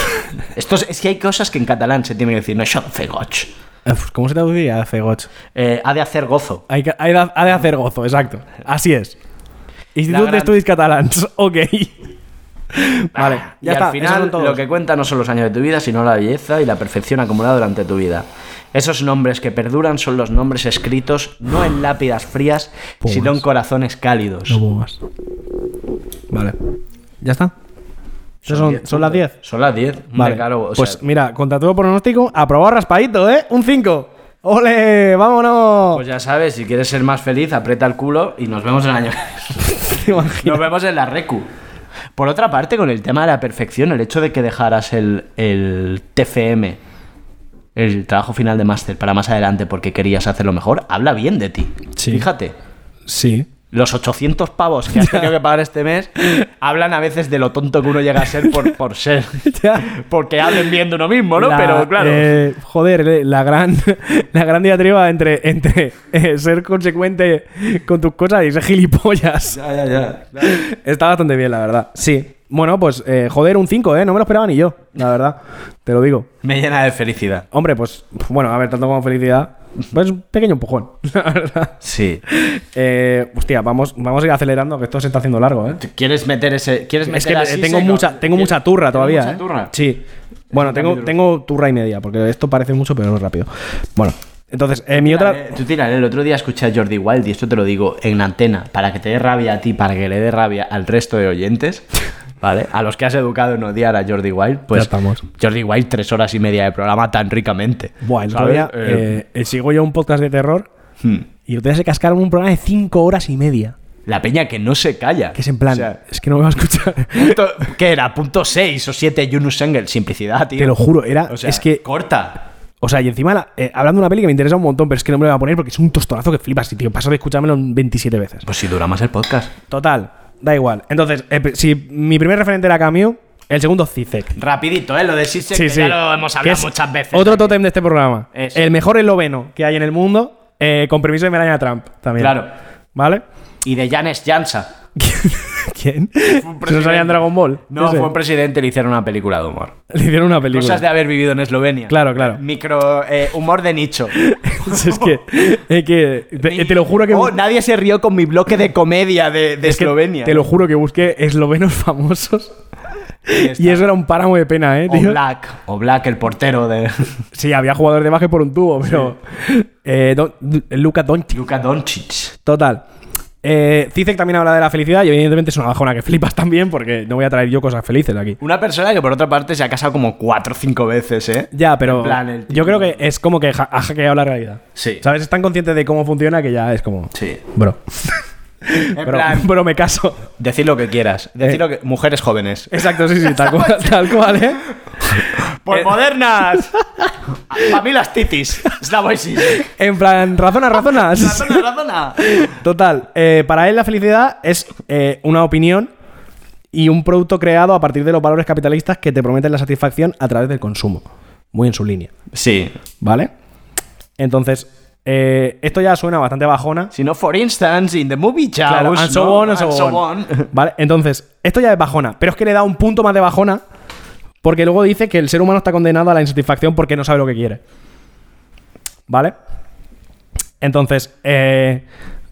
Speaker 2: (laughs) Esto es, es que hay cosas que en catalán se tiene que decir, no, yo Fegoch.
Speaker 1: Uf, Eh, pues, ¿Cómo se traduciría fegoch?
Speaker 2: Eh, ha de hacer gozo.
Speaker 1: Hay, que- hay de- ha de hacer gozo, exacto. Así es. Instituto
Speaker 2: gran-
Speaker 1: de Estudios Catalans, (laughs) ok. Vale,
Speaker 2: Ah,
Speaker 1: ya
Speaker 2: y
Speaker 1: está.
Speaker 2: al
Speaker 1: esos
Speaker 2: final
Speaker 1: son todos.
Speaker 2: lo que cuenta no son los años de tu vida, sino la belleza y la perfección acumulada durante tu vida. Esos nombres que perduran son los nombres escritos no en lápidas frías,
Speaker 1: Pumas.
Speaker 2: sino en corazones cálidos.
Speaker 1: Pues No puedo más. Vale. ¿Ya está? Esas pues, Son,
Speaker 2: diez
Speaker 1: son las 10.
Speaker 2: Son las 10. hombre,
Speaker 1: Vale.
Speaker 2: claro, o
Speaker 1: pues
Speaker 2: sea,
Speaker 1: mira, contra todo pronóstico, aprobado raspadito, ¿eh? Un 5. ¡Ole! ¡Vámonos!
Speaker 2: pues ya sabes, si quieres ser más feliz, aprieta el culo y nos vemos el año.
Speaker 1: ¿Te imaginas?
Speaker 2: Nos vemos en la Recu. Por otra parte, con el tema de la perfección, el hecho de que dejaras el, el TFM, el trabajo final de máster, para más adelante porque querías hacerlo mejor, habla bien de ti.
Speaker 1: Sí.
Speaker 2: Fíjate,
Speaker 1: (laughs) Sí.
Speaker 2: los 800
Speaker 1: (laughs)
Speaker 2: pavos que has tenido que pagar este mes hablan a veces de lo tonto que uno llega a ser por, por ser. (laughs)
Speaker 1: Ya.
Speaker 2: Porque hablen bien de uno mismo, ¿no?
Speaker 1: La,
Speaker 2: Pero claro.
Speaker 1: eh, joder, eh, la gran, (laughs) la gran diatriba entre, entre eh, ser consecuente con tus cosas y ser gilipollas. Está bastante bien, la verdad. Sí. Bueno, pues eh, joder, un 5, ¿eh? No me lo esperaba ni yo, la verdad. Te lo digo.
Speaker 2: Me llena de felicidad.
Speaker 1: Hombre, pues bueno, a ver, tanto como felicidad. Pues un pequeño empujón, (laughs) la verdad.
Speaker 2: Sí.
Speaker 1: Eh, hostia, vamos, vamos a ir acelerando que esto se está haciendo largo, ¿eh.
Speaker 2: ¿Quieres meter ese.? ¿Quieres
Speaker 1: Es
Speaker 2: meter
Speaker 1: que
Speaker 2: así
Speaker 1: tengo
Speaker 2: seco?
Speaker 1: mucha, tengo
Speaker 2: ¿Quieres-
Speaker 1: mucha turra
Speaker 2: ¿Tengo
Speaker 1: todavía.
Speaker 2: mucha
Speaker 1: ¿eh?
Speaker 2: turra?
Speaker 1: Sí. Bueno, tengo,
Speaker 2: capítulo.
Speaker 1: tengo turra y media, porque esto parece mucho, pero es rápido. Bueno, entonces, eh, mi otra.
Speaker 2: Tírale, Tú tírale, el otro día escuché a Jordi Wild, y esto te lo digo en antena, para que te dé rabia a ti, para que le dé rabia al resto de
Speaker 1: (laughs)
Speaker 2: oyentes, ¿vale? A los que has educado en odiar a Jordi Wild, pues
Speaker 1: Ya estamos.
Speaker 2: Jordi Wild, tres horas y media de programa tan ricamente.
Speaker 1: Buah, el otro
Speaker 2: ¿sabes?
Speaker 1: día,
Speaker 2: Eh,
Speaker 1: eh, eh, sigo yo un podcast de terror
Speaker 2: hmm.
Speaker 1: y el otro día se cascaron un programa de 5 horas y media.
Speaker 2: La peña que no se calla.
Speaker 1: Que es en plan,
Speaker 2: O sea,
Speaker 1: es que no me va a (laughs) escuchar.
Speaker 2: punto- ¿Qué era? Punto 6 o 7 Yunus Engel. Simplicidad, tío.
Speaker 1: Te lo juro, era.
Speaker 2: O sea,
Speaker 1: es que.
Speaker 2: Corta.
Speaker 1: O sea, y encima, la- eh, hablando de una peli que me interesa un montón, pero es que no me lo voy a poner porque es un tostonazo que flipas. Y, tío, paso de escuchármelo 27 veces.
Speaker 2: Pues si dura más el podcast.
Speaker 1: Total, da igual. Entonces, eh, pr- si mi primer referente era Camus, el segundo Zizek.
Speaker 2: Rapidito, ¿eh? Lo de Sisek, que ya lo hemos
Speaker 1: Que
Speaker 2: hablado
Speaker 1: es
Speaker 2: muchas veces. Eh,
Speaker 1: Otro tótem de este programa.
Speaker 2: Eso.
Speaker 1: El mejor esloveno que hay en el mundo, eh, con permiso de Melania Trump también.
Speaker 2: Claro.
Speaker 1: ¿Vale? (laughs)
Speaker 2: Y de Janes Jansa.
Speaker 1: ¿Quién? Se nos salía en Dragon Ball.
Speaker 2: No,
Speaker 1: Ese.
Speaker 2: fue un presidente, le hicieron una película de humor.
Speaker 1: Le hicieron una película.
Speaker 2: Cosas de haber vivido en Eslovenia.
Speaker 1: Claro, claro.
Speaker 2: Micro eh, humor
Speaker 1: (laughs)
Speaker 2: de nicho.
Speaker 1: (laughs) es que, es que
Speaker 2: (laughs)
Speaker 1: te, te lo juro que...
Speaker 2: Oh, nadie se rió con mi bloque de comedia de, de
Speaker 1: es que
Speaker 2: Eslovenia.
Speaker 1: Te lo juro que busqué eslovenos (laughs) famosos.
Speaker 2: está.
Speaker 1: Y eso era un páramo de pena, ¿eh,
Speaker 2: o
Speaker 1: tío?
Speaker 2: Black, o Black, el portero de (laughs)
Speaker 1: Sí, había jugadores de baje por un tubo, pero... Eh, Don- Luka Doncic.
Speaker 2: Luka Doncic.
Speaker 1: Total. Eh, Zizek también habla de la felicidad y evidentemente es una bajona que flipas también porque no voy a traer yo cosas felices aquí.
Speaker 2: Una persona que por otra parte se ha casado como cuatro o cinco veces, ¿eh?
Speaker 1: Ya, pero
Speaker 2: En plan, el tío-
Speaker 1: yo creo que es como que ja- ha hackeado la realidad.
Speaker 2: Sí.
Speaker 1: ¿Sabes? Es tan consciente de cómo funciona que ya es como...
Speaker 2: Sí.
Speaker 1: Bro.
Speaker 2: En
Speaker 1: Bro,
Speaker 2: plan,
Speaker 1: bro, me caso.
Speaker 2: (laughs) decir lo que quieras.
Speaker 1: Eh.
Speaker 2: Decir lo que... Mujeres jóvenes.
Speaker 1: Exacto, sí, sí, tal cual, tal cual, ¿eh?
Speaker 2: (laughs) ¡Por
Speaker 1: (laughs)
Speaker 2: modernas! ¡Para mí las titis! ¡Slavoj Zizek.
Speaker 1: En plan, razona,
Speaker 2: (laughs)
Speaker 1: razona.
Speaker 2: ¡Razona, razona!
Speaker 1: Total, eh, para él la felicidad es eh, una opinión y un producto creado a partir de los valores capitalistas que te prometen la satisfacción a través del consumo. Muy en su línea.
Speaker 2: Sí.
Speaker 1: ¿Vale? Entonces, eh, esto ya suena bastante bajona.
Speaker 2: Si no, for instance, in the movie Jaws,
Speaker 1: Claro, and so
Speaker 2: ¿no?
Speaker 1: on, and so on.
Speaker 2: on.
Speaker 1: (laughs) Vale, entonces, esto ya es bajona, pero es que le da un punto más de bajona porque luego dice que el ser humano está condenado a la insatisfacción porque no sabe lo que quiere. ¿Vale? Entonces, eh,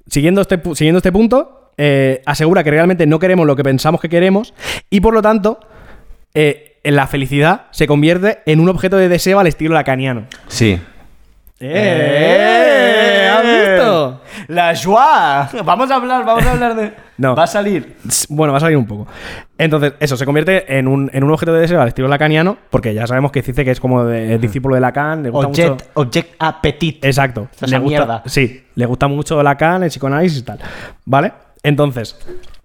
Speaker 1: siguiendo, este, pu- siguiendo este punto, eh, asegura que realmente no queremos lo que pensamos que queremos y por lo tanto, eh, la felicidad se convierte en un objeto de deseo al estilo lacaniano.
Speaker 2: (laughs) Sí.
Speaker 1: ¡Eh! ¿Has visto?
Speaker 2: La joie. Vamos a hablar, vamos a hablar (laughs) de.
Speaker 1: No.
Speaker 2: Va a salir.
Speaker 1: Tss, Bueno, va a salir un poco. Entonces, eso, se convierte en un, en un objeto de deseo al estilo lacaniano, porque ya sabemos que dice que es como de- eh, discípulo de Lacan, le gusta mucho...
Speaker 2: Object, object appetit.
Speaker 1: Exacto.
Speaker 2: Esa mierda.
Speaker 1: Sí, le gusta mucho Lacan, el psicoanálisis y tal. ¿Vale? Entonces,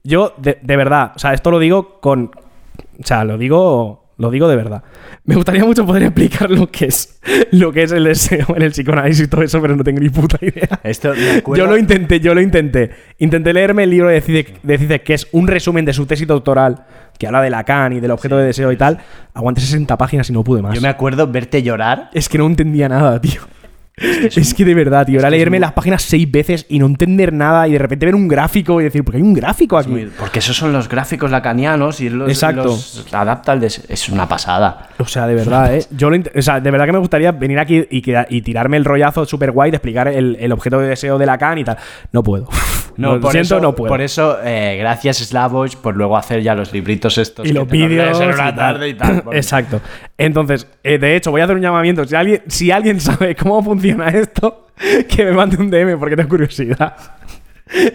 Speaker 1: Yo, de, de verdad, o sea, esto lo digo con. O sea, lo digo. Lo digo de verdad. Me gustaría mucho poder explicar lo que es lo que es el deseo en el psicoanálisis y todo eso, pero no tengo ni puta idea.
Speaker 2: Esto me acuerdo-
Speaker 1: Yo lo intenté, yo lo intenté. Intenté leerme el libro de Zizek, de Zizek, que es un resumen de su tesis doctoral, que habla de Lacan y del objeto de deseo y tal. Aguanté 60 páginas y no pude más.
Speaker 2: Yo me acuerdo verte llorar.
Speaker 1: Es que no entendía nada, tío. Es que de verdad, tío. Era leerme las páginas seis veces y no entender nada y de repente ver un gráfico y decir, ¿por qué hay un gráfico aquí?
Speaker 2: Porque esos son los gráficos lacanianos y los,
Speaker 1: Exacto.
Speaker 2: los adapta al des- Es una pasada.
Speaker 1: O sea, de verdad, ¿eh? Yo lo int- o sea, de verdad que me gustaría venir aquí y, queda- y tirarme el rollazo super guay de explicar el, el objeto de deseo de Lacan y tal. No puedo. (laughs) No, lo
Speaker 2: por
Speaker 1: siento,
Speaker 2: eso,
Speaker 1: no puedo.
Speaker 2: Por eso, eh, gracias Slavoj por luego hacer ya los libritos estos.
Speaker 1: y los vídeos.
Speaker 2: en
Speaker 1: y
Speaker 2: una
Speaker 1: tal.
Speaker 2: tarde
Speaker 1: (laughs)
Speaker 2: y (laughs) tal. Bueno,
Speaker 1: Exacto. Entonces, eh, de hecho, voy a hacer un llamamiento. Si alguien, si alguien sabe cómo funciona esto, (laughs) que me mande un DM porque tengo curiosidad. (laughs)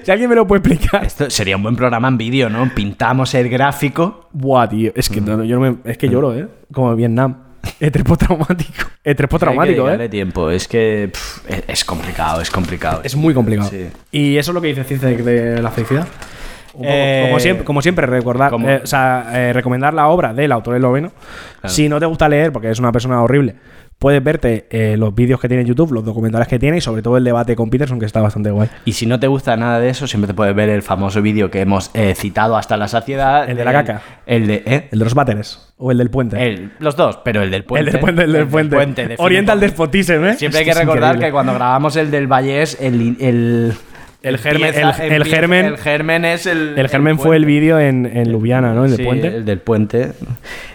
Speaker 1: Si alguien me lo puede explicar.
Speaker 2: Esto sería un buen programa en vídeo, ¿no? Pintamos el gráfico.
Speaker 1: Buah, tío. Es que, no, no, yo no me- es que lloro, ¿eh? Como en Vietnam. (laughs) Estrés postraumático. Estrés postraumático,
Speaker 2: Dale
Speaker 1: ¿eh?
Speaker 2: tiempo. Es que pff, es- es complicado, es complicado.
Speaker 1: Es muy complicado.
Speaker 2: Sí.
Speaker 1: Y eso es lo que dice Zizek de la felicidad. Un poco,
Speaker 2: Eh,
Speaker 1: como, siempre, como siempre, recordar,
Speaker 2: como-
Speaker 1: eh, o sea, eh, recomendar la obra del autor esloveno. Si no te gusta leer, porque es una persona horrible, puedes verte eh, los vídeos que tiene en YouTube, los documentales que tiene y sobre todo el debate con Peterson, que está bastante guay.
Speaker 2: Y si no te gusta nada de eso, siempre te puedes ver el famoso vídeo que hemos eh, citado hasta la saciedad.
Speaker 1: El de la caca.
Speaker 2: El de. ¿eh?
Speaker 1: El de los váteres o el del puente.
Speaker 2: El- los dos, pero el del puente.
Speaker 1: el del puente, el del puente.
Speaker 2: define
Speaker 1: Orienta el
Speaker 2: todo.
Speaker 1: despotismo, ¿eh?
Speaker 2: (laughs) Siempre hay
Speaker 1: Es
Speaker 2: que
Speaker 1: es
Speaker 2: recordar
Speaker 1: increíble.
Speaker 2: que cuando grabamos el del Vallés, el. El,
Speaker 1: El germen-
Speaker 2: empieza-
Speaker 1: el- el
Speaker 2: empieza-
Speaker 1: germen-
Speaker 2: El germen es el.
Speaker 1: El germen fue el
Speaker 2: puente.
Speaker 1: vídeo en, en Ljubljana, ¿no? El del
Speaker 2: Sí,
Speaker 1: puente.
Speaker 2: (laughs) El del puente.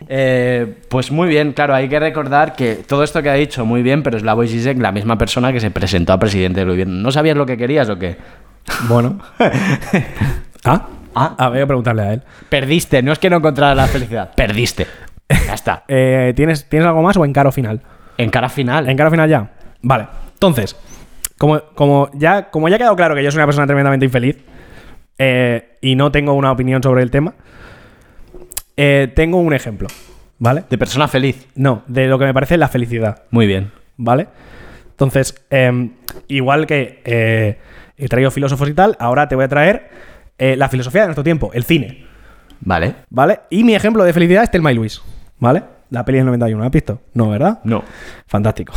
Speaker 2: Eh, pues muy bien, claro, hay que recordar que todo esto que ha dicho, muy bien, pero Slavoj Žižek, la misma persona que se presentó a presidente del gobierno. ¿No sabías lo que querías o (laughs) qué?
Speaker 1: Bueno. ¿Ah?
Speaker 2: Ah.
Speaker 1: Ah, voy a preguntarle a él.
Speaker 2: Perdiste, no es que no encontraras la felicidad, perdiste. Ya está. (laughs)
Speaker 1: Eh, ¿tienes, ¿Tienes algo más o encaro final?
Speaker 2: En cara final.
Speaker 1: Encaro final ya. Vale. Entonces, como, como, ya, como ya ha quedado claro que yo soy una persona tremendamente infeliz eh, y no tengo una opinión sobre el tema, eh, tengo un ejemplo, ¿vale?
Speaker 2: De persona feliz.
Speaker 1: No, de lo que me parece la felicidad.
Speaker 2: Muy bien.
Speaker 1: ¿vale? Entonces, eh, igual que eh, he traído filósofos y tal, ahora te voy a traer eh, la filosofía de nuestro tiempo, el cine,
Speaker 2: Vale.
Speaker 1: ¿vale? Y mi ejemplo de felicidad es Telma y Luis, ¿vale? La peli del 91, ¿la has visto? No, ¿verdad?
Speaker 2: No.
Speaker 1: Fantástico.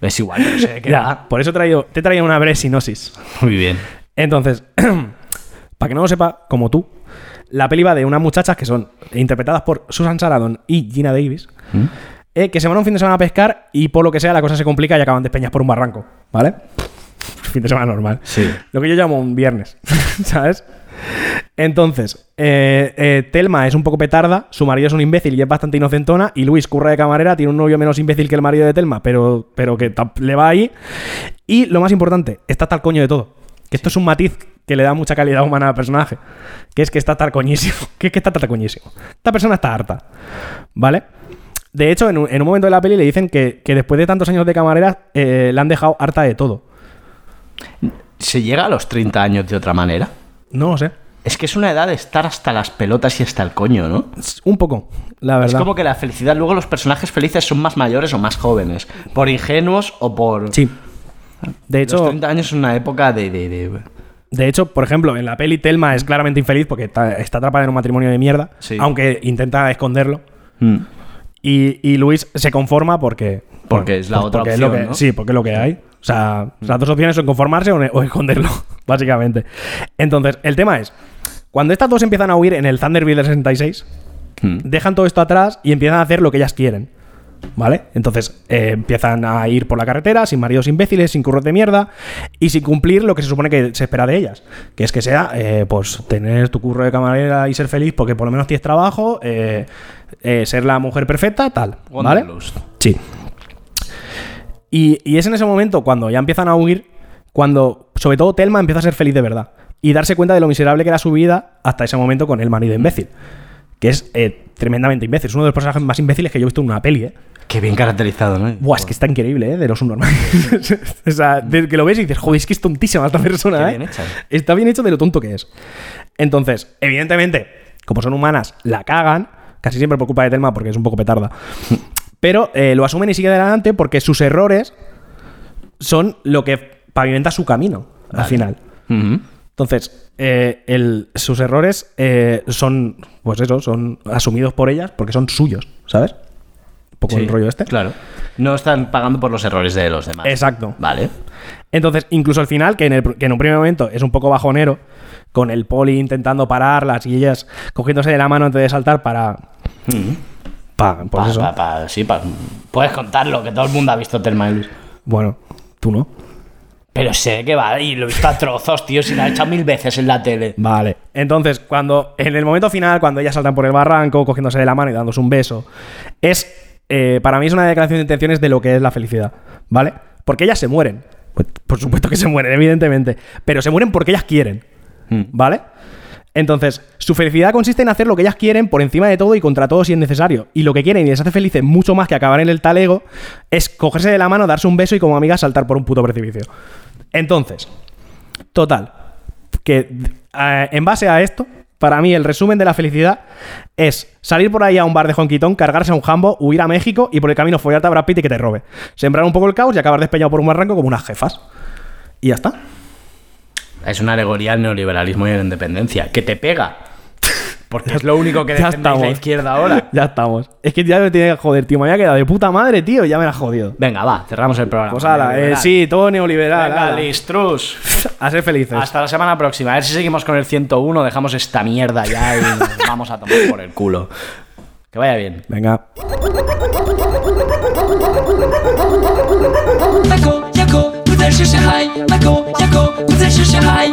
Speaker 2: Es igual, no sé de qué
Speaker 1: Ya, por eso he traído, te he traído una breve sinosis.
Speaker 2: va. (laughs) Muy bien.
Speaker 1: Entonces, (clears throat) para que no lo sepa, como tú, la peli va de unas muchachas que son interpretadas por Susan Sarandon y Gina Davis, eh, que se van un fin de semana a pescar y por lo que sea la cosa se complica y acaban despeñadas por un barranco, ¿vale? Fin de semana normal.
Speaker 2: Sí.
Speaker 1: Lo que yo llamo un viernes, (laughs) ¿sabes? Entonces, eh, eh, Telma es un poco petarda, su marido es un imbécil y es bastante inocentona, y Luis curra de camarera, tiene un novio menos imbécil que el marido de Telma, pero, pero que tam- le va ahí. Y lo más importante, está hasta el coño de todo. Que esto es un matiz que le da mucha calidad humana al personaje. Que es que está hasta el coñísimo. (laughs) Que es que está hasta el coñísimo. Esta persona está harta. ¿Vale? De hecho, en un, en un momento de la peli le dicen que, que después de tantos años de camarera eh, la han dejado harta de todo.
Speaker 2: ¿Se llega a los 30 años de otra manera?
Speaker 1: No lo sé.
Speaker 2: Es que es una edad de estar hasta las pelotas y hasta el coño, ¿no?
Speaker 1: Es Un poco, la verdad.
Speaker 2: Es como que la felicidad, luego los personajes felices son más mayores o más jóvenes. Por ingenuos o por.
Speaker 1: Sí. De
Speaker 2: Los
Speaker 1: hecho,
Speaker 2: 30 años es una época de. de- de-
Speaker 1: de hecho, por ejemplo, en la peli Telma es claramente infeliz porque está, está atrapada en un matrimonio de mierda,
Speaker 2: Sí.
Speaker 1: aunque intenta esconderlo.
Speaker 2: Mm.
Speaker 1: Y, y Luis se conforma porque...
Speaker 2: Porque es la otra
Speaker 1: porque es lo
Speaker 2: opción,
Speaker 1: que-
Speaker 2: ¿no?
Speaker 1: Sí, porque es lo que hay. O sea, las dos opciones son conformarse o, ne- o esconderlo, (laughs) básicamente. Entonces, el tema es, cuando estas dos empiezan a huir en el Thunderbird del 66, dejan todo esto atrás y empiezan a hacer lo que ellas quieren. ¿Vale? Entonces eh, empiezan a ir por la carretera sin maridos imbéciles, sin curros de mierda y sin cumplir lo que se supone que se espera de ellas. Que es que sea, eh, pues, tener tu curro de camarera y ser feliz porque por lo menos tienes trabajo, eh, eh, ser la mujer perfecta, tal. ¿Vale?
Speaker 2: Wanderlust.
Speaker 1: Sí. Y, y es en ese momento cuando ya empiezan a huir, cuando sobre todo Telma empieza a ser feliz de verdad y darse cuenta de lo miserable que era su vida hasta ese momento con el marido imbécil, que es eh, tremendamente imbécil. Es uno de los personajes más imbéciles que yo he visto en una peli, ¿eh?
Speaker 2: Qué bien caracterizado, ¿no?
Speaker 1: Buah, es que está increíble, ¿eh? De los subnormales. (laughs) o sea, desde que lo ves y dices, joder, es que es tontísima esta persona,
Speaker 2: Qué
Speaker 1: ¿eh?
Speaker 2: bien hecha.
Speaker 1: Está bien hecho de lo tonto que es. Entonces, evidentemente, como son humanas, la cagan. Casi siempre por culpa de Telma porque es un poco
Speaker 2: (laughs)
Speaker 1: petarda. Pero eh, lo asumen y siguen adelante porque sus errores son lo que pavimenta su camino al final.
Speaker 2: Ujú.
Speaker 1: Entonces, eh, el- sus errores eh, son, pues eso, son asumidos por ellas porque son suyos, ¿sabes? Un poco
Speaker 2: Sí,
Speaker 1: el rollo este.
Speaker 2: Claro. No están pagando por los errores de los demás.
Speaker 1: Exacto. Pues
Speaker 2: Vale.
Speaker 1: Entonces, incluso al final, que en, el pr- que en un primer momento es un poco bajonero, con el poli intentando pararlas y ellas cogiéndose de la mano antes de saltar para. Pa, pues
Speaker 2: Mm. Pa-
Speaker 1: eso.
Speaker 2: pa- pa- sí, pa- puedes contarlo, que todo el mundo ha visto Telma y Luis.
Speaker 1: Bueno, tú no.
Speaker 2: Pero sé que va, y lo he visto a trozos, tío, si lo ha hecho mil veces en la tele.
Speaker 1: Vale. Entonces, cuando en el momento final, cuando ellas saltan por el barranco, cogiéndose de la mano y dándose un beso, es eh, para mí es una declaración de intenciones de lo que es la felicidad, ¿vale? Porque ellas se mueren. Pues, Por supuesto que se mueren, evidentemente. Pero se mueren porque ellas quieren, ¿vale? Entonces, su felicidad consiste en hacer lo que ellas quieren por encima de todo y contra todo si es necesario. Y lo que quieren y les hace felices mucho más que acabar en el tal ego es cogerse de la mano, darse un beso y como amigas saltar por un puto precipicio. Entonces, Total. Que eh, en base a esto, para mí el resumen de la felicidad es salir por ahí a un bar de honquitón, cargarse a un jambo, huir a México y por el camino follarte a Brad Pitt y que te robe. Sembrar un poco el caos y acabar despeñado por un barranco como unas jefas. Y ya está.
Speaker 2: Es una alegoría al neoliberalismo y a la independencia, que te pega. Porque es lo único que
Speaker 1: (laughs) Ya
Speaker 2: defiende la
Speaker 1: estamos.
Speaker 2: izquierda ahora.
Speaker 1: (laughs) Ya estamos. Es que ya me tiene que joder, tío. Me había quedado de puta madre, tío. Ya me la has jodido.
Speaker 2: Venga, va, cerramos el programa.
Speaker 1: Pues ala, eh,
Speaker 2: Neoliberal.
Speaker 1: sí, todo neoliberal.
Speaker 2: Venga,
Speaker 1: ala.
Speaker 2: listrus.
Speaker 1: A ser felices.
Speaker 2: Hasta la semana próxima. A ver si seguimos con el 101, dejamos esta mierda ya y nos vamos a tomar por el culo. Que vaya bien.
Speaker 1: Venga.
Speaker 3: Michael, Jaco, 不再是小孩。Michael, Jaco, 不再是小孩。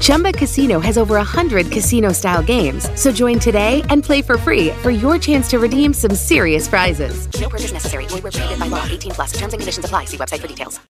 Speaker 4: Chumba Casino has over 100 casino style games. So join today and play for free for your chance to redeem some serious prizes. No purchase necessary. Void where prohibited by law. 18 plus. Terms and conditions apply. See website for details.